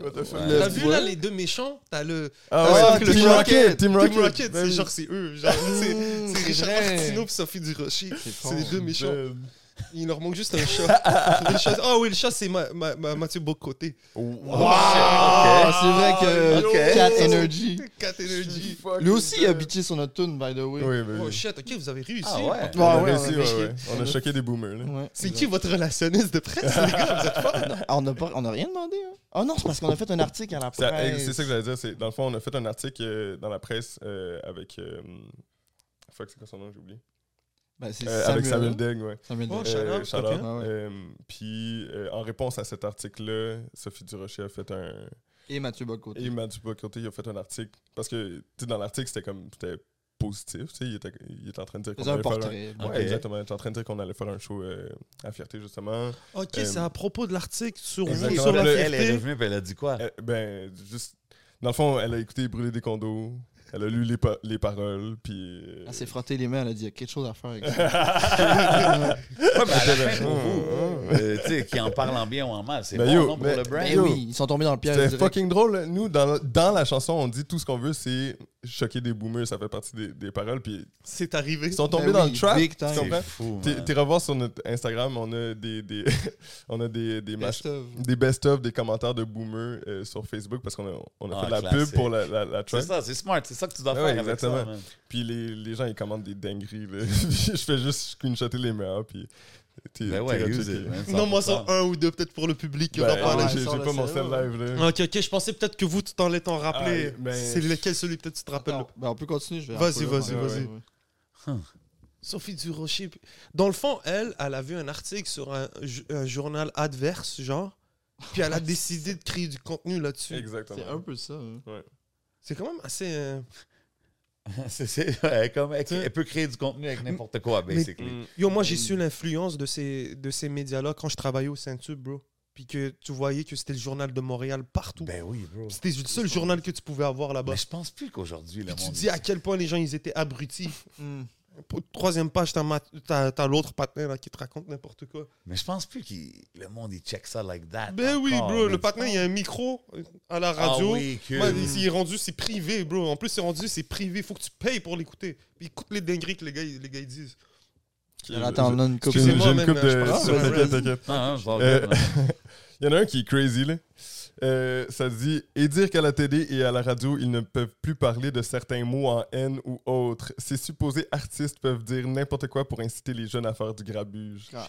Speaker 3: What the fuck?
Speaker 4: Le-
Speaker 5: T'as vu, là, les deux méchants T'as le.
Speaker 3: Euh, Ah
Speaker 5: Ah,
Speaker 3: ouais,
Speaker 5: le
Speaker 3: Team
Speaker 5: Rocket,
Speaker 3: Rocket! Team
Speaker 5: Team
Speaker 3: Rocket!
Speaker 5: Rocket,
Speaker 3: Ben
Speaker 5: c'est
Speaker 3: oui.
Speaker 5: genre, c'est eux. Genre, c'est
Speaker 4: Mmh,
Speaker 5: c'est Richard
Speaker 4: vrai.
Speaker 5: Martineau et Sophie Durocher. C'est les deux méchants.
Speaker 3: Dead.
Speaker 5: Il leur manque juste un chat. Ah oui, le chat, c'est ma, ma, ma- Mathieu Bocoté.
Speaker 4: Ah, c'est vrai que
Speaker 2: Ok.
Speaker 4: Cat Energy.
Speaker 5: Cat Energy.
Speaker 4: Lui aussi, il a bitché sur notre tune, by the way.
Speaker 3: Oui, ben
Speaker 5: Oh
Speaker 3: oui.
Speaker 5: shit, ok, vous avez réussi.
Speaker 2: Ah ouais?
Speaker 3: On a
Speaker 4: ouais,
Speaker 3: réussi,
Speaker 4: on
Speaker 3: ouais,
Speaker 4: a réussi.
Speaker 3: ouais. On a choqué des boomers. là.
Speaker 4: Ouais.
Speaker 5: C'est qui votre relationniste de presse, les gars Vous êtes forts.
Speaker 4: Ah, on n'a pas- on n'a rien demandé. Hein. Ah non, c'est parce qu'on a fait un article à la
Speaker 3: Ça- eh,
Speaker 4: presse.
Speaker 3: C'est ça que j'allais dire. c'est- Dans le fond, on a fait un article euh, dans la presse euh, avec. euh, Fuck, c'est quoi son nom, j'ai oublié.
Speaker 4: Ben, c'est
Speaker 3: Euh,
Speaker 4: Samuel.
Speaker 3: avec Samuel Deng, ouais.
Speaker 4: Samuel
Speaker 5: Oh,
Speaker 4: Deng.
Speaker 5: shit. Shout out,
Speaker 3: shout
Speaker 5: ok.
Speaker 3: out.
Speaker 4: Ah ouais.
Speaker 3: Euh, Puis, euh, en réponse à cet article-là, Sophie Durocher a fait un.
Speaker 4: Et Mathieu Bocoté.
Speaker 3: Et Mathieu Bocoté, il a fait un article. Parce que, tu sais, dans l'article, c'était comme. C'était positif, tu sais. Il était, il était en train de dire qu'on
Speaker 4: C'est un
Speaker 3: allait faire un.
Speaker 4: portrait.
Speaker 3: Ouais,
Speaker 2: Ok.
Speaker 3: exactement. Il était en train de dire qu'on allait faire un show euh, à Fierté, justement.
Speaker 5: Ok,
Speaker 3: Euh,
Speaker 5: c'est à propos de l'article sur vous,
Speaker 3: Exactement.
Speaker 5: sur la
Speaker 3: Le-
Speaker 2: Elle est
Speaker 5: fierté.
Speaker 2: revenue et elle a dit quoi?
Speaker 3: Euh, ben, juste. Dans le fond, elle a écouté Brûler des condos. Elle a lu les, pa- les paroles, puis. euh, [laughs]
Speaker 4: Elle s'est frottée les mains, elle a dit il y a quelque chose à faire avec ça.
Speaker 2: Ouais, mais à la
Speaker 5: ben,
Speaker 2: fin, pour vous, euh, tu sais, qui en parle en bien ou en mal, c'est
Speaker 3: Ben
Speaker 2: bon non,
Speaker 3: yo,
Speaker 2: pour
Speaker 3: ben-
Speaker 2: le brand.
Speaker 4: Ben
Speaker 3: Yo,
Speaker 4: oui, ils sont tombés dans le piège.
Speaker 3: C'était
Speaker 4: direct.
Speaker 3: fucking drôle. Nous, dans, la- dans la chanson, on dit tout ce qu'on veut, c'est choquer des boomers. Ça fait partie des, des paroles. Puis
Speaker 5: C'est arrivé.
Speaker 3: ils sont
Speaker 4: Ben
Speaker 3: tombés dans
Speaker 4: oui,
Speaker 3: le trap.
Speaker 4: big
Speaker 3: Tu
Speaker 4: time.
Speaker 3: comprends?
Speaker 2: C'est fou,
Speaker 3: T'es
Speaker 2: man.
Speaker 3: t'es revoir sur notre Instagram, on a des, des, [laughs] on a des, des matchs-
Speaker 4: Best of.
Speaker 3: Des best-of, des commentaires de boomers euh, sur Facebook parce qu'on a, on a
Speaker 2: Ah,
Speaker 3: fait de la
Speaker 2: classique.
Speaker 3: pub pour la, la, la
Speaker 5: hein?
Speaker 2: C'est
Speaker 3: track.
Speaker 2: ça, c'est smart, c'est ça que tu dois
Speaker 5: Ben
Speaker 3: Ouais,
Speaker 2: faire avec ça.
Speaker 3: exactement.
Speaker 2: man.
Speaker 3: Puis les, les gens, ils commandent des dingueries. là. [laughs] Puis je fais juste screenshotter les meilleurs. Puis t'es-
Speaker 2: Ben
Speaker 3: t'es
Speaker 2: ouais,
Speaker 3: rechecké.
Speaker 2: use it, man,
Speaker 5: Non, moi,
Speaker 2: 100%.
Speaker 5: c'est un ou deux, peut-être pour le public.
Speaker 3: Ben,
Speaker 5: on en parle.
Speaker 4: ouais,
Speaker 3: j'ai j'ai
Speaker 4: sors le
Speaker 3: pas mon cell
Speaker 4: cellulaire.
Speaker 3: live. là.
Speaker 5: Ok, ok, je pensais peut-être que vous, tu t'en l'es t'en rappelé.
Speaker 3: Ah, ben-
Speaker 5: C'est lequel celui, peut-être, tu te rappelles le
Speaker 4: Attends, ben, on peut continuer, je vais.
Speaker 5: Vas-y,
Speaker 4: un peu,
Speaker 5: vas-y,
Speaker 4: là,
Speaker 5: vas-y.
Speaker 4: ouais, ouais.
Speaker 5: Sophie Durocher. Dans le fond, elle, elle a vu un article sur un, ju- un journal adverse, genre,
Speaker 2: [laughs]
Speaker 5: puis elle a décidé de créer du contenu là-dessus.
Speaker 3: Exactement. Mm.
Speaker 4: C'est un peu ça. hein.
Speaker 5: C'est quand même assez. euh,
Speaker 2: [laughs] C'est- c'est- ouais, comme, elle, elle peut créer du contenu avec n'importe quoi, basically.
Speaker 3: Mm.
Speaker 5: Yo, moi, j'ai su l'influence de ces, de ces médias-là quand je travaillais au Saint-Tube, bro. Puis que tu voyais que c'était le journal de Montréal partout.
Speaker 2: Ben oui, bro.
Speaker 5: c'était le seul journal que tu pouvais avoir là-bas.
Speaker 2: Mais je pense plus qu'aujourd'hui, le
Speaker 5: Puis tu
Speaker 2: monde.
Speaker 5: dis à quel point les gens, ils étaient abrutis.
Speaker 4: Hmm.
Speaker 5: Pour- Troisième page, t'as ma- t'as t'as l'autre patin là, qui te raconte n'importe quoi.
Speaker 2: Mais je pense plus que le monde, il check ça like that.
Speaker 5: Ben oui,
Speaker 2: encore,
Speaker 5: bro,
Speaker 2: Ah, mais-
Speaker 5: le patin, il y a un micro euh, à la
Speaker 2: Ah
Speaker 5: radio.
Speaker 2: oui, que-
Speaker 5: Moi, il est rendu, c'est privé, bro. En plus, c'est rendu, c'est privé. Faut que tu payes pour l'écouter. Puis Écoute les dingueries que les gars, les gars ils disent.
Speaker 4: Elle attend là une coupe.
Speaker 3: J'ai une
Speaker 5: Excusez-moi,
Speaker 3: coupe
Speaker 5: même,
Speaker 3: de.
Speaker 5: je pense que c'est
Speaker 3: T'inquiète,
Speaker 5: vrai.
Speaker 3: t'inquiète.
Speaker 2: Non, non, je vois
Speaker 3: Euh,
Speaker 2: bien, [laughs] non.
Speaker 3: Il y en a un qui est crazy, là. Euh, ça dit Et dire qu'à la télé et à la radio, ils ne peuvent plus parler de certains mots en haine ou autres. Ces supposés artistes peuvent dire n'importe quoi pour inciter les jeunes à faire du grabuge.
Speaker 4: Ah.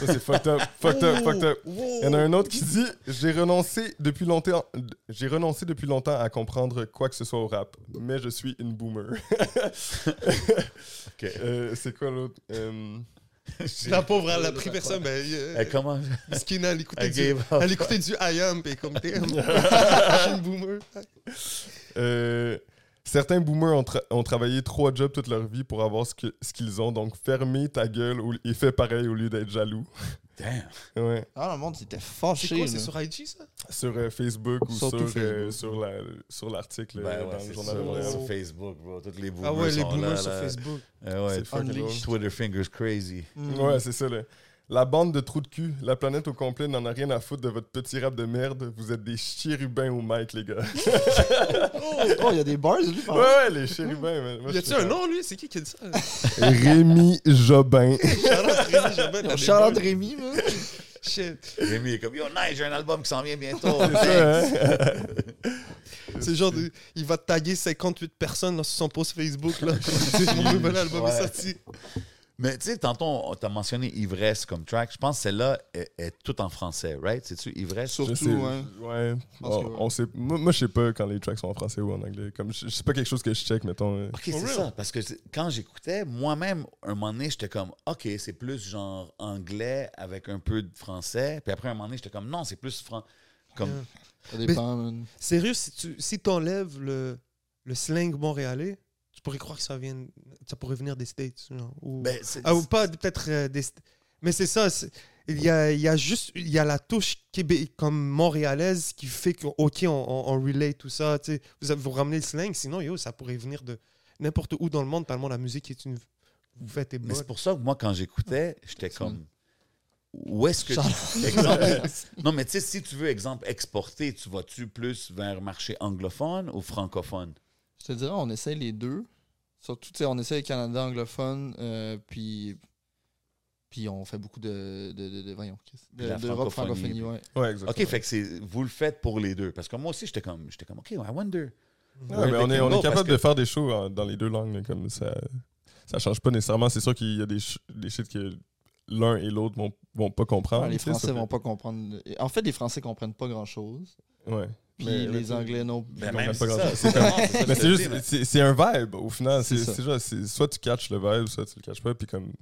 Speaker 3: Ça, c'est fucked up, fucked up, fucked up.
Speaker 5: Wow.
Speaker 3: Il y en a un autre qui dit J'ai renoncé depuis longtemps. J'ai renoncé depuis longtemps à comprendre quoi que ce soit au rap, mais je suis une boomer. Euh, c'est quoi l'autre [laughs] Euh,
Speaker 5: La pauvre, elle a pris personne. Ben, euh,
Speaker 2: Euh, Comment.
Speaker 5: Skinner, elle
Speaker 2: [laughs]
Speaker 5: écoutait
Speaker 2: Elle
Speaker 5: du,
Speaker 2: gave up.
Speaker 5: elle écoutait du I am, puis comme t'es. Je suis une boomer.
Speaker 3: Euh, certains boomers ont, tra- ont travaillé trois jobs toute leur vie pour avoir ce que- ce qu'ils ont, donc fermez ta gueule au- et fais pareil au lieu d'être jaloux.
Speaker 2: Damn.
Speaker 3: Ouais.
Speaker 4: Ah, le monde c'était
Speaker 5: C'est
Speaker 4: fâché.
Speaker 5: quoi,
Speaker 4: là.
Speaker 5: c'est sur IG ça
Speaker 3: Sur euh, Facebook ou sur,
Speaker 4: Surtout
Speaker 3: euh,
Speaker 4: Facebook.
Speaker 3: sur la- sur l'article euh,
Speaker 2: Ben ouais,
Speaker 3: dans le
Speaker 2: c'est
Speaker 3: journal de
Speaker 2: sûr,
Speaker 3: Montréal.
Speaker 2: sur Facebook, bro. Toutes les boomers.
Speaker 5: Ah ouais, les
Speaker 2: sont là,
Speaker 5: boomers sur
Speaker 2: là.
Speaker 5: Facebook.
Speaker 2: Euh, ouais,
Speaker 3: C'est fucking
Speaker 2: Twitter
Speaker 3: drôle.
Speaker 2: Twitter fingers crazy.
Speaker 4: Hmm.
Speaker 3: Ouais, c'est ça. là. La bande de trous de cul, la planète au complet n'en a rien à foutre de votre petit rap de merde. Vous êtes des chérubins au mic, les gars.
Speaker 4: Oh, il y a des bars, lui, par
Speaker 3: ouais, ouais, les chérubins. man. Moi,
Speaker 5: Y
Speaker 3: je
Speaker 5: a-tu
Speaker 3: suis-
Speaker 5: un nom, lui C'est qui qui a dit
Speaker 2: [laughs]
Speaker 5: ça
Speaker 3: Rémi Jobin.
Speaker 5: Charlotte Rémi, j'appelle, elle est
Speaker 4: Charlotte
Speaker 5: bonne.
Speaker 4: Rémy, man.
Speaker 5: Shit.
Speaker 2: Rémi est comme Yo, nice, j'ai un album qui s'en vient bientôt.
Speaker 3: [laughs] C'est ça, hein?
Speaker 5: C'est genre, de- il va taguer 58 personnes là, sur son post
Speaker 2: [laughs]
Speaker 5: Facebook. Là. C'est mon nouvel album est
Speaker 2: Ouais.
Speaker 5: sorti.
Speaker 2: Mais tu sais, tantôt, on- t'as mentionné Ivresse comme track. Je pense que celle-là est, est tout en français, right? C'est-tu Ivresse?
Speaker 3: Je
Speaker 4: Surtout,
Speaker 3: sais-
Speaker 4: ouais.
Speaker 3: ouais.
Speaker 4: pense
Speaker 3: On-
Speaker 4: que ouais.
Speaker 3: on sait, moi, moi, je sais pas quand les tracks sont en français ou en anglais. Comme, je- c'est pas quelque chose que je check, mettons. euh.
Speaker 2: Ok, c'est ça. Parce que c'est- quand j'écoutais, moi-même, un moment donné, j'étais comme, OK, c'est plus genre anglais avec un peu de français. Puis après, un moment donné, j'étais comme, non, c'est plus fran- Comme,
Speaker 4: Ça dépend, man.
Speaker 5: Sérieux, si tu si t'enlèves le, le slang montréalais, tu pourrais croire que ça, vient, ça pourrait venir des States. genre, ou,
Speaker 2: ben, c'est-
Speaker 5: Ah, ou pas, peut-être euh, des. St- Mais c'est ça, c'est- il y a, il y a juste il y a la touche québé, comme montréalaise qui fait que, OK, on, on, on relay tout ça. tu sais. Vous, vous ramenez le slang, sinon, yo, ça pourrait venir de n'importe où dans le monde, tellement la musique est une. Vous faites et
Speaker 2: mais
Speaker 5: bonne.
Speaker 2: c'est pour ça que moi, quand j'écoutais, j'étais comme. Où est-ce que.
Speaker 4: Charles-
Speaker 2: Exemple- non, mais tu sais, si tu veux, exemple, exporter, tu vas-tu plus vers marché anglophone ou francophone?
Speaker 4: Je te dirais, on essaie les deux. Surtout, tu sais, on essaie le Canada anglophone, euh, puis. Puis on fait beaucoup de. de, de, de voyons, qu'est-ce- de-
Speaker 2: La
Speaker 4: d'Europe
Speaker 2: francophonie,
Speaker 4: francophonie, ouais.
Speaker 3: Ouais, exactement.
Speaker 2: OK, fait que c'est, vous le faites pour les deux. Parce que moi aussi, j'étais comme, j'étais comme OK, I wonder.
Speaker 3: Ouais,
Speaker 2: Ouais,
Speaker 3: mais on
Speaker 2: they
Speaker 3: est,
Speaker 2: can
Speaker 3: on
Speaker 2: go, parce
Speaker 3: est capable
Speaker 2: que-
Speaker 3: de faire des shows en- dans les deux langues, là, comme ça. Ça change pas nécessairement. C'est sûr qu'il y a des, ch- des shit que l'un et l'autre vont, vont pas comprendre.
Speaker 4: Ouais, les
Speaker 3: tu sais,
Speaker 4: Français
Speaker 3: sauf
Speaker 4: vont
Speaker 3: que-
Speaker 4: pas comprendre. le- En fait, les Français comprennent pas grand-chose.
Speaker 3: Ouais.
Speaker 4: Puis
Speaker 3: Mais- mais
Speaker 4: les
Speaker 3: tu-
Speaker 4: Anglais non
Speaker 2: Ben,
Speaker 3: comprends
Speaker 2: même
Speaker 3: pas
Speaker 2: c'est
Speaker 3: grand-chose.
Speaker 2: ça,
Speaker 3: C'est
Speaker 2: c'est
Speaker 3: comme-
Speaker 2: vraiment- ça que je
Speaker 3: Mais c'est
Speaker 2: te
Speaker 3: juste,
Speaker 2: dis, mais-
Speaker 3: c'est- c'est un vibe au final. C'est
Speaker 4: C'est ça.
Speaker 3: c'est genre, c'est- soit tu catches le vibe, soit tu le catches pas. Puis comme,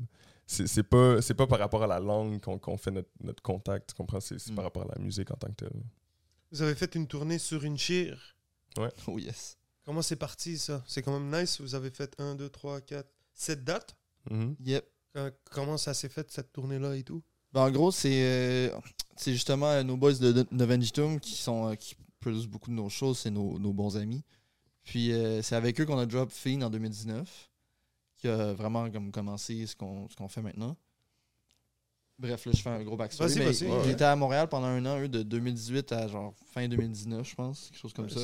Speaker 3: c'est c'est pas, c'est pas par rapport à la langue qu'on qu'on fait notre, notre contact, tu comprends? C'est c'est
Speaker 4: Mm.
Speaker 3: par rapport à la musique en tant que telle.
Speaker 5: Vous avez fait une tournée sur une cheer.
Speaker 4: [laughs] Oh yes.
Speaker 5: Comment c'est parti, ça C'est quand même nice. Vous avez fait 1, 2, 3, 4, 7 dates.
Speaker 3: Mhm.
Speaker 4: Yep.
Speaker 5: Euh, Comment ça s'est fait, cette tournée-là et tout
Speaker 4: Ben, en gros, c'est euh, c'est justement euh, nos boys de, de Novengitum qui sont euh, qui produisent beaucoup de nos choses, c'est nos, nos bons amis. Puis euh, c'est avec eux qu'on a drop Fiend en 2019, qui a vraiment comme commencé ce qu'on ce qu'on fait maintenant. Bref, là, je fais un gros backstory.
Speaker 5: Vas-y,
Speaker 4: mais
Speaker 5: vas-y.
Speaker 4: Ils
Speaker 5: Ouais.
Speaker 4: étaient à Montréal pendant un an, eux, de 2018 à genre fin 2019, je pense, quelque chose comme ça.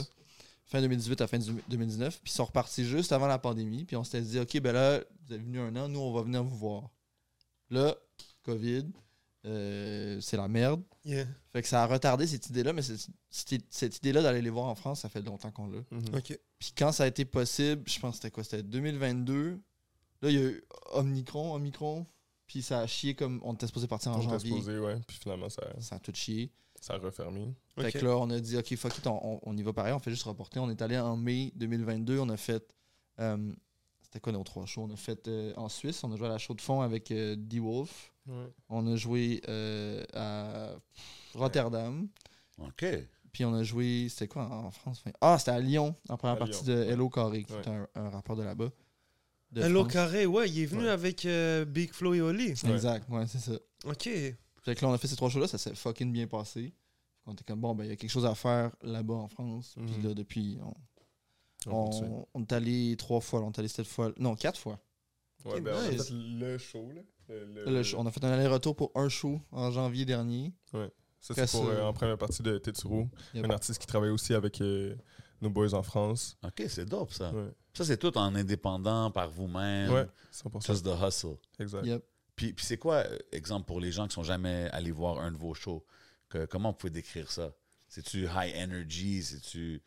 Speaker 4: Fin 2018 à fin du- 2019. Puis ils sont repartis juste avant la pandémie. Puis on s'était dit, OK, ben là, vous êtes venus un an, nous, on va venir vous voir. Là, COVID, euh, c'est la merde.
Speaker 5: Yeah.
Speaker 4: Fait que ça a retardé cette idée-là, mais cette, cette- cette idée-là d'aller les voir en France, ça fait longtemps qu'on l'a.
Speaker 5: OK.
Speaker 4: Puis quand ça a été possible, je pense que c'était quoi C'était 2022. Là, il y a eu Omnicron, Omicron. Puis ça a chié comme on était supposé partir en
Speaker 3: On était
Speaker 4: janvier.
Speaker 3: supposé, ouais. Puis finalement, ça,
Speaker 4: Ça a tout chié.
Speaker 3: ça a refermé.
Speaker 4: Fait que là, on a dit, OK, fuck it, on, on- on y va pareil, on fait juste reporter. On est allé en mai 2022, on a fait. euh, c'était quoi nos trois shows On a fait euh, en Suisse, on a joué à la show de fond avec euh, D-Wolf. On a joué euh, à Rotterdam.
Speaker 2: OK.
Speaker 4: Puis on a joué, c'était quoi en en France Enfin, Ah, c'était à Lyon, en première
Speaker 3: À
Speaker 4: partie
Speaker 3: Lyon,
Speaker 4: de
Speaker 3: ouais.
Speaker 4: Hello Carré, qui
Speaker 3: Ouais.
Speaker 4: est un, un rappeur de là-bas. de
Speaker 5: Hello
Speaker 4: France.
Speaker 5: Carré, ouais, il est venu avec euh, Big Flo et Oli.
Speaker 3: Ouais.
Speaker 4: Exact, ouais, c'est ça.
Speaker 5: Ok.
Speaker 4: Fait que là, on a fait ces trois shows-là, ça s'est fucking bien passé. On était comme, bon, ben, il y a quelque chose à faire là-bas en France. Puis
Speaker 3: Mhm.
Speaker 4: là, depuis, on,
Speaker 3: On
Speaker 4: on,
Speaker 3: continue.
Speaker 4: on est allé trois fois, là, on est allé sept fois, non, quatre fois.
Speaker 3: Ouais,
Speaker 5: Ok,
Speaker 3: ben, on a
Speaker 5: nice.
Speaker 3: fait le show, là. Le- le-
Speaker 4: Là, on a fait un aller-retour pour un show en janvier dernier.
Speaker 3: Ça, c'est pour
Speaker 4: Casse-
Speaker 3: euh, en première partie de Tetsuro,
Speaker 4: Yep.
Speaker 3: un artiste qui travaille aussi avec euh, nos boys en France.
Speaker 2: OK, c'est dope, ça.
Speaker 3: Ouais,
Speaker 2: Ça, c'est tout en indépendant, par vous-même.
Speaker 3: Ouais, 100%.
Speaker 2: Just the hustle.
Speaker 3: Exact.
Speaker 4: Yep.
Speaker 2: Puis, puis c'est quoi, euh, exemple, pour les gens qui sont jamais allés voir un de vos shows, que, comment vous pouvez décrire ça? C'est-tu high energy? C'est-tu...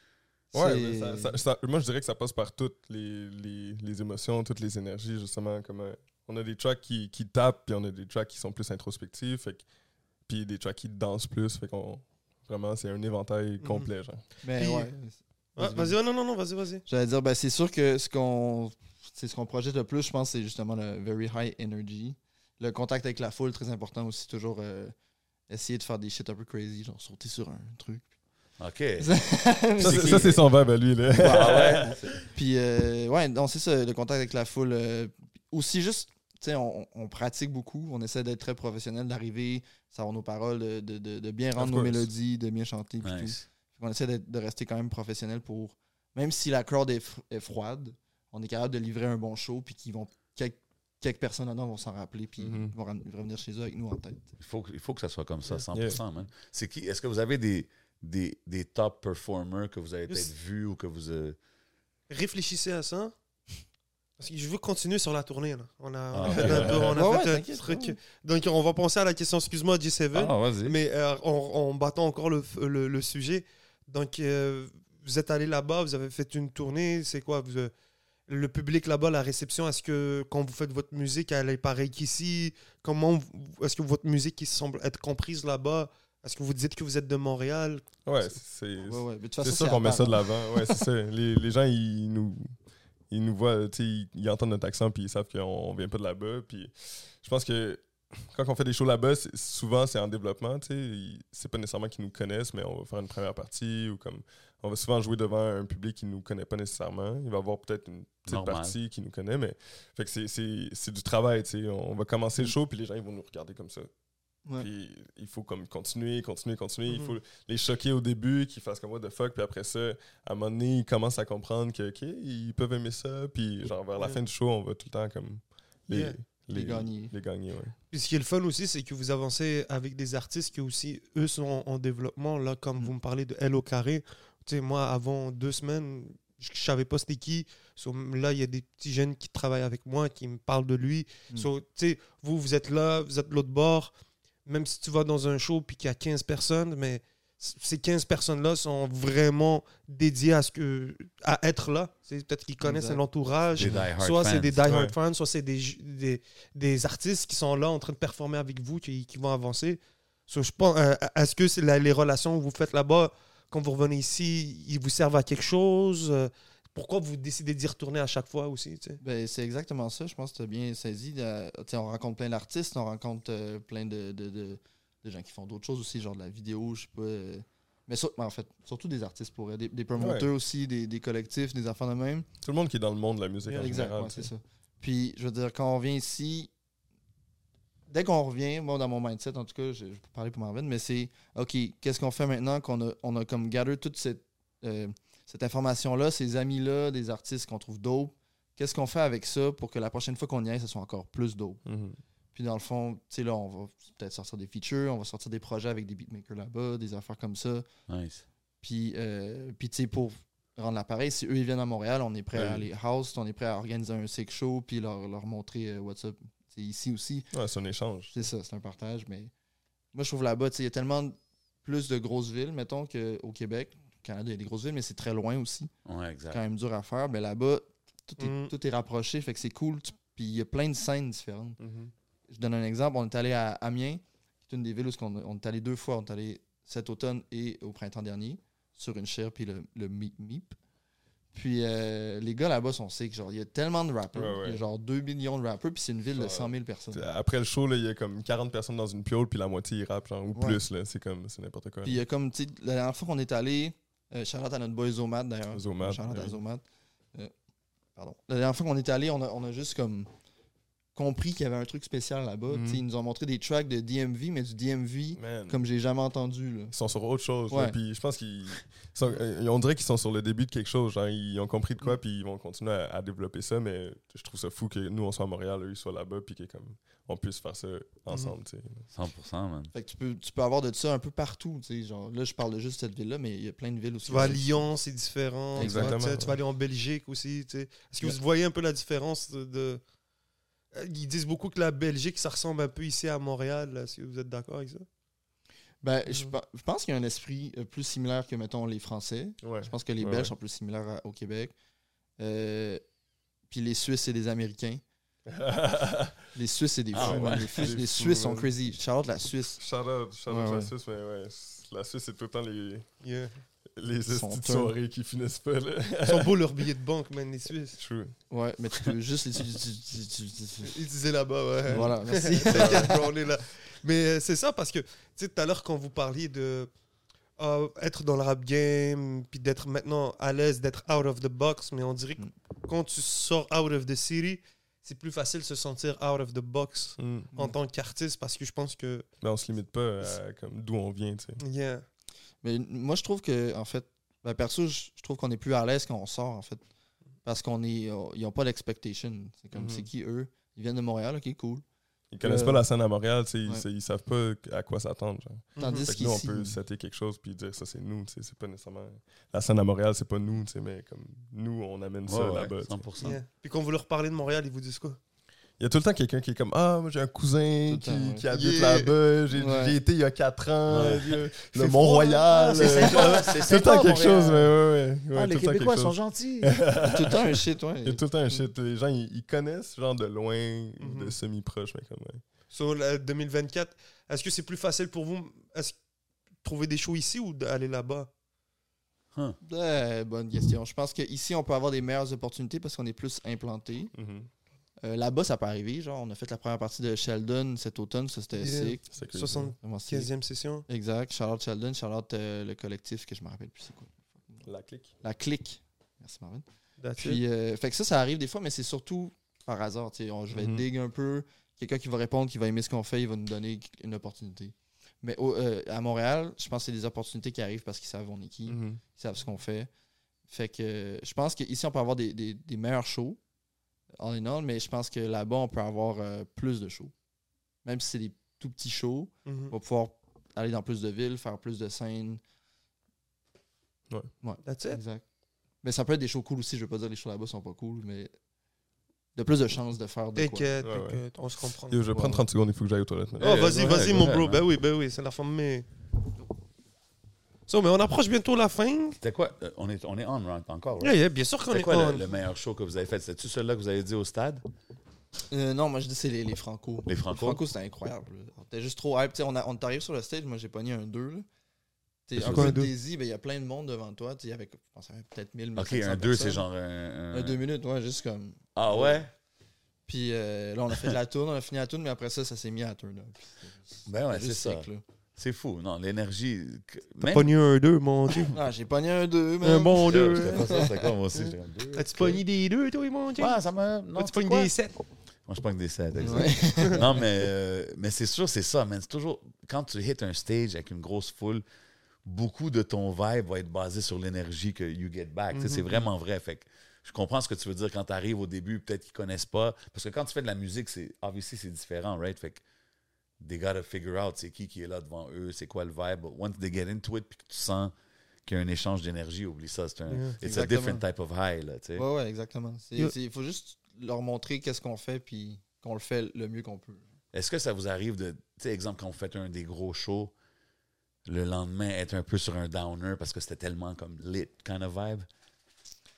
Speaker 3: Ouais,
Speaker 4: C'est-
Speaker 3: mais ça- ça- ça- moi, je dirais que ça passe par toutes les, les- les émotions, toutes les énergies, justement. Comme, euh, on a des tracks qui, qui tapent, puis on a des tracks qui sont plus introspectifs, fait que- puis des tracks qui dansent plus. Fait qu'on, vraiment, c'est un éventail
Speaker 4: Mhm.
Speaker 3: complet. genre.
Speaker 4: Mais
Speaker 3: [laughs]
Speaker 5: Puis-
Speaker 4: ouais.
Speaker 5: Ouais,
Speaker 4: Vas-y,
Speaker 5: vas-y, oh, non, non, non, vas-y, vas-y.
Speaker 4: J'allais dire, ben, c'est sûr que ce qu'on c'est ce qu'on projette le plus, je pense, c'est justement le very high energy. Le contact avec la foule, très important aussi, toujours euh, essayer de faire des shit un peu crazy, genre sauter sur un truc.
Speaker 2: OK.
Speaker 3: Ça, c'est,
Speaker 2: qui-
Speaker 3: ça, c'est son vibe à lui. Là.
Speaker 2: Ah ouais?
Speaker 4: [laughs] Puis, euh, ouais, non, c'est ça, le contact avec la foule. euh, aussi, juste, tu sais, on, on pratique beaucoup, on essaie d'être très professionnel, d'arriver, savoir nos paroles, de, de- de- de bien rendre nos
Speaker 3: course.
Speaker 4: mélodies, de bien chanter. puis tout.
Speaker 2: Nice.
Speaker 4: On essaie d'être- de rester quand même professionnel pour. Même si la crowd est, fr- est froide, on est capable de livrer un bon show, puis qu'ils vont. Quelques, quelques personnes là-dedans vont s'en rappeler, puis
Speaker 3: Mhm.
Speaker 4: ils vont ram- revenir chez eux avec nous en tête.
Speaker 2: Il faut, que- il faut que ça soit comme ça, 100%.
Speaker 3: Yeah.
Speaker 2: man. C'est qui? Est-ce que vous avez des, des, des top performers que vous avez peut-être
Speaker 5: Yes.
Speaker 2: vus ou que vous... euh,
Speaker 5: Réfléchissez à ça. Parce que je veux continuer sur la tournée. Là. On a, on a
Speaker 2: Ah,
Speaker 5: fait
Speaker 2: ok.
Speaker 5: un peu, on a
Speaker 4: Ouais,
Speaker 5: fait
Speaker 4: Bah ouais,
Speaker 5: un
Speaker 4: t'inquiète,
Speaker 5: truc.
Speaker 4: ouais.
Speaker 5: Donc, on va penser à la question, excuse-moi, G7.
Speaker 2: Ah, vas-y.
Speaker 5: Mais euh, en, en battant encore le, le, le sujet, donc euh, vous êtes allé là-bas, vous avez fait une tournée, c'est quoi vous, euh, Le public là-bas, la réception, est-ce que quand vous faites votre musique, elle est pareille qu'ici Comment vous- est-ce que votre musique qui semble être comprise là-bas Est-ce que vous dites que vous êtes de Montréal
Speaker 3: [laughs] Ouais, c'est,
Speaker 4: Ouais, ouais. Mais de toute façon,
Speaker 3: c'est sûr
Speaker 4: à
Speaker 3: qu'on met
Speaker 4: part,
Speaker 3: ça de
Speaker 4: hein.
Speaker 3: l'avant. Ouais, c'est
Speaker 4: [laughs]
Speaker 3: ça. Les, les gens, ils nous, ils nous voient, tu sais, ils, ils entendent notre accent, puis ils savent qu'on on vient pas de là-bas. Puis je pense que quand on fait des shows là-bas, c'est- souvent c'est en développement, tu sais. Ils- C'est pas nécessairement qu'ils nous connaissent, mais on va faire une première partie ou comme. On va souvent jouer devant un public qui nous connaît pas nécessairement. Il va y avoir peut-être une petite
Speaker 2: Normal.
Speaker 3: partie qui nous connaît, mais fait que c'est- c'est c'est du travail, tu sais. On va commencer le show, puis les gens ils vont nous regarder comme ça.
Speaker 4: Ouais. Mhm.
Speaker 3: Puis il faut comme continuer, continuer, continuer. Il faut les choquer au début, qu'ils fassent comme what the fuck, puis après ça, à un moment donné, ils commencent à comprendre que, OK, ils peuvent aimer ça, puis genre vers la fin du show, on va tout le temps comme les,
Speaker 5: Yeah.
Speaker 4: Les gagner.
Speaker 3: Les gagner, ouais.
Speaker 5: Puis ce qui est le fun aussi, c'est que vous avancez avec des artistes qui aussi, eux, sont en, en développement. Là, comme
Speaker 4: Mm.
Speaker 5: vous me parlez de L au carré, tu sais, moi, avant deux semaines, je ne savais pas c'était qui. So, là, il y a des petits jeunes qui travaillent avec moi, qui me parlent de lui.
Speaker 4: Mm.
Speaker 5: So, tu sais, vous, vous êtes là, vous êtes de l'autre bord. Même si tu vas dans un show puis qu'il y a 15 personnes, mais c- ces 15 personnes-là sont vraiment dédiées à, ce que, à être là. C'est peut-être qu'ils connaissent
Speaker 4: Exact.
Speaker 5: l'entourage.
Speaker 2: Des die-hard
Speaker 5: Soit c'est
Speaker 2: fans.
Speaker 5: des die-hard
Speaker 3: Ouais.
Speaker 5: fans, soit c'est des, ju- des, des artistes qui sont là en train de performer avec vous, qui, qui vont avancer. So, je pense, euh, est-ce que c'est la- les relations que vous faites là-bas, quand vous revenez ici, ils vous servent à quelque chose euh, Pourquoi vous décidez d'y retourner à chaque fois aussi tu sais?
Speaker 4: Ben, c'est exactement ça. Je pense que tu as bien saisi. la- tu sais, on rencontre plein d'artistes, on rencontre euh, plein de, de- de- de gens qui font d'autres choses aussi, genre de la vidéo, je sais pas. euh, mais sur- ben, en fait, surtout des artistes pour euh, des, des promoteurs aussi, des, des collectifs, des enfants de même.
Speaker 3: Tout le monde qui est dans le monde de la musique en
Speaker 4: Exact,
Speaker 3: général.
Speaker 4: ouais,
Speaker 3: tu
Speaker 4: c'est
Speaker 3: sais.
Speaker 4: ça. Puis, je veux dire, quand on vient ici, dès qu'on revient, moi, dans mon mindset, en tout cas, je, je peux parler pour Marvin, mais c'est OK, qu'est-ce qu'on fait maintenant qu'on a, on a comme gather toute cette, euh, cette information-là, ces amis-là, des artistes qu'on trouve dope. Qu'est-ce qu'on fait avec ça pour que la prochaine fois qu'on y aille, ça soit encore plus dope?
Speaker 3: Mhm.
Speaker 4: Puis dans le fond, tu sais, là, on va peut-être sortir des features, on va sortir des projets avec des beatmakers là-bas, des affaires comme ça.
Speaker 2: Nice.
Speaker 4: Puis, euh, puis tu sais, pour rendre l'appareil, si eux, ils viennent à Montréal, on est prêt à aller house, on est prêt à organiser un sick show, puis leur, leur montrer euh, what's up. C'est ici aussi.
Speaker 3: Ouais, c'est un échange.
Speaker 4: C'est ça, c'est un partage, mais moi, je trouve là-bas, tu sais, il y a tellement plus de grosses villes, mettons, qu'au Québec. Au Canada, il y a des grosses villes, mais c'est très loin aussi.
Speaker 2: Ouais,
Speaker 4: C'est
Speaker 2: exact.
Speaker 4: quand même dur à faire. Mais là-bas, tout est,
Speaker 5: Mm.
Speaker 4: tout est rapproché, fait que c'est cool. Tu- Puis il y a plein de scènes différentes je donne un exemple. On est allé à Amiens, qui est une des villes où on, on est allé deux fois. On est allé cet automne et au printemps dernier sur une chaire, puis le, le Meep Meep. Puis euh, les gars là-bas sont sick. Genre, il y a tellement de rappeurs.
Speaker 3: Ouais, ouais.
Speaker 4: Il y a genre 2 millions de rappeurs, puis c'est une ville de
Speaker 3: Ouais.
Speaker 4: 100 000 personnes.
Speaker 3: Après le show, là, il y a comme 40 personnes dans une piole, puis la moitié, ils rappent, genre, ou
Speaker 4: Ouais.
Speaker 3: plus, là. C'est comme, c'est n'importe quoi.
Speaker 4: Puis il y a comme, tu sais, la dernière fois qu'on est allé, euh, shout out à notre boy Zomat d'ailleurs.
Speaker 3: Zomat,
Speaker 4: Shout-out à
Speaker 3: oui.
Speaker 4: Zomat. Euh, pardon. La dernière fois qu'on est allé, on a, on a juste comme compris qu'il y avait un truc spécial là-bas.
Speaker 3: Mhm.
Speaker 4: Tu sais, Ils nous ont montré des tracks de DMV, mais du DMV
Speaker 3: Man,
Speaker 4: comme j'ai jamais entendu. Là.
Speaker 3: Ils sont sur autre chose,
Speaker 4: Ouais.
Speaker 3: là, puis je pense qu'ils sont- euh, on dirait qu'ils sont sur le début de quelque chose, genre, ils ont compris de quoi, puis ils vont continuer à, à développer ça, mais je trouve ça fou que nous, on soit à Montréal, eux, ils soient là-bas, puis que, comme, on puisse faire ça ensemble, tu sais.
Speaker 2: 100%, man.
Speaker 4: Fait que tu peux, tu peux avoir de ça un peu partout. tu sais, Genre, là, je parle de juste cette ville-là, mais il y a plein de villes aussi.
Speaker 5: Tu vas à Lyon, c'est différent. Tu vas-
Speaker 3: Exactement.
Speaker 5: Tu, sais, tu vas aller en Belgique aussi. tu sais. Est-ce que vous voyez un peu la différence de, de- Euh, Ils disent beaucoup que la Belgique, ça ressemble un peu ici à Montréal. Est-ce que vous êtes d'accord avec ça
Speaker 4: Ben, je, pe- je pense qu'il y a un esprit euh, plus similaire que, mettons, les Français.
Speaker 3: [laughs] Ouais.
Speaker 4: Je pense que les
Speaker 3: Ouais,
Speaker 4: Belges
Speaker 3: ouais.
Speaker 4: sont plus similaires à- au Québec. Euh, Puis les Suisses, et les Américains. Les Suisses, c'est des fous.
Speaker 2: Ah ouais.
Speaker 4: hein. Les, Fus-
Speaker 3: Des
Speaker 4: les
Speaker 3: fous,
Speaker 4: Suisses sont
Speaker 3: man.
Speaker 4: crazy. Charlotte, la Suisse.
Speaker 3: Shout-out, shout-out
Speaker 4: Ouais,
Speaker 3: la
Speaker 4: ouais.
Speaker 3: Suisse, mais ouais, la Suisse, c'est tout le temps les,
Speaker 5: Yeah.
Speaker 3: les
Speaker 4: sont
Speaker 3: estis de
Speaker 4: turn.
Speaker 3: soirée qui finissent pas, là.
Speaker 5: Ils sont beaux leurs billets de banque, man, les Suisses.
Speaker 3: [laughs] True.
Speaker 4: Ouais, mais tu peux juste les. tu- tu- tu- tu-
Speaker 5: [laughs]
Speaker 4: tu-
Speaker 5: Ils disaient là-bas, ouais.
Speaker 4: Voilà, merci.
Speaker 5: [laughs] T'inquiète, bro, on est là. Mais euh, c'est ça parce que, tu sais, tout à l'heure, quand vous parliez de euh, être dans le rap game, puis d'être maintenant à l'aise, d'être out of the box, mais on dirait que quand tu sors out of the city, c'est plus facile de se sentir out of the box
Speaker 3: Mm.
Speaker 5: en tant qu'artiste parce que je pense que.
Speaker 3: Mais on se limite pas à comme d'où on vient, tu sais.
Speaker 5: Yeah.
Speaker 4: Mais moi, je trouve que, en fait, ben, perso, je, je trouve qu'on est plus à l'aise quand on sort, en fait. Parce qu'on est. on- ils n'ont pas d'expectation. C'est comme,
Speaker 3: Mhm.
Speaker 4: c'est qui eux Ils viennent de Montréal, ok, cool.
Speaker 3: Ils connaissent
Speaker 4: Euh,
Speaker 3: pas la scène à Montréal, tu sais, ils,
Speaker 4: ouais.
Speaker 3: sa- ils savent pas à quoi s'attendre. genre.
Speaker 4: Tandis
Speaker 3: Mhm. Fait que nous, on
Speaker 4: qu'ici.
Speaker 3: peut setter quelque chose puis dire ça, c'est nous, tu sais, c'est pas nécessairement... La scène à Montréal, c'est pas nous, tu sais, mais comme nous, on amène
Speaker 2: Ouais,
Speaker 3: ça
Speaker 2: ouais,
Speaker 3: là-bas. tu sais.
Speaker 2: 100%.
Speaker 5: yeah. Puis quand vous leur parlez de Montréal, ils vous disent quoi
Speaker 3: Il y a tout le temps quelqu'un qui est comme « Ah, moi, j'ai un cousin
Speaker 4: le
Speaker 3: qui,
Speaker 4: temps, ouais.
Speaker 3: qui habite
Speaker 5: Yeah.
Speaker 3: là-bas, j'ai
Speaker 4: Ouais.
Speaker 3: j'ai été il y a 4 ans,
Speaker 2: Ouais.
Speaker 3: le-
Speaker 5: froid,
Speaker 3: le Mont-Royal...
Speaker 4: c'est
Speaker 3: euh, [laughs]
Speaker 4: sympa,
Speaker 3: tout
Speaker 4: c'est
Speaker 3: le temps
Speaker 4: sympa,
Speaker 3: quelque chose, mais ouais,
Speaker 4: Montréal.
Speaker 3: ouais. ouais, tout le temps quelque chose.
Speaker 5: gentils.
Speaker 4: tout le temps un shit, ouais.
Speaker 3: [laughs] Il y a tout le temps un shit. Les gens, ils, ils connaissent, genre, de loin, ou de
Speaker 5: Mhm.
Speaker 3: semi-proche, mais comme... ouais.
Speaker 5: Sur la 2024, est-ce que c'est plus facile pour vous est-ce- trouver des shows ici ou d'aller là-bas
Speaker 4: Euh, bonne question. Je pense qu'ici, on peut avoir des meilleures opportunités parce qu'on est plus implanté.
Speaker 3: Mhm.
Speaker 4: Euh, Là-bas, ça peut arriver. Genre, on a fait la première partie de Sheldon cet automne, ça c'était
Speaker 5: Yeah.
Speaker 4: sick.
Speaker 3: C'est crazy.
Speaker 5: 75e
Speaker 4: Vraiment sick.
Speaker 5: session.
Speaker 4: Exact. Charlotte Sheldon, Charlotte le collectif que je me rappelle plus c'est quoi.
Speaker 3: La clique.
Speaker 4: La clique. Merci Marvin.
Speaker 5: That's it.
Speaker 4: Puis, euh, fait que ça, ça arrive des fois, mais c'est surtout par hasard. tu sais. On- je vais
Speaker 5: Mm-hmm.
Speaker 3: Mhm.
Speaker 4: dig un peu. Quelqu'un qui va répondre, qui va aimer ce qu'on fait, il va nous donner une opportunité. Mais au- euh, à Montréal, je pense que c'est des opportunités qui arrivent parce qu'ils savent on est qui,
Speaker 5: Mm-hmm.
Speaker 4: ils savent ce qu'on fait. Fait que euh, je pense qu'ici, on peut avoir des, des- des meilleurs shows, all in all, mais je pense que là-bas, on peut avoir euh, plus de shows. Même si c'est des tout petits shows,
Speaker 5: Mhm.
Speaker 4: on va pouvoir aller dans plus de villes, faire plus de scènes.
Speaker 5: That's it.
Speaker 4: Exact. Mais ça peut être des shows cool aussi. Je veux pas dire que les shows là-bas sont pas cool, mais de plus de chances de faire de quoi.
Speaker 5: T'inquiète,
Speaker 3: Ouais, ouais.
Speaker 5: t'inquiète, on se comprend.
Speaker 3: Yo, je vais prendre 30 secondes, il faut que j'aille aux toilettes. man.
Speaker 5: Oh, vas-y,
Speaker 3: Ouais,
Speaker 5: vas-y,
Speaker 3: go
Speaker 5: mon
Speaker 3: ahead,
Speaker 5: bro.
Speaker 3: man.
Speaker 5: Ben oui, ben oui, c'est la fin, mais. So, mais on approche bientôt la fin.
Speaker 2: C'était quoi? Euh, On est, on est on right encore,
Speaker 5: Yeah,
Speaker 2: right?
Speaker 5: yeah, bien sûr qu'on
Speaker 2: C'était
Speaker 5: est
Speaker 2: quoi
Speaker 5: on.
Speaker 2: le, le meilleur show que vous avez fait? C'était-tu celui-là que vous avez dit au stade?
Speaker 4: Euh, non, moi je dis c'est les, les Franco.
Speaker 2: Les Franco?
Speaker 4: c'était incroyable. là. On était juste trop hype. Tu sais, on, a- on t'arrive sur le stage, moi j'ai pogné un 2. là. Tu sais,
Speaker 5: C'est
Speaker 4: un
Speaker 5: quoi,
Speaker 4: peu
Speaker 5: un
Speaker 4: de
Speaker 5: deux?
Speaker 4: désir, ben, il y a plein de monde devant toi. Tu sais, Il y avait, je pense, il y avait peut-être 1000
Speaker 2: OK,
Speaker 4: 1500
Speaker 2: un 2, c'est
Speaker 4: personnes.
Speaker 2: genre euh, un...
Speaker 4: Un 2 minutes, ouais, juste comme.
Speaker 2: Ah ouais?
Speaker 4: Puis euh, là, on a fait de la tourne, on a fini la tourne, mais après ça, ça s'est mis à la tourne. là. Puis c'était-
Speaker 2: Ben ouais,
Speaker 4: c'était
Speaker 2: c'est
Speaker 4: juste
Speaker 2: ça.
Speaker 4: sick, là.
Speaker 2: C'est fou. Non, l'énergie... que-
Speaker 5: T'as
Speaker 3: Eh?
Speaker 2: même-
Speaker 5: pogné un 2, mon Dieu.
Speaker 4: Ah, j'ai pogné un 2,
Speaker 5: un bon
Speaker 2: Yo,
Speaker 5: 2.
Speaker 2: C'était pas ça, c'était quoi, moi aussi? j'ai un deux,
Speaker 5: As-tu
Speaker 2: ok.
Speaker 5: pogné des 2, toi, mon Dieu?
Speaker 2: Ouais, ça m'a... Non,
Speaker 5: As-tu
Speaker 2: tu sais
Speaker 5: pogné
Speaker 2: quoi?
Speaker 5: des 7?
Speaker 2: Moi, je pogne des 7, [laughs] non, mais, euh, mais c'est sûr, c'est ça, man. C'est toujours. Quand tu hits un stage avec une grosse foule, beaucoup de ton vibe va être basé sur l'énergie que you get back. Tu sais, C'est vraiment vrai. Fait que je comprends ce que tu veux dire quand tu arrives au début, peut-être qu'ils connaissent pas. Parce que quand tu fais de la musique, c'est obviously, c'est différent, right? Fait que they gotta figure out c'est qui qui est là devant eux, c'est quoi le vibe. But once they get into it, puis que tu sens qu'il y a un échange d'énergie, oublie ça. C'est un, it's a
Speaker 4: Exactement.
Speaker 2: different type of high, là, tu sais.
Speaker 4: Ouais, ouais, exactement. C'est-
Speaker 5: Yo.
Speaker 4: c'est- Il faut juste leur montrer qu'est-ce qu'on fait, puis qu'on le fait le mieux qu'on peut.
Speaker 2: Est-ce que ça vous arrive de, tu sais, exemple, quand vous faites un des gros shows, le lendemain, être un peu sur un downer parce que c'était tellement comme lit kind of vibe?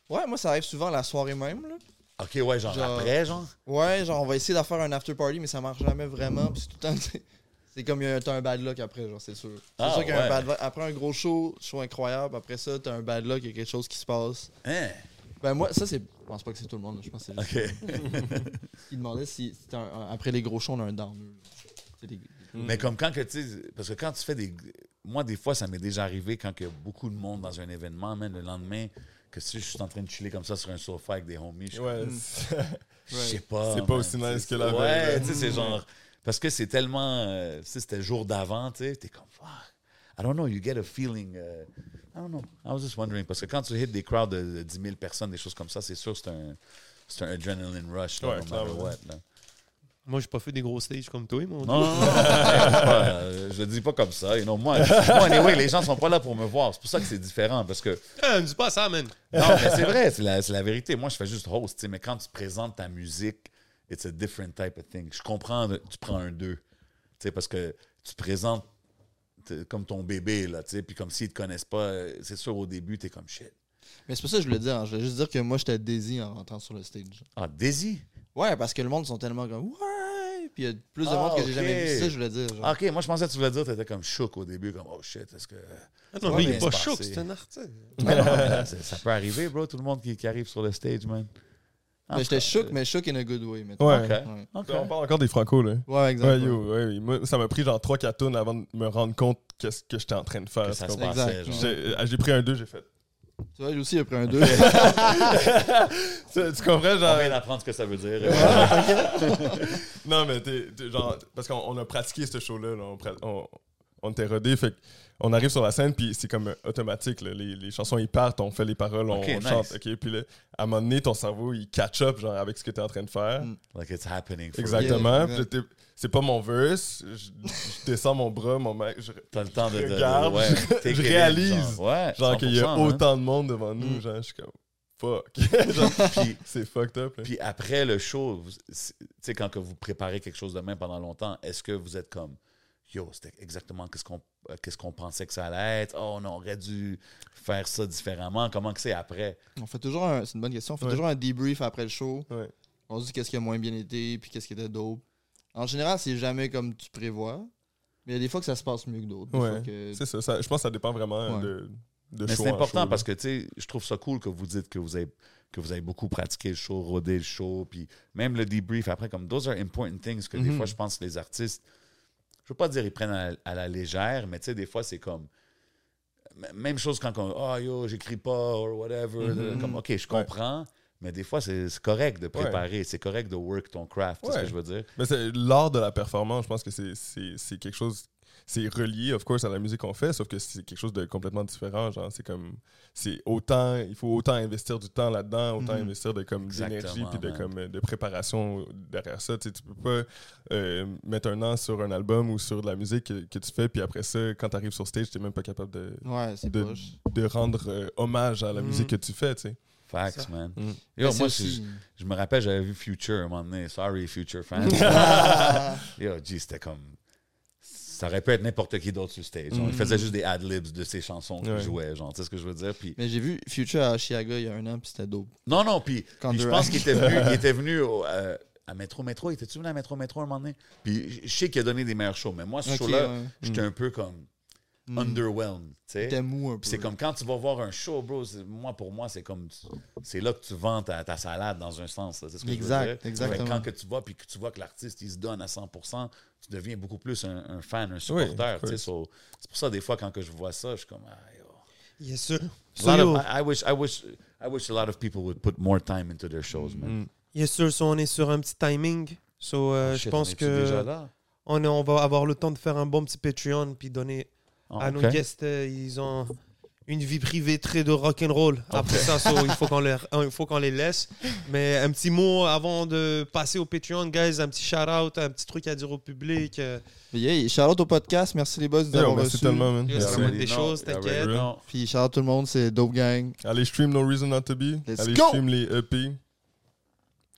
Speaker 4: Ouais, moi, ça arrive souvent la soirée même. Là.
Speaker 2: Ok, ouais, genre,
Speaker 4: Genre-
Speaker 2: après, genre?
Speaker 4: Ouais, genre, on va essayer d'en faire un after party, mais ça marche jamais vraiment. Puis c'est tout le temps, [laughs] c'est- c'est comme il y a- t'as un bad luck après, genre, c'est sûr. C'est
Speaker 2: Ah,
Speaker 4: sûr qu'il y a un
Speaker 2: ouais.
Speaker 4: bad luck. Après un gros show, show incroyable, après ça, t'as un bad luck, il y a quelque chose qui se passe.
Speaker 2: Hein?
Speaker 4: Ben, moi, ça, c'est. Je pense pas que c'est tout le monde, là. je pense que c'est juste.
Speaker 2: Ok.
Speaker 4: Il demandait si c'était un- un- après les gros shows, on a un downer. là. C'est des-
Speaker 2: Mais comme quand que, tu sais, parce que quand tu fais des. Moi, des fois, ça m'est déjà arrivé quand il y a beaucoup de monde dans un événement, man, le lendemain, que si je suis en train de chiller comme ça sur un sofa avec des homies, je suis
Speaker 3: Ouais,
Speaker 4: Mm.
Speaker 3: c'est-
Speaker 2: Je sais pas.
Speaker 3: C'est pas
Speaker 2: man.
Speaker 3: aussi nice
Speaker 2: C'est-
Speaker 3: que la veille,
Speaker 2: Ouais,
Speaker 3: là.
Speaker 2: tu sais, c'est
Speaker 3: Mm.
Speaker 2: genre. Parce que c'est tellement. euh, tu sais, c'était le jour d'avant, tu sais. T'es comme, fuck. I don't know, you get a feeling. euh, I don't know. I was just wondering. Parce que quand tu hits des crowds de, de 10 000 personnes, des choses comme ça, c'est sûr que c'est un. C'est un adrenaline rush, là,
Speaker 3: Ouais,
Speaker 2: no matter
Speaker 3: clairement.
Speaker 2: what, là.
Speaker 5: Moi, j'ai pas fait des gros stages comme toi, mon
Speaker 2: Non, non, non, non. Euh, je le dis pas comme ça. You know, moi, moi, anyway, les gens sont pas là pour me voir. C'est pour ça que c'est différent. Parce que
Speaker 5: Dieu. Eh, Dis pas ça, man.
Speaker 2: non,
Speaker 3: [laughs]
Speaker 2: mais c'est vrai, c'est la, c'est la vérité. Moi, je fais juste host, tu sais, mais quand tu présentes ta musique, it's a different type of thing. Je comprends, tu prends un 2, tu sais, parce que tu présentes t- comme ton bébé, là, tu sais, puis comme s'ils te connaissent pas, euh, c'est sûr, au début, t'es comme shit.
Speaker 4: Mais c'est pour ça que je voulais dire. hein. Je voulais juste dire que moi, j'étais désir en rentrant sur le stage.
Speaker 2: Ah, Daisy?
Speaker 4: Ouais, parce que le monde sont tellement comme ouais, puis il y a plus de
Speaker 2: Ah,
Speaker 4: monde que j'ai
Speaker 2: ok.
Speaker 4: jamais vu. C'est ça, que je voulais dire. genre.
Speaker 2: Ah, OK, moi, je pensais que tu voulais dire que t'étais comme choc au début, comme oh shit, est-ce
Speaker 3: [laughs]
Speaker 2: que...
Speaker 5: Non,
Speaker 2: Ouais,
Speaker 5: mais il
Speaker 2: mais
Speaker 5: est pas
Speaker 2: c'est
Speaker 5: chaud,
Speaker 2: passé.
Speaker 5: c'est un artiste.
Speaker 2: Mais non, mais là, c'est- ça peut arriver, bro, tout le monde qui, qui arrive sur le stage, man.
Speaker 4: mais j'étais
Speaker 2: choc,
Speaker 4: shook, mais shook in a good way. mettons.
Speaker 3: Ouais.
Speaker 2: OK,
Speaker 4: Ouais.
Speaker 2: OK.
Speaker 3: On parle encore des Franco, là.
Speaker 4: Ouais,
Speaker 3: Ouais,
Speaker 4: exactement.
Speaker 3: yo, ouais, oui. Moi, ça m'a pris genre 3-4 tonnes avant de me rendre compte qu'est-ce que j'étais en train de faire.
Speaker 2: Que
Speaker 3: tu
Speaker 2: ça se
Speaker 3: comprends?
Speaker 2: passait,
Speaker 4: Exact.
Speaker 2: genre.
Speaker 3: J'ai euh, j'ai pris un 2, j'ai fait.
Speaker 4: Tu vois, lui aussi, il a pris un 2.
Speaker 3: Tu, tu comprends,
Speaker 2: On
Speaker 3: genre.
Speaker 2: vient d'apprendre ce que ça veut dire.
Speaker 3: Non, mais t'es, t'es genre. Parce qu'on on a pratiqué ce show-là, là, on, pra- on, on était rodés, fait que on arrive sur la scène, puis c'est comme euh, automatique, là, les, les chansons, ils partent, on fait les paroles, on,
Speaker 2: Ok,
Speaker 3: on
Speaker 2: nice.
Speaker 3: chante, ok? Puis là, à un moment donné, ton cerveau, il catch up, genre, avec ce que t'es en train de faire.
Speaker 4: Mm.
Speaker 2: Like it's happening. for real.
Speaker 3: Exactement.
Speaker 4: Yeah,
Speaker 3: Puis là, t'es- c'est pas mon verse, je, je descends mon bras, mon mec, je-
Speaker 2: T'as le temps de. de- de-
Speaker 3: Regarde,
Speaker 2: ouais,
Speaker 3: [laughs] je-
Speaker 2: take
Speaker 3: je
Speaker 2: it in,
Speaker 3: réalise.
Speaker 2: genre. Ouais,
Speaker 3: genre qu'il y a
Speaker 2: 100%, hein.
Speaker 3: autant de monde devant nous,
Speaker 4: Mm.
Speaker 3: genre, je suis comme, fuck. [laughs]
Speaker 2: [laughs]
Speaker 3: Genre,
Speaker 2: Puis,
Speaker 3: c'est fucked up, là.
Speaker 2: puis après le show, vous- c'est- tu sais, quand que vous préparez quelque chose demain pendant longtemps, est-ce que vous êtes comme. Yo, c'était exactement qu'est-ce qu'on euh, qu'est-ce qu'on pensait que ça allait être. Oh, on aurait dû faire ça différemment. Comment que c'est après?
Speaker 4: [laughs] on fait toujours un. C'est une bonne question. On fait
Speaker 3: Ouais.
Speaker 4: toujours un debrief après le show.
Speaker 3: Ouais.
Speaker 4: On se dit qu'est-ce qui a moins bien été, puis qu'est-ce qui était dope. En général, c'est jamais comme tu prévois. Mais il y a des fois que ça se passe mieux que d'autres. Des
Speaker 3: Ouais.
Speaker 4: fois que-
Speaker 3: C'est ça, ça- je pense que ça dépend vraiment
Speaker 4: Ouais.
Speaker 3: de, de
Speaker 2: Euh, Mais c'est
Speaker 3: show en show,
Speaker 2: important
Speaker 3: là.
Speaker 2: parce que, tu sais, je trouve ça cool que vous dites que vous avez, que vous avez beaucoup pratiqué le show, rodé le show, puis même le debrief après, comme those are important things que
Speaker 3: Mm-hmm.
Speaker 2: des fois, je pense que les artistes, je veux pas dire ils prennent à, la- à la légère, mais tu sais, des fois, c'est comme. m- Même chose quand on. Ah, yo, j'écris pas, or whatever.
Speaker 3: Mm-hmm.
Speaker 2: Comme, OK, je comprends, mais des fois, c'est c'est correct de préparer, c'est correct de work ton craft, c'est ce que
Speaker 3: Ouais.
Speaker 2: je veux dire.
Speaker 3: Mais c'est l'art de la performance, je pense que c'est- c'est c'est quelque chose. C'est relié, of course, à la musique qu'on fait, sauf que c'est quelque chose de complètement différent. Genre, c'est comme. C'est autant. Il faut autant investir du temps là-dedans, autant investir de comme
Speaker 2: Mm-hmm. Exactement,
Speaker 3: d'énergie puis de,
Speaker 2: man.
Speaker 3: comme, euh, de préparation derrière ça. Tu sais, tu peux pas euh, mettre un an sur un album ou sur de la musique que, que tu fais, puis après ça, quand tu arrives sur stage, t'es même pas capable de,
Speaker 4: Ouais, c'est
Speaker 3: de-
Speaker 4: poche.
Speaker 3: de rendre euh, hommage à la
Speaker 4: Mhm.
Speaker 3: musique que tu fais, tu sais.
Speaker 2: Facts, man.
Speaker 3: Mm.
Speaker 2: Yo,
Speaker 4: Mais c'est
Speaker 2: moi,
Speaker 4: aussi-
Speaker 2: je, je me rappelle, j'avais vu Future à un moment donné. Sorry, Future fans. Yo, G, c'était comme. Ça aurait pu être n'importe qui d'autre sur stage.
Speaker 4: Mm.
Speaker 2: Genre, Il faisait juste des ad-libs de ses chansons qu'il
Speaker 3: Ouais.
Speaker 2: jouait, genre. Tu sais ce que je veux dire? Puis,
Speaker 4: Mais j'ai vu Future à Chicago il y a un an, puis c'était dope.
Speaker 2: non, non, puis,
Speaker 4: Quand
Speaker 2: puis je
Speaker 4: Durack-
Speaker 2: pense qu'il était
Speaker 4: [laughs]
Speaker 2: venu, il était venu au, euh, à Métro Métro. Il était-tu venu à Métro Métro à un moment donné? Puis je- je sais qu'il a donné des meilleurs shows, mais moi, ce
Speaker 4: Ok,
Speaker 2: show-là,
Speaker 4: ouais. Mm.
Speaker 2: j'étais un peu comme underwhelmed. tu sais.
Speaker 4: C'était mou un peu.
Speaker 2: Puis c'est comme quand tu vas voir un show, bro. c'est- Moi, pour moi, c'est comme. tu- C'est là que tu vends ta, ta salade dans un sens. là, c'est ce que je veux
Speaker 4: Exact,
Speaker 2: dire.
Speaker 4: exactement.
Speaker 2: Fait que quand que tu vas puis que tu vois que l'artiste, il se donne à 100 tu deviens beaucoup plus un, un fan, un supporter.
Speaker 3: of
Speaker 2: tu sais,
Speaker 3: course.
Speaker 2: so- c'est pour ça, des fois, quand que je vois ça, je suis comme. Ah, yo.
Speaker 5: Yes, sir.
Speaker 2: A
Speaker 5: So,
Speaker 2: lot
Speaker 5: yo,
Speaker 2: of- I, I wish, I, wish, I wish a lot of people would put more time into their shows, man.
Speaker 5: yes, sir. So, on est sur un petit timing. So, euh, je
Speaker 2: Ah, Shit, on
Speaker 5: pense
Speaker 2: est-tu Déjà
Speaker 5: que
Speaker 2: là?
Speaker 5: on, est- on va avoir le temps de faire un bon petit Patreon puis donner
Speaker 2: Ah,
Speaker 5: à
Speaker 2: ok.
Speaker 5: nos guests. euh, ils ont une vie privée très de rock and roll. Après ça, so, il faut qu'on les, il faut qu'on les laisse. Mais un petit mot avant de passer au Patreon, guys. Un petit shout out, un petit truc à dire au public. euh,
Speaker 4: Mais yeah, shout-out au podcast. Merci les boys de nous
Speaker 3: Yo,
Speaker 4: avoir
Speaker 3: merci
Speaker 4: reçus.
Speaker 3: tellement, man.
Speaker 5: Yo,
Speaker 3: Merci.
Speaker 5: vraiment des choses, t'inquiète.
Speaker 2: Non.
Speaker 4: Puis shout-out tout le monde, c'est Dope Gang.
Speaker 3: Allez stream No Reason Not To Be.
Speaker 4: Let's
Speaker 3: Allez
Speaker 4: go!
Speaker 3: stream les E EP.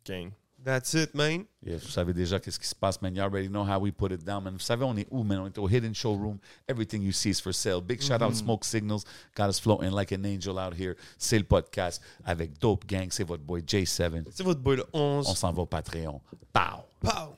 Speaker 3: Gang.
Speaker 5: That's it, man.
Speaker 2: Yes, vous savez déjà qu'est-ce qui se passe, man. You already know how we put it down, man. Vous savez, on est où, man? On est au Hidden Showroom. Everything you see is for sale. Big shout out Smoke Signals. God is floating like an angel out here. C'est le podcast avec Dope Gang. C'est votre boy J7.
Speaker 5: C'est votre boy le 11.
Speaker 2: On s'en va au Patreon. Pow!
Speaker 5: Pow!